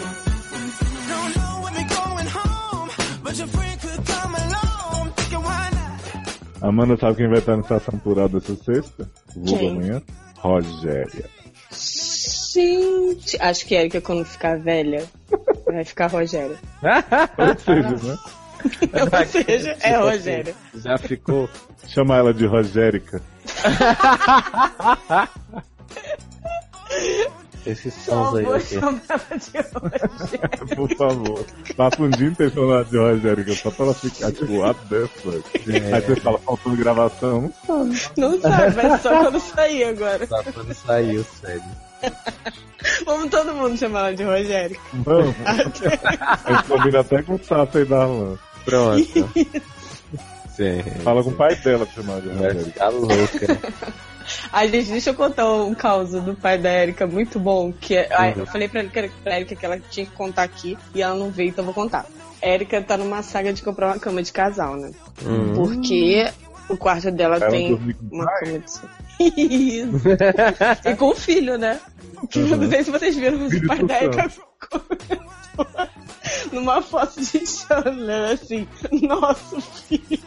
Speaker 12: Don't know when they're going home, but your friend could come along. Thinking why not?
Speaker 4: Amanda, sabe quem vai estar na estação plural dessa sexta? Vulgo
Speaker 3: Quem?
Speaker 4: amanhã? Rogéria.
Speaker 3: Gente. Acho que a Erika, quando ficar velha, vai ficar Rogério.
Speaker 4: Ou seja, né?
Speaker 3: Ou seja, é Rogério.
Speaker 8: Já ficou.
Speaker 4: Chama ela de Rogérica.
Speaker 8: Esses sons aí.
Speaker 3: Somos
Speaker 8: ok.
Speaker 3: chamada de hoje.
Speaker 4: Por favor. Passa um dia inteiro falando de Rogério, que só pra ela ficar tipo, what the fuck. Aí você fala, faltando gravação.
Speaker 3: Não sabe, mas só quando sair agora.
Speaker 8: Só quando saiu, sério.
Speaker 3: Vamos todo mundo chamar ela de Rogério.
Speaker 4: Vamos. Eu combino até com o Sato aí da Arlan.
Speaker 8: Pronto. Sim.
Speaker 4: Fala com o pai dela pra chamar de
Speaker 8: Vai
Speaker 4: Rogério.
Speaker 8: ficar louca.
Speaker 3: Ai, gente, deixa eu contar um caos do pai da Erika muito bom. Que é- ai, eu falei pra, Erika- pra Erika que ela tinha que contar aqui e ela não veio, então eu vou contar. Erika tá numa saga de comprar uma cama de casal, né?
Speaker 8: Hum.
Speaker 3: Porque o quarto dela
Speaker 4: Ela
Speaker 3: tem
Speaker 4: dormiu com
Speaker 3: uma cama de Isso. E com o filho, né? Que eu Não sei se vocês viram, mas o
Speaker 4: Filho
Speaker 3: pai da
Speaker 4: do céu.
Speaker 3: Erika ficou numa foto de Chandler, assim, nosso filho.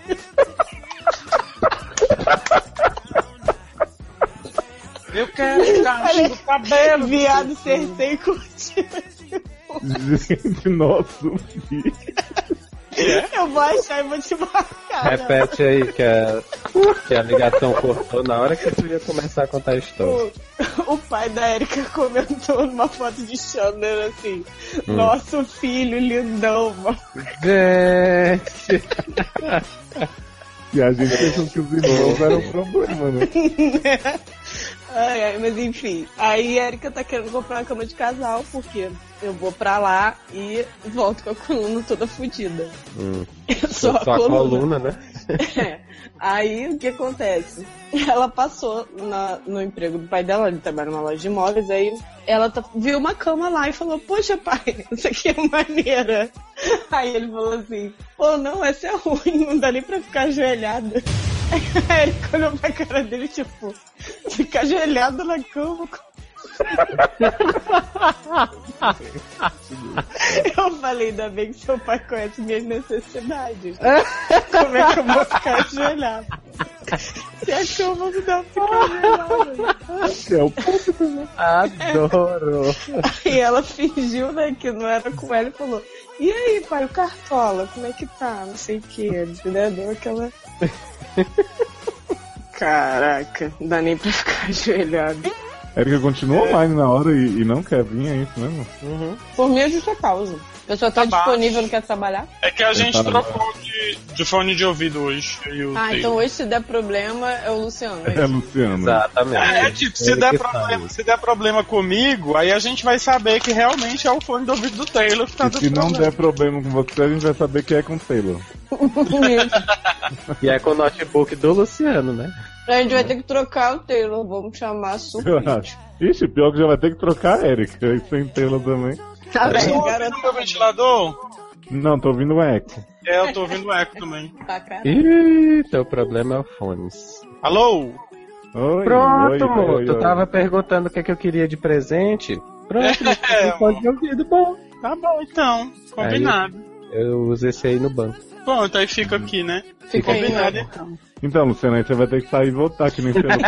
Speaker 5: Eu quero um o cacho do cabelo.
Speaker 3: Viado, acertei e curti.
Speaker 4: Gente, nosso filho.
Speaker 3: Eu vou achar e vou te marcar. né?
Speaker 8: Repete aí que a, que a ligação cortou na hora que tu ia começar a contar a história.
Speaker 3: O, o pai da Erika comentou numa foto de Chandler assim: Nosso filho lindão, né?" mano.
Speaker 8: Gente!
Speaker 4: E a gente pensando que os irmãos eram um problema, né?
Speaker 3: Ai, ai, mas enfim. Aí a Erika tá querendo comprar uma cama de casal, porque eu vou pra lá e volto com a coluna toda fodida.
Speaker 8: Hum.
Speaker 3: Só, a
Speaker 8: Só a
Speaker 3: coluna.
Speaker 8: coluna, né?
Speaker 3: É. Aí o que acontece? Ela passou na- no emprego do pai dela, ele trabalha numa loja de imóveis, aí ela tá- viu uma cama lá e falou, poxa pai, isso aqui é maneira. Aí ele falou assim, pô não, essa é ruim, não dá nem pra ficar ajoelhada. Aí ele olhou pra cara dele tipo, ficar ajoelhado na cama. Eu falei, ainda bem que seu pai conhece minhas necessidades. Como é que eu vou ficar ajoelhada? Você acha que eu vou mudar pra ficar ajoelhada?
Speaker 4: Que é o
Speaker 8: Adoro!
Speaker 3: E ela fingiu, né, que não era com ela e falou: E aí, pai, o Cartola, como é que tá? Não sei o que, né? Deu aquela. Caraca, não dá nem pra ficar ajoelhada.
Speaker 4: Érica continua online na hora e, e não quer vir, é isso mesmo?
Speaker 3: Por minha justa causa. A pessoa tá,
Speaker 5: baixo.
Speaker 3: disponível, não quer trabalhar?
Speaker 5: É que a gente
Speaker 4: Tá bom.
Speaker 5: trocou de, de fone de ouvido hoje. e o
Speaker 3: Ah,
Speaker 5: dele.
Speaker 3: então hoje se der problema é o Luciano.
Speaker 4: É, Luciana.
Speaker 8: Exatamente.
Speaker 5: É, tipo, se
Speaker 8: Ele
Speaker 5: der,
Speaker 8: que
Speaker 5: problema,
Speaker 8: sabe.
Speaker 5: se der problema comigo, aí a gente vai saber que realmente é o fone do ouvido do Taylor que tá
Speaker 4: E
Speaker 5: dando
Speaker 4: se não
Speaker 5: problema.
Speaker 4: der problema com você, a gente vai saber que é com o Taylor.
Speaker 8: E é com o notebook do Luciano, né?
Speaker 3: A gente vai ter que trocar o Taylor, vamos chamar a Super.
Speaker 4: Eu acho. Ixi, pior que já vai ter que trocar a Erika. E sem Taylor também.
Speaker 3: Tá
Speaker 5: Tô
Speaker 3: bem,
Speaker 5: ouvindo meu ventilador?
Speaker 4: Não, tô ouvindo um eco.
Speaker 5: É, eu tô ouvindo o eco também.
Speaker 3: Tá, cara.
Speaker 8: Ih, teu problema é o fones.
Speaker 5: Alô?
Speaker 4: Oi, oi,
Speaker 8: Pronto, amor.
Speaker 4: oi,
Speaker 8: tu
Speaker 4: oi.
Speaker 8: tava perguntando o que, é que eu queria de presente. Pronto,
Speaker 5: É,
Speaker 8: um fone de ouvido bom.
Speaker 5: Tá bom, então. Combinado.
Speaker 8: Eu uso esse aí no banco.
Speaker 5: Pronto, aí fica aqui, né?
Speaker 3: Fica aí,
Speaker 5: Combinado,
Speaker 3: né?
Speaker 5: então.
Speaker 4: Então, Luciana, aí você vai ter que sair e voltar que nem cena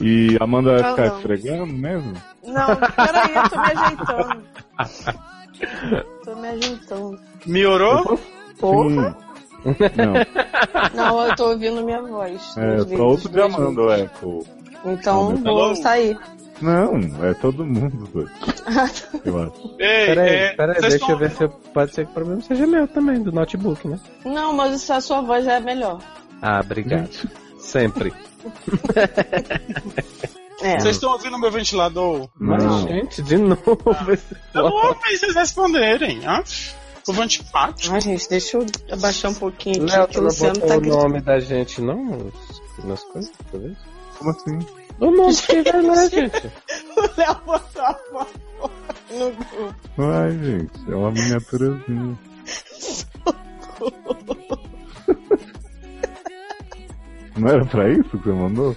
Speaker 4: E a Amanda vai
Speaker 3: Tá
Speaker 4: ficar
Speaker 3: bom.
Speaker 4: esfregando mesmo?
Speaker 3: Não, peraí, eu tô me ajeitando. Tô me ajeitando.
Speaker 5: Melhorou?
Speaker 3: Porra!
Speaker 4: Sim. Não,
Speaker 3: Não, eu tô ouvindo minha voz.
Speaker 4: é
Speaker 3: Meus
Speaker 4: só outro
Speaker 3: dedos,
Speaker 4: de
Speaker 3: meus
Speaker 4: Amanda, o eco.
Speaker 3: dedos. Então
Speaker 4: Amanda.
Speaker 3: vou sair.
Speaker 4: Não, é todo mundo, doido. Eu acho.
Speaker 5: Ei, é,
Speaker 8: Peraí, peraí,
Speaker 5: vocês
Speaker 8: deixa
Speaker 5: tão-
Speaker 8: eu ver se eu, pode ser que o problema seja meu também, do notebook, né?
Speaker 3: Não, mas isso- a sua voz já é melhor.
Speaker 8: Ah, obrigado. Sempre.
Speaker 3: É.
Speaker 5: Vocês estão ouvindo meu ventilador?
Speaker 8: Mas,
Speaker 4: Não.
Speaker 8: gente, de novo.
Speaker 5: Ah,
Speaker 8: esse
Speaker 5: Eu não
Speaker 8: bloco.
Speaker 5: ouvi vocês responderem. Ah, povo antipático.
Speaker 3: Ai, gente, deixa eu abaixar um pouquinho aqui,
Speaker 8: Léo,
Speaker 3: que
Speaker 8: tu
Speaker 3: o
Speaker 8: não
Speaker 3: Luciano
Speaker 8: botou
Speaker 3: tá
Speaker 8: o
Speaker 3: gritando.
Speaker 8: nome da gente, não? Nos, nas coisas, talvez?
Speaker 4: Como assim?
Speaker 8: O nome que vai lá, gente.
Speaker 3: O Léo botou a voz no grupo.
Speaker 4: Ai, gente, é uma miniaturazinha. Não era pra isso que você mandou?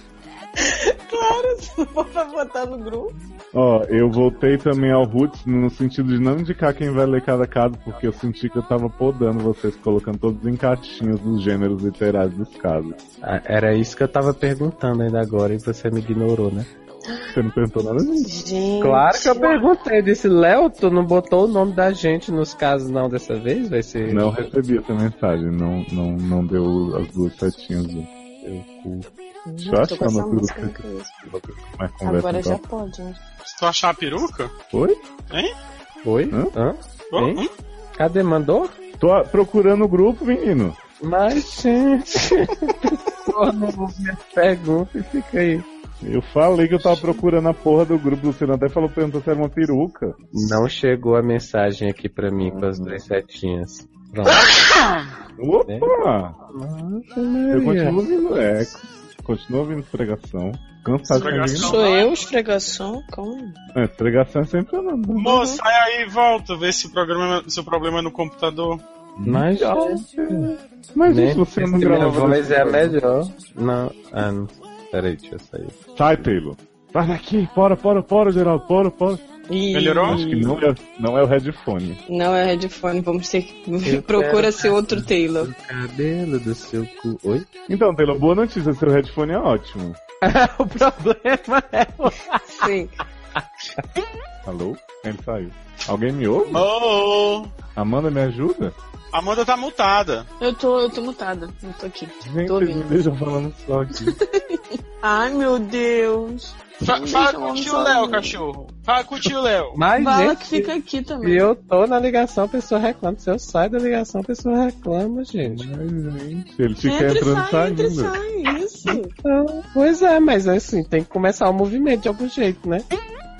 Speaker 3: Claro, se não for pra botar no grupo.
Speaker 4: Ó, eu voltei também ao Roots no sentido de não indicar quem vai ler cada caso, porque eu senti que eu tava podando vocês, colocando todos em caixinhas dos gêneros literários dos casos.
Speaker 8: Ah, era isso que eu tava perguntando ainda agora e você me ignorou, né?
Speaker 4: Você não perguntou nada disso.
Speaker 3: Gente.
Speaker 8: Claro que eu perguntei, eu disse, Léo, tu não botou o nome da gente nos casos não dessa vez? Vai ser.
Speaker 4: Não recebi essa mensagem, não, não, não deu as duas setinhas. Teu cu. Deixa eu
Speaker 3: Tô com
Speaker 4: achar
Speaker 3: essa
Speaker 4: uma coisa
Speaker 3: música
Speaker 4: pra
Speaker 3: na
Speaker 4: você.
Speaker 3: cabeça.
Speaker 4: Mais conversa,
Speaker 3: Agora já
Speaker 4: então.
Speaker 3: pode, né?
Speaker 5: Se tu achar a peruca?
Speaker 4: Oi?
Speaker 5: Hein?
Speaker 8: Oi?
Speaker 4: Hã?
Speaker 8: Hã?
Speaker 5: Oh,
Speaker 8: Hein?
Speaker 5: hum?
Speaker 8: Cadê? Mandou?
Speaker 4: Tô a- procurando o grupo, menino.
Speaker 8: Mas, gente. Porra, minha pergunta e fica aí.
Speaker 4: Eu falei que eu tava procurando a porra do grupo. Você até falou, perguntou se era uma peruca.
Speaker 8: Não chegou a mensagem aqui pra mim com as duas setinhas. Pronto.
Speaker 4: Opa!
Speaker 8: É.
Speaker 4: Eu continuo
Speaker 8: Maria.
Speaker 4: ouvindo eco. Continuo ouvindo pregação. Cansado de
Speaker 5: Pregação.
Speaker 4: ouvir.
Speaker 3: Sou eu, esfregação? Calma.
Speaker 4: É, pregação é sempre uma boa.
Speaker 5: Moço, sai aí e volta, vê se o programa, se o problema é no computador.
Speaker 8: Mas, gente,
Speaker 4: Mas
Speaker 8: né?
Speaker 4: isso você não
Speaker 8: Se minha
Speaker 4: gravou.
Speaker 8: voz é a melhor. Não, ah, não. Peraí, deixa eu sair.
Speaker 4: Sai, Taylor. Sai daqui, bora, bora, bora, Geraldo, bora, bora.
Speaker 3: Ih,
Speaker 5: Melhorou?
Speaker 4: Acho que não é, não é o headphone.
Speaker 3: Não é headphone, vamos ter que.
Speaker 8: Eu
Speaker 3: Procura
Speaker 8: quero-
Speaker 3: ser outro Taylor.
Speaker 8: O cabelo do seu cu. Oi?
Speaker 4: Então, Taylor, boa notícia, seu headphone é ótimo.
Speaker 8: o problema é.
Speaker 3: Sim.
Speaker 4: Alô? Ele saiu. Alguém me ouve?
Speaker 5: Oh,
Speaker 4: Amanda, me ajuda?
Speaker 5: Amanda tá multada.
Speaker 9: Eu tô, eu tô mutada, não tô aqui.
Speaker 4: Gente,
Speaker 9: Tô
Speaker 4: vocês me
Speaker 9: ouvindo.
Speaker 4: deixam falando só aqui.
Speaker 9: Ai, meu Deus.
Speaker 5: Fa-
Speaker 9: Não
Speaker 5: fala
Speaker 9: deixa o
Speaker 5: com o
Speaker 9: homem
Speaker 5: tio
Speaker 9: sozinho.
Speaker 5: Léo, cachorro. Fala com o tio Léo.
Speaker 8: Mas,
Speaker 9: Fala
Speaker 8: gente,
Speaker 9: que fica aqui também.
Speaker 8: se eu tô na ligação, a pessoa reclama. Se eu saio da ligação, a pessoa reclama, gente.
Speaker 4: Mas, gente, ele fica
Speaker 9: Entra e
Speaker 4: entrando e
Speaker 9: sai, entra e
Speaker 4: saindo.
Speaker 9: sai, isso.
Speaker 8: Então, pois é, mas assim, tem que começar o movimento de algum jeito, né?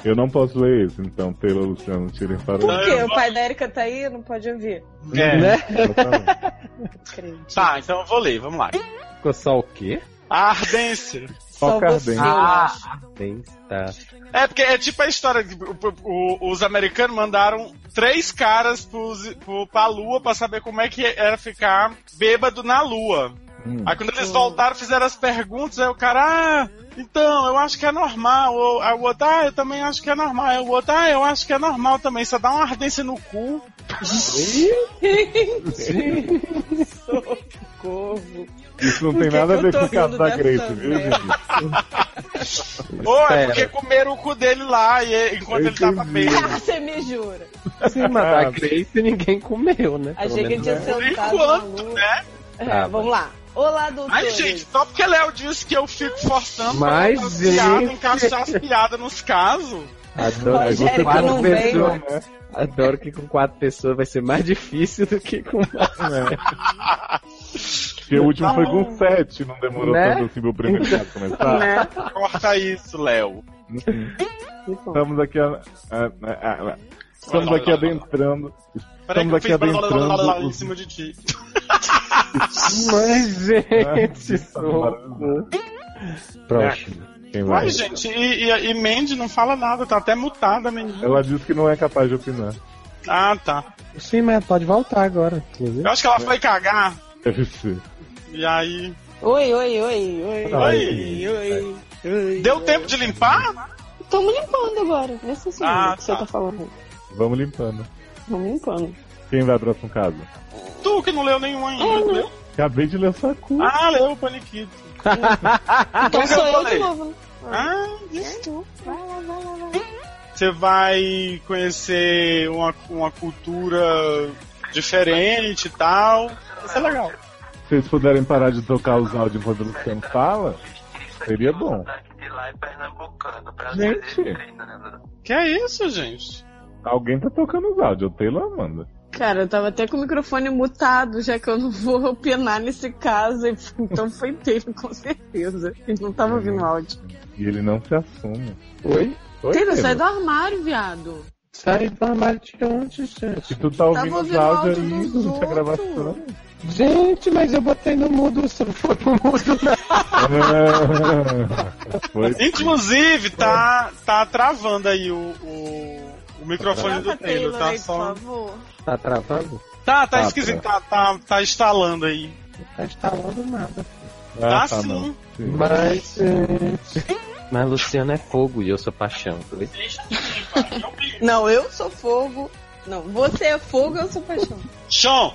Speaker 4: Eu não posso ler esse, então, Taylor, Luciano, tirem para
Speaker 5: Por
Speaker 4: o...
Speaker 9: Por quê? O pai da Erika tá aí, não pode ouvir.
Speaker 5: É.
Speaker 8: Né?
Speaker 4: Exatamente.
Speaker 5: Tá, então eu vou ler, vamos lá.
Speaker 8: Ficou só o quê?
Speaker 5: A ardência.
Speaker 4: Só
Speaker 9: Só você, Ah,
Speaker 4: Cardenho.
Speaker 9: eu acho.
Speaker 8: Tem, tá.
Speaker 5: É, porque é tipo a história que o- o- os americanos mandaram três caras pros, pro, pra lua pra saber como é que era ficar bêbado na lua.
Speaker 4: Hum.
Speaker 5: Aí quando eles voltaram, fizeram as perguntas, aí o cara, ah, então, eu acho que é normal. Ou, aí o outro, ah, eu também acho que é normal. Aí o outro, ah, eu acho que é normal também, só dá uma ardência no cu.
Speaker 3: Corvo.
Speaker 4: Isso não
Speaker 9: Por
Speaker 4: tem
Speaker 9: que
Speaker 4: nada a
Speaker 9: que eu
Speaker 4: ver
Speaker 9: tô
Speaker 4: com o caso
Speaker 9: rindo
Speaker 4: da
Speaker 9: dessa
Speaker 4: Grace, viu,
Speaker 9: merda?
Speaker 4: gente?
Speaker 5: Ou é
Speaker 8: Pera.
Speaker 5: porque comeram o cu dele lá e, enquanto
Speaker 4: Eu
Speaker 5: ele tava
Speaker 4: entendi.
Speaker 5: bêbado.
Speaker 9: Ah, Você me jura.
Speaker 8: Sim, mas a Grace ninguém comeu, né? Pelo
Speaker 9: Achei que
Speaker 8: menos,
Speaker 9: tinha
Speaker 8: né?
Speaker 9: sentado na
Speaker 5: Enquanto,
Speaker 9: lua.
Speaker 5: né?
Speaker 9: É,
Speaker 8: Tá,
Speaker 9: vamos lá. Olá,
Speaker 5: Ai,
Speaker 9: doutores.
Speaker 5: gente, só porque Léo disse que eu fico forçando
Speaker 8: Mas,
Speaker 5: pra botar piada,
Speaker 8: gente.
Speaker 5: encaixar as piadas nos casos.
Speaker 8: Adoro,
Speaker 9: Rogério,
Speaker 8: que com
Speaker 9: não
Speaker 8: quatro
Speaker 9: vem,
Speaker 8: pessoas,
Speaker 9: né?
Speaker 8: adoro que com quatro pessoas vai ser mais difícil do que com
Speaker 4: Porque o
Speaker 9: Tá
Speaker 4: último foi com 7, não demorou
Speaker 8: Né?
Speaker 4: tanto assim pro primeiro caso começar.
Speaker 9: Né?
Speaker 5: Corta isso, Léo.
Speaker 4: Estamos aqui a, a- a- a- estamos aqui adentrando.
Speaker 5: Peraí que eu
Speaker 4: Estamos aqui
Speaker 5: fiz blablabla
Speaker 4: adentrando.
Speaker 5: em
Speaker 4: os-
Speaker 5: cima de ti.
Speaker 8: Mas,
Speaker 4: né?
Speaker 8: gente,
Speaker 4: socorro.
Speaker 8: socorro. Próximo.
Speaker 4: Tá Quem vai?
Speaker 5: Ai, gente, e, e, e Mandy não fala nada, tá até mutada, menina.
Speaker 4: Ela disse que não é capaz de opinar.
Speaker 5: Ah, tá.
Speaker 8: Sim, mas pode voltar agora, inclusive.
Speaker 5: Eu acho que ela foi cagar,
Speaker 4: Deve ser.
Speaker 5: e aí...
Speaker 3: Oi, oi, oi, oi.
Speaker 8: Tá.
Speaker 5: Ai,
Speaker 3: Oi, oi.
Speaker 5: deu tempo de limpar?
Speaker 3: Tamo limpando agora. Nessa semana
Speaker 5: Ah,
Speaker 3: que
Speaker 5: tá.
Speaker 3: você tá falando.
Speaker 4: Vamos limpando.
Speaker 3: Tamo limpando.
Speaker 4: Quem vai pro próximo caso?
Speaker 5: Tu que não leu nenhum ainda. leu?
Speaker 4: Acabei de ler o saco.
Speaker 5: Ah, leu o Paniquito.
Speaker 3: Então
Speaker 5: eu
Speaker 3: sou eu de
Speaker 5: falei.
Speaker 3: novo, né?
Speaker 5: Ah, isso. Ah, Você vai conhecer uma, uma cultura diferente e tal. Isso é legal.
Speaker 4: Se vocês puderem parar de tocar os áudios enquanto o Luciano fala, seria bom. Gente,
Speaker 5: Que é isso, gente?
Speaker 4: alguém tá tocando os áudios. O Taylor manda.
Speaker 9: Cara, eu tava até com o microfone mutado, já que eu não vou opinar nesse caso. Então foi Taylor, com certeza. Ele não tava ouvindo o áudio.
Speaker 4: E ele não se assume.
Speaker 8: Oi?
Speaker 4: Oi,
Speaker 9: Taylor, sai
Speaker 4: Taylor.
Speaker 9: do armário, viado.
Speaker 8: Sai do armário de onde, gente?
Speaker 4: Se tu tá ouvindo
Speaker 9: Tava
Speaker 4: os
Speaker 9: ouvindo
Speaker 4: áudios
Speaker 9: áudio
Speaker 4: aí
Speaker 9: dos
Speaker 4: durante a
Speaker 9: outros.
Speaker 4: gravação.
Speaker 8: Gente, mas eu botei no mudo, você não foi pro mudo, não.
Speaker 4: É. Foi
Speaker 5: Inclusive, tá, tá travando aí o, o, o microfone do
Speaker 9: Canta
Speaker 5: Taylor,
Speaker 9: Taylor
Speaker 5: tá
Speaker 9: aí, por
Speaker 5: só.
Speaker 9: favor.
Speaker 8: Tá travando?
Speaker 5: Tá, tá
Speaker 4: Ah,
Speaker 5: esquisito, tá, tá, tá instalando aí.
Speaker 8: Tá instalando nada.
Speaker 5: Tá
Speaker 4: Ah, tá, não.
Speaker 5: sim.
Speaker 4: Sim.
Speaker 8: Mas, é, gente... Mas Luciano é fogo e eu sou paixão. Oi?
Speaker 3: Não, eu sou fogo. Não, você é fogo, eu sou paixão.
Speaker 5: Chão!